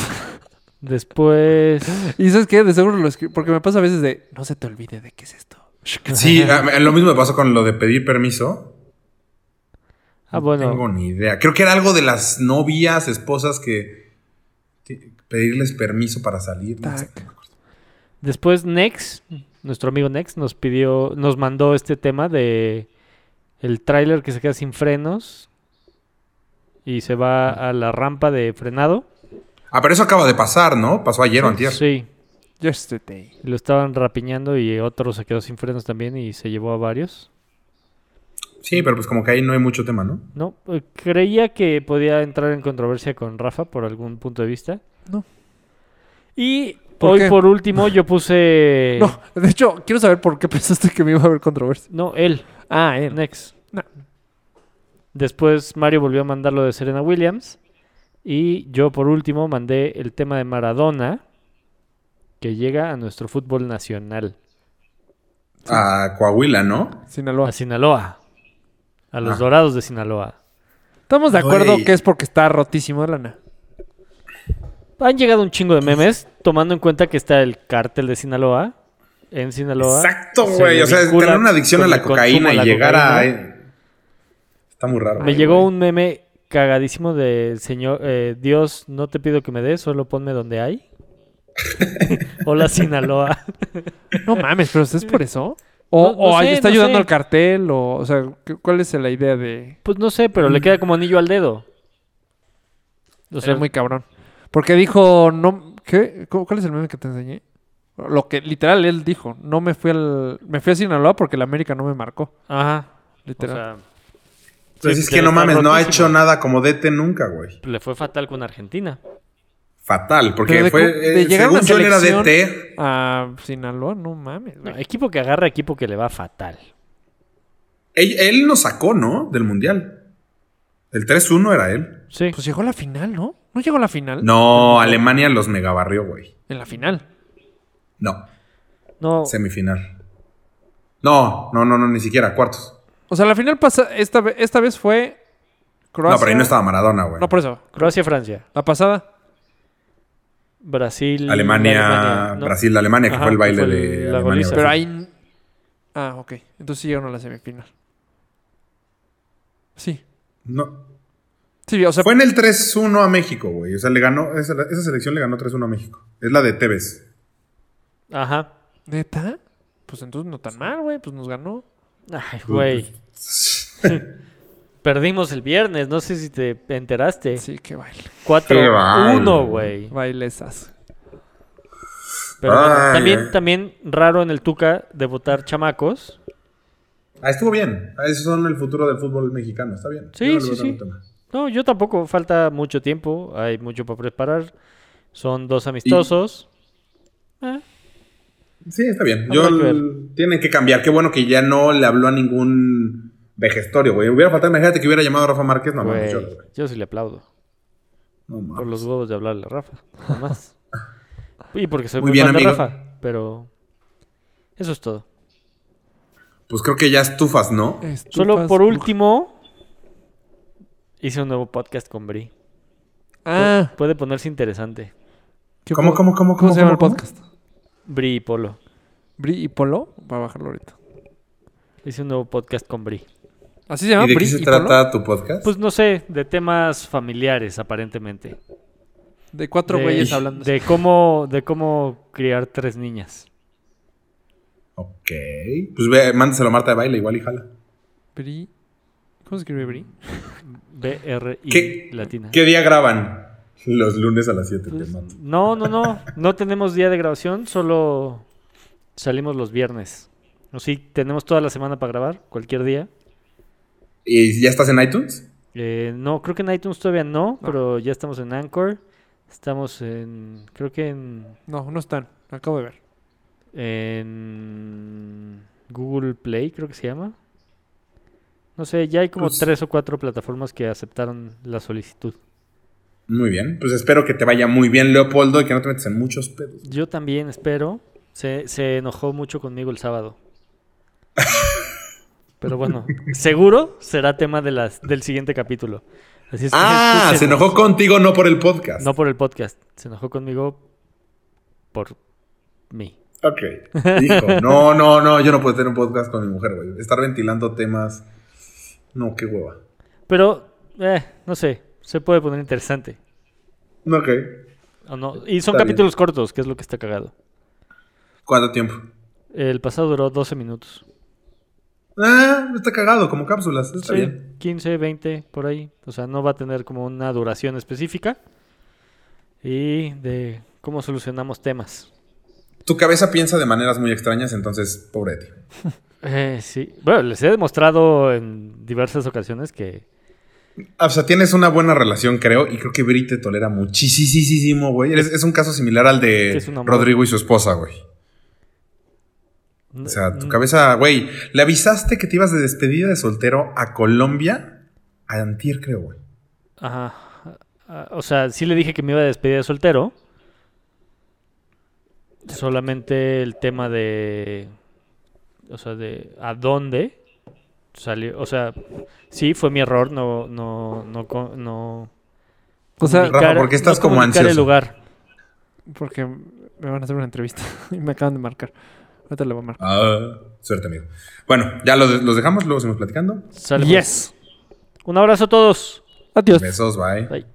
[SPEAKER 1] Después.
[SPEAKER 2] y ¿sabes qué? De seguro lo escribo, porque me pasa a veces de, no se te olvide de qué es esto.
[SPEAKER 3] Sí, a- lo mismo me pasó con lo de pedir permiso.
[SPEAKER 1] Ah, bueno.
[SPEAKER 3] No tengo ni idea. Creo que era algo de las novias, esposas que que pedirles permiso para salir. no sé.
[SPEAKER 2] Tac.
[SPEAKER 1] Después Nex, nuestro amigo Nex, nos pidió, nos mandó este tema de el tráiler que se queda sin frenos y se va a la rampa de frenado.
[SPEAKER 3] Ah, pero eso acaba de pasar, ¿no? Pasó ayer o antier.
[SPEAKER 1] Sí,
[SPEAKER 2] Yesterday.
[SPEAKER 1] lo estaban rapiñando y otro se quedó sin frenos también y se llevó a varios.
[SPEAKER 3] Sí, pero pues como que ahí no hay mucho tema, ¿no?
[SPEAKER 1] No, eh, creía que podía entrar en controversia con Rafa por algún punto de vista.
[SPEAKER 2] No.
[SPEAKER 1] Y
[SPEAKER 2] ¿Por
[SPEAKER 1] hoy
[SPEAKER 2] qué?
[SPEAKER 1] por último yo puse
[SPEAKER 2] No, de hecho, quiero saber por qué pensaste que me iba a haber controversia.
[SPEAKER 1] no él.
[SPEAKER 2] Ah, él.
[SPEAKER 1] Next.
[SPEAKER 2] No.
[SPEAKER 1] Después Mario volvió a mandar lo de Serena Williams. Y yo por último mandé el tema de Maradona que llega a nuestro fútbol nacional,
[SPEAKER 3] A Coahuila, ¿no?
[SPEAKER 2] Sinaloa.
[SPEAKER 1] a Sinaloa, a los
[SPEAKER 3] Ah.
[SPEAKER 1] Dorados de Sinaloa.
[SPEAKER 2] Estamos de acuerdo
[SPEAKER 3] Güey.
[SPEAKER 2] que es porque está rotísimo de lana.
[SPEAKER 1] Han llegado un chingo de memes tomando en cuenta que está el cártel de Sinaloa en Sinaloa.
[SPEAKER 3] Exacto,
[SPEAKER 1] se
[SPEAKER 3] güey. O sea,
[SPEAKER 1] vincula
[SPEAKER 3] tener una adicción a
[SPEAKER 1] con
[SPEAKER 3] la
[SPEAKER 1] el consumo
[SPEAKER 3] cocaína
[SPEAKER 1] de
[SPEAKER 3] y
[SPEAKER 1] la
[SPEAKER 3] llegar
[SPEAKER 1] cocaína.
[SPEAKER 3] a. e-, Está muy raro.
[SPEAKER 1] Me
[SPEAKER 3] güey.
[SPEAKER 1] llegó un meme cagadísimo de señor eh, Dios, no te pido que me des, solo ponme donde hay. Hola Sinaloa.
[SPEAKER 2] No mames, pero ¿es por eso? O,
[SPEAKER 1] No- no
[SPEAKER 2] o ahí
[SPEAKER 1] sé,
[SPEAKER 2] está
[SPEAKER 1] no
[SPEAKER 2] ayudando
[SPEAKER 1] sé.
[SPEAKER 2] al cartel, o, o sea, ¿cu- ¿cuál es la idea de...?
[SPEAKER 1] Pues no sé, pero le queda como anillo al dedo. O sea,
[SPEAKER 2] Era muy cabrón. Porque dijo, no, ¿qué? ¿Cu- ¿Cuál es el meme que te enseñé? Lo que literal él dijo, no me fui al, me fui a Sinaloa porque el América no me marcó,
[SPEAKER 1] Ajá. O
[SPEAKER 2] literal.
[SPEAKER 1] sea,
[SPEAKER 3] Entonces
[SPEAKER 1] Sí,
[SPEAKER 3] Pues es
[SPEAKER 1] porque
[SPEAKER 3] que no
[SPEAKER 1] está
[SPEAKER 3] mames, no ha
[SPEAKER 1] rotísimo.
[SPEAKER 3] hecho nada como DT nunca, güey.
[SPEAKER 1] le fue fatal con Argentina.
[SPEAKER 3] Fatal, porque
[SPEAKER 2] Pero de
[SPEAKER 3] fue.
[SPEAKER 2] cu- de
[SPEAKER 3] eh,
[SPEAKER 2] llegar a
[SPEAKER 3] según
[SPEAKER 2] una
[SPEAKER 3] yo él era
[SPEAKER 2] selección-
[SPEAKER 3] DT.
[SPEAKER 2] a Sinaloa, no mames,
[SPEAKER 1] No,
[SPEAKER 2] güey.
[SPEAKER 1] equipo que agarra, equipo que le va fatal.
[SPEAKER 3] Él, él nos sacó, ¿no? Del mundial. El 3-1 era él.
[SPEAKER 1] Sí.
[SPEAKER 2] Pues llegó a la final, ¿no? ¿No llegó a la final?
[SPEAKER 3] No, Alemania los megabarrió, güey.
[SPEAKER 2] En la final.
[SPEAKER 3] No,
[SPEAKER 1] No,
[SPEAKER 3] semifinal. No, no, no, no, ni siquiera, cuartos.
[SPEAKER 2] O sea, la final pasa, esta, ve- esta vez fue Croacia.
[SPEAKER 3] No, pero ahí no estaba Maradona, güey.
[SPEAKER 2] No, por eso.
[SPEAKER 1] Croacia, Francia,
[SPEAKER 2] La pasada.
[SPEAKER 1] Brasil,
[SPEAKER 3] Alemania,
[SPEAKER 1] ¿no?
[SPEAKER 3] Brasil, Alemania, que
[SPEAKER 1] Ajá,
[SPEAKER 3] fue el
[SPEAKER 1] que
[SPEAKER 3] baile
[SPEAKER 1] fue
[SPEAKER 3] de
[SPEAKER 1] la
[SPEAKER 3] Alemania.
[SPEAKER 1] goliza.
[SPEAKER 3] güey.
[SPEAKER 2] Pero ahí. Ah, ok. Entonces sí llegaron a la semifinal. Sí.
[SPEAKER 3] No.
[SPEAKER 2] Sí, o sea,
[SPEAKER 3] Fue en el 3-1 a México, güey. O sea, le ganó, esa, esa selección le ganó 3-1 a México. Es la de Tevez.
[SPEAKER 1] Ajá.
[SPEAKER 2] neta. Pues entonces no tan mal, güey. Pues nos ganó.
[SPEAKER 1] Ay, güey. Perdimos el viernes, no sé si te enteraste.
[SPEAKER 2] Sí, qué baile.
[SPEAKER 3] Qué mal.
[SPEAKER 1] 4-1, güey.
[SPEAKER 2] Bailesas.
[SPEAKER 1] Pero bueno,
[SPEAKER 3] Ay,
[SPEAKER 1] también,
[SPEAKER 3] ay.
[SPEAKER 1] también raro en el Tuca de votar chamacos.
[SPEAKER 3] Ah, estuvo bien. Ah, Esos son el futuro del fútbol mexicano. Está bien.
[SPEAKER 1] Sí,
[SPEAKER 3] Yo no le
[SPEAKER 1] sí,
[SPEAKER 3] veo
[SPEAKER 1] sí.
[SPEAKER 3] tanto tema.
[SPEAKER 1] No, yo tampoco, falta mucho tiempo, hay mucho para preparar. Son dos amistosos. Eh,
[SPEAKER 3] Sí, está bien.
[SPEAKER 1] Habrá
[SPEAKER 3] Yo
[SPEAKER 1] que ver.
[SPEAKER 3] tienen que cambiar. Qué bueno que ya no le habló a ningún vejestorio, güey. Hubiera faltado, imagínate que hubiera llamado a Rafa Márquez, no mames,
[SPEAKER 1] güey,
[SPEAKER 3] yo, güey.
[SPEAKER 1] yo sí le aplaudo.
[SPEAKER 3] No
[SPEAKER 1] Por
[SPEAKER 3] mames.
[SPEAKER 1] los huevos de hablarle a Rafa, nada más. Y porque soy
[SPEAKER 3] Muy
[SPEAKER 1] muy,
[SPEAKER 3] bien,
[SPEAKER 1] fan de
[SPEAKER 3] amigo.
[SPEAKER 1] Rafa, pero eso es todo.
[SPEAKER 3] Pues creo que ya estufas, ¿no?
[SPEAKER 2] Eh,
[SPEAKER 1] Solo
[SPEAKER 2] Estufas,
[SPEAKER 1] por
[SPEAKER 2] bruja.
[SPEAKER 1] último, hice un nuevo podcast con Bri.
[SPEAKER 2] Ah,
[SPEAKER 1] Puede ponerse interesante.
[SPEAKER 2] ¿qué
[SPEAKER 3] ¿Cómo,
[SPEAKER 2] po-
[SPEAKER 3] cómo, cómo,
[SPEAKER 2] ¿Cómo
[SPEAKER 3] cómo,
[SPEAKER 2] se llama el
[SPEAKER 3] cómo,
[SPEAKER 2] podcast?
[SPEAKER 1] Bri y Polo.
[SPEAKER 2] Bri y Polo. Para bajarlo ahorita.
[SPEAKER 1] Hice un nuevo podcast con Bri.
[SPEAKER 2] Así se llama
[SPEAKER 3] ¿Y de
[SPEAKER 2] Bri
[SPEAKER 3] qué
[SPEAKER 2] y
[SPEAKER 3] se
[SPEAKER 2] Polo.
[SPEAKER 3] trata tu podcast?
[SPEAKER 1] Pues no sé, de temas familiares aparentemente.
[SPEAKER 2] De cuatro
[SPEAKER 1] de-
[SPEAKER 2] güeyes hablando.
[SPEAKER 1] De cómo, de cómo criar tres niñas.
[SPEAKER 3] ok. Pues ve, mándaselo a Marta de baile, igual y jala.
[SPEAKER 2] Bri. ¿Cómo se escribe Bri?
[SPEAKER 1] B R I
[SPEAKER 3] ¿Qué,
[SPEAKER 1] latina.
[SPEAKER 3] ¿Qué día graban? Los lunes a las 7 te
[SPEAKER 1] Pues,
[SPEAKER 3] mato.
[SPEAKER 1] no, no, no. No tenemos día de grabación, solo salimos los viernes. O sí, tenemos toda la semana para grabar, cualquier día.
[SPEAKER 3] ¿Y ya estás en iTunes?
[SPEAKER 1] Eh, no, creo que en iTunes todavía no, pero ya estamos en Anchor. Estamos en. Creo que en.
[SPEAKER 2] No, no están. Acabo de ver.
[SPEAKER 1] en Google Play, creo que se llama. No sé, ya hay como
[SPEAKER 3] Pues-
[SPEAKER 1] tres o cuatro plataformas que aceptaron la solicitud.
[SPEAKER 3] Muy bien. Pues espero que te vaya muy bien, Leopoldo, y que no te metas en muchos pedos.
[SPEAKER 1] Yo también espero. Se, se enojó mucho conmigo el sábado. Pero bueno, seguro será tema de las, del siguiente capítulo. Así es que
[SPEAKER 3] Ah, se
[SPEAKER 1] escúchenos.
[SPEAKER 3] enojó contigo, no por el podcast.
[SPEAKER 1] No por el podcast, se enojó conmigo por mí.
[SPEAKER 3] Ok. Hijo, no, no, no, yo no puedo tener un podcast con mi mujer, güey. Estar ventilando temas. No, qué hueva.
[SPEAKER 1] Pero, eh, no sé, se puede poner interesante.
[SPEAKER 3] Ok.
[SPEAKER 1] ¿o no? Y son
[SPEAKER 3] Está bien.
[SPEAKER 1] capítulos cortos, que es lo que está cagado.
[SPEAKER 3] ¿Cuánto tiempo?
[SPEAKER 1] El pasado duró 12 minutos.
[SPEAKER 3] Ah, está cagado, como cápsulas. Está
[SPEAKER 1] Sí,
[SPEAKER 3] bien.
[SPEAKER 1] 15, 20, por ahí. O sea, no va a tener como una duración específica. Y de cómo solucionamos temas.
[SPEAKER 3] Tu cabeza piensa de maneras muy extrañas, entonces, pobre de ti.
[SPEAKER 1] Eh, sí. Bueno, les he demostrado en diversas ocasiones que...
[SPEAKER 3] Ah, O sea, tienes una buena relación, creo, y creo que Bri te tolera muchísimo, güey. Es, es un caso similar al
[SPEAKER 1] Que
[SPEAKER 3] de
[SPEAKER 1] es un amor.
[SPEAKER 3] Rodrigo y su esposa, güey. O sea,
[SPEAKER 1] Mm.
[SPEAKER 3] tu cabeza, güey, le avisaste que te ibas de despedida de soltero a Colombia a Antier, creo, güey.
[SPEAKER 1] Ajá. Ah, O sea, sí le dije que me iba a despedir de soltero. Solamente el tema de... O sea, de a dónde salió. O sea, sí, fue mi error. No, no, no, co- no
[SPEAKER 2] O sea,
[SPEAKER 3] Rafa, ¿por qué estás como
[SPEAKER 1] comunicar el
[SPEAKER 3] ansioso?
[SPEAKER 1] lugar.
[SPEAKER 2] porque me van a hacer una entrevista y me acaban de marcar. Ahorita le voy a marcar.
[SPEAKER 3] Ah, suerte, amigo. Bueno, ya lo de- los dejamos, luego seguimos platicando.
[SPEAKER 1] Sale, pues.
[SPEAKER 2] Yes.
[SPEAKER 1] Un abrazo a todos.
[SPEAKER 2] Adiós.
[SPEAKER 3] Besos, bye.
[SPEAKER 1] Bye.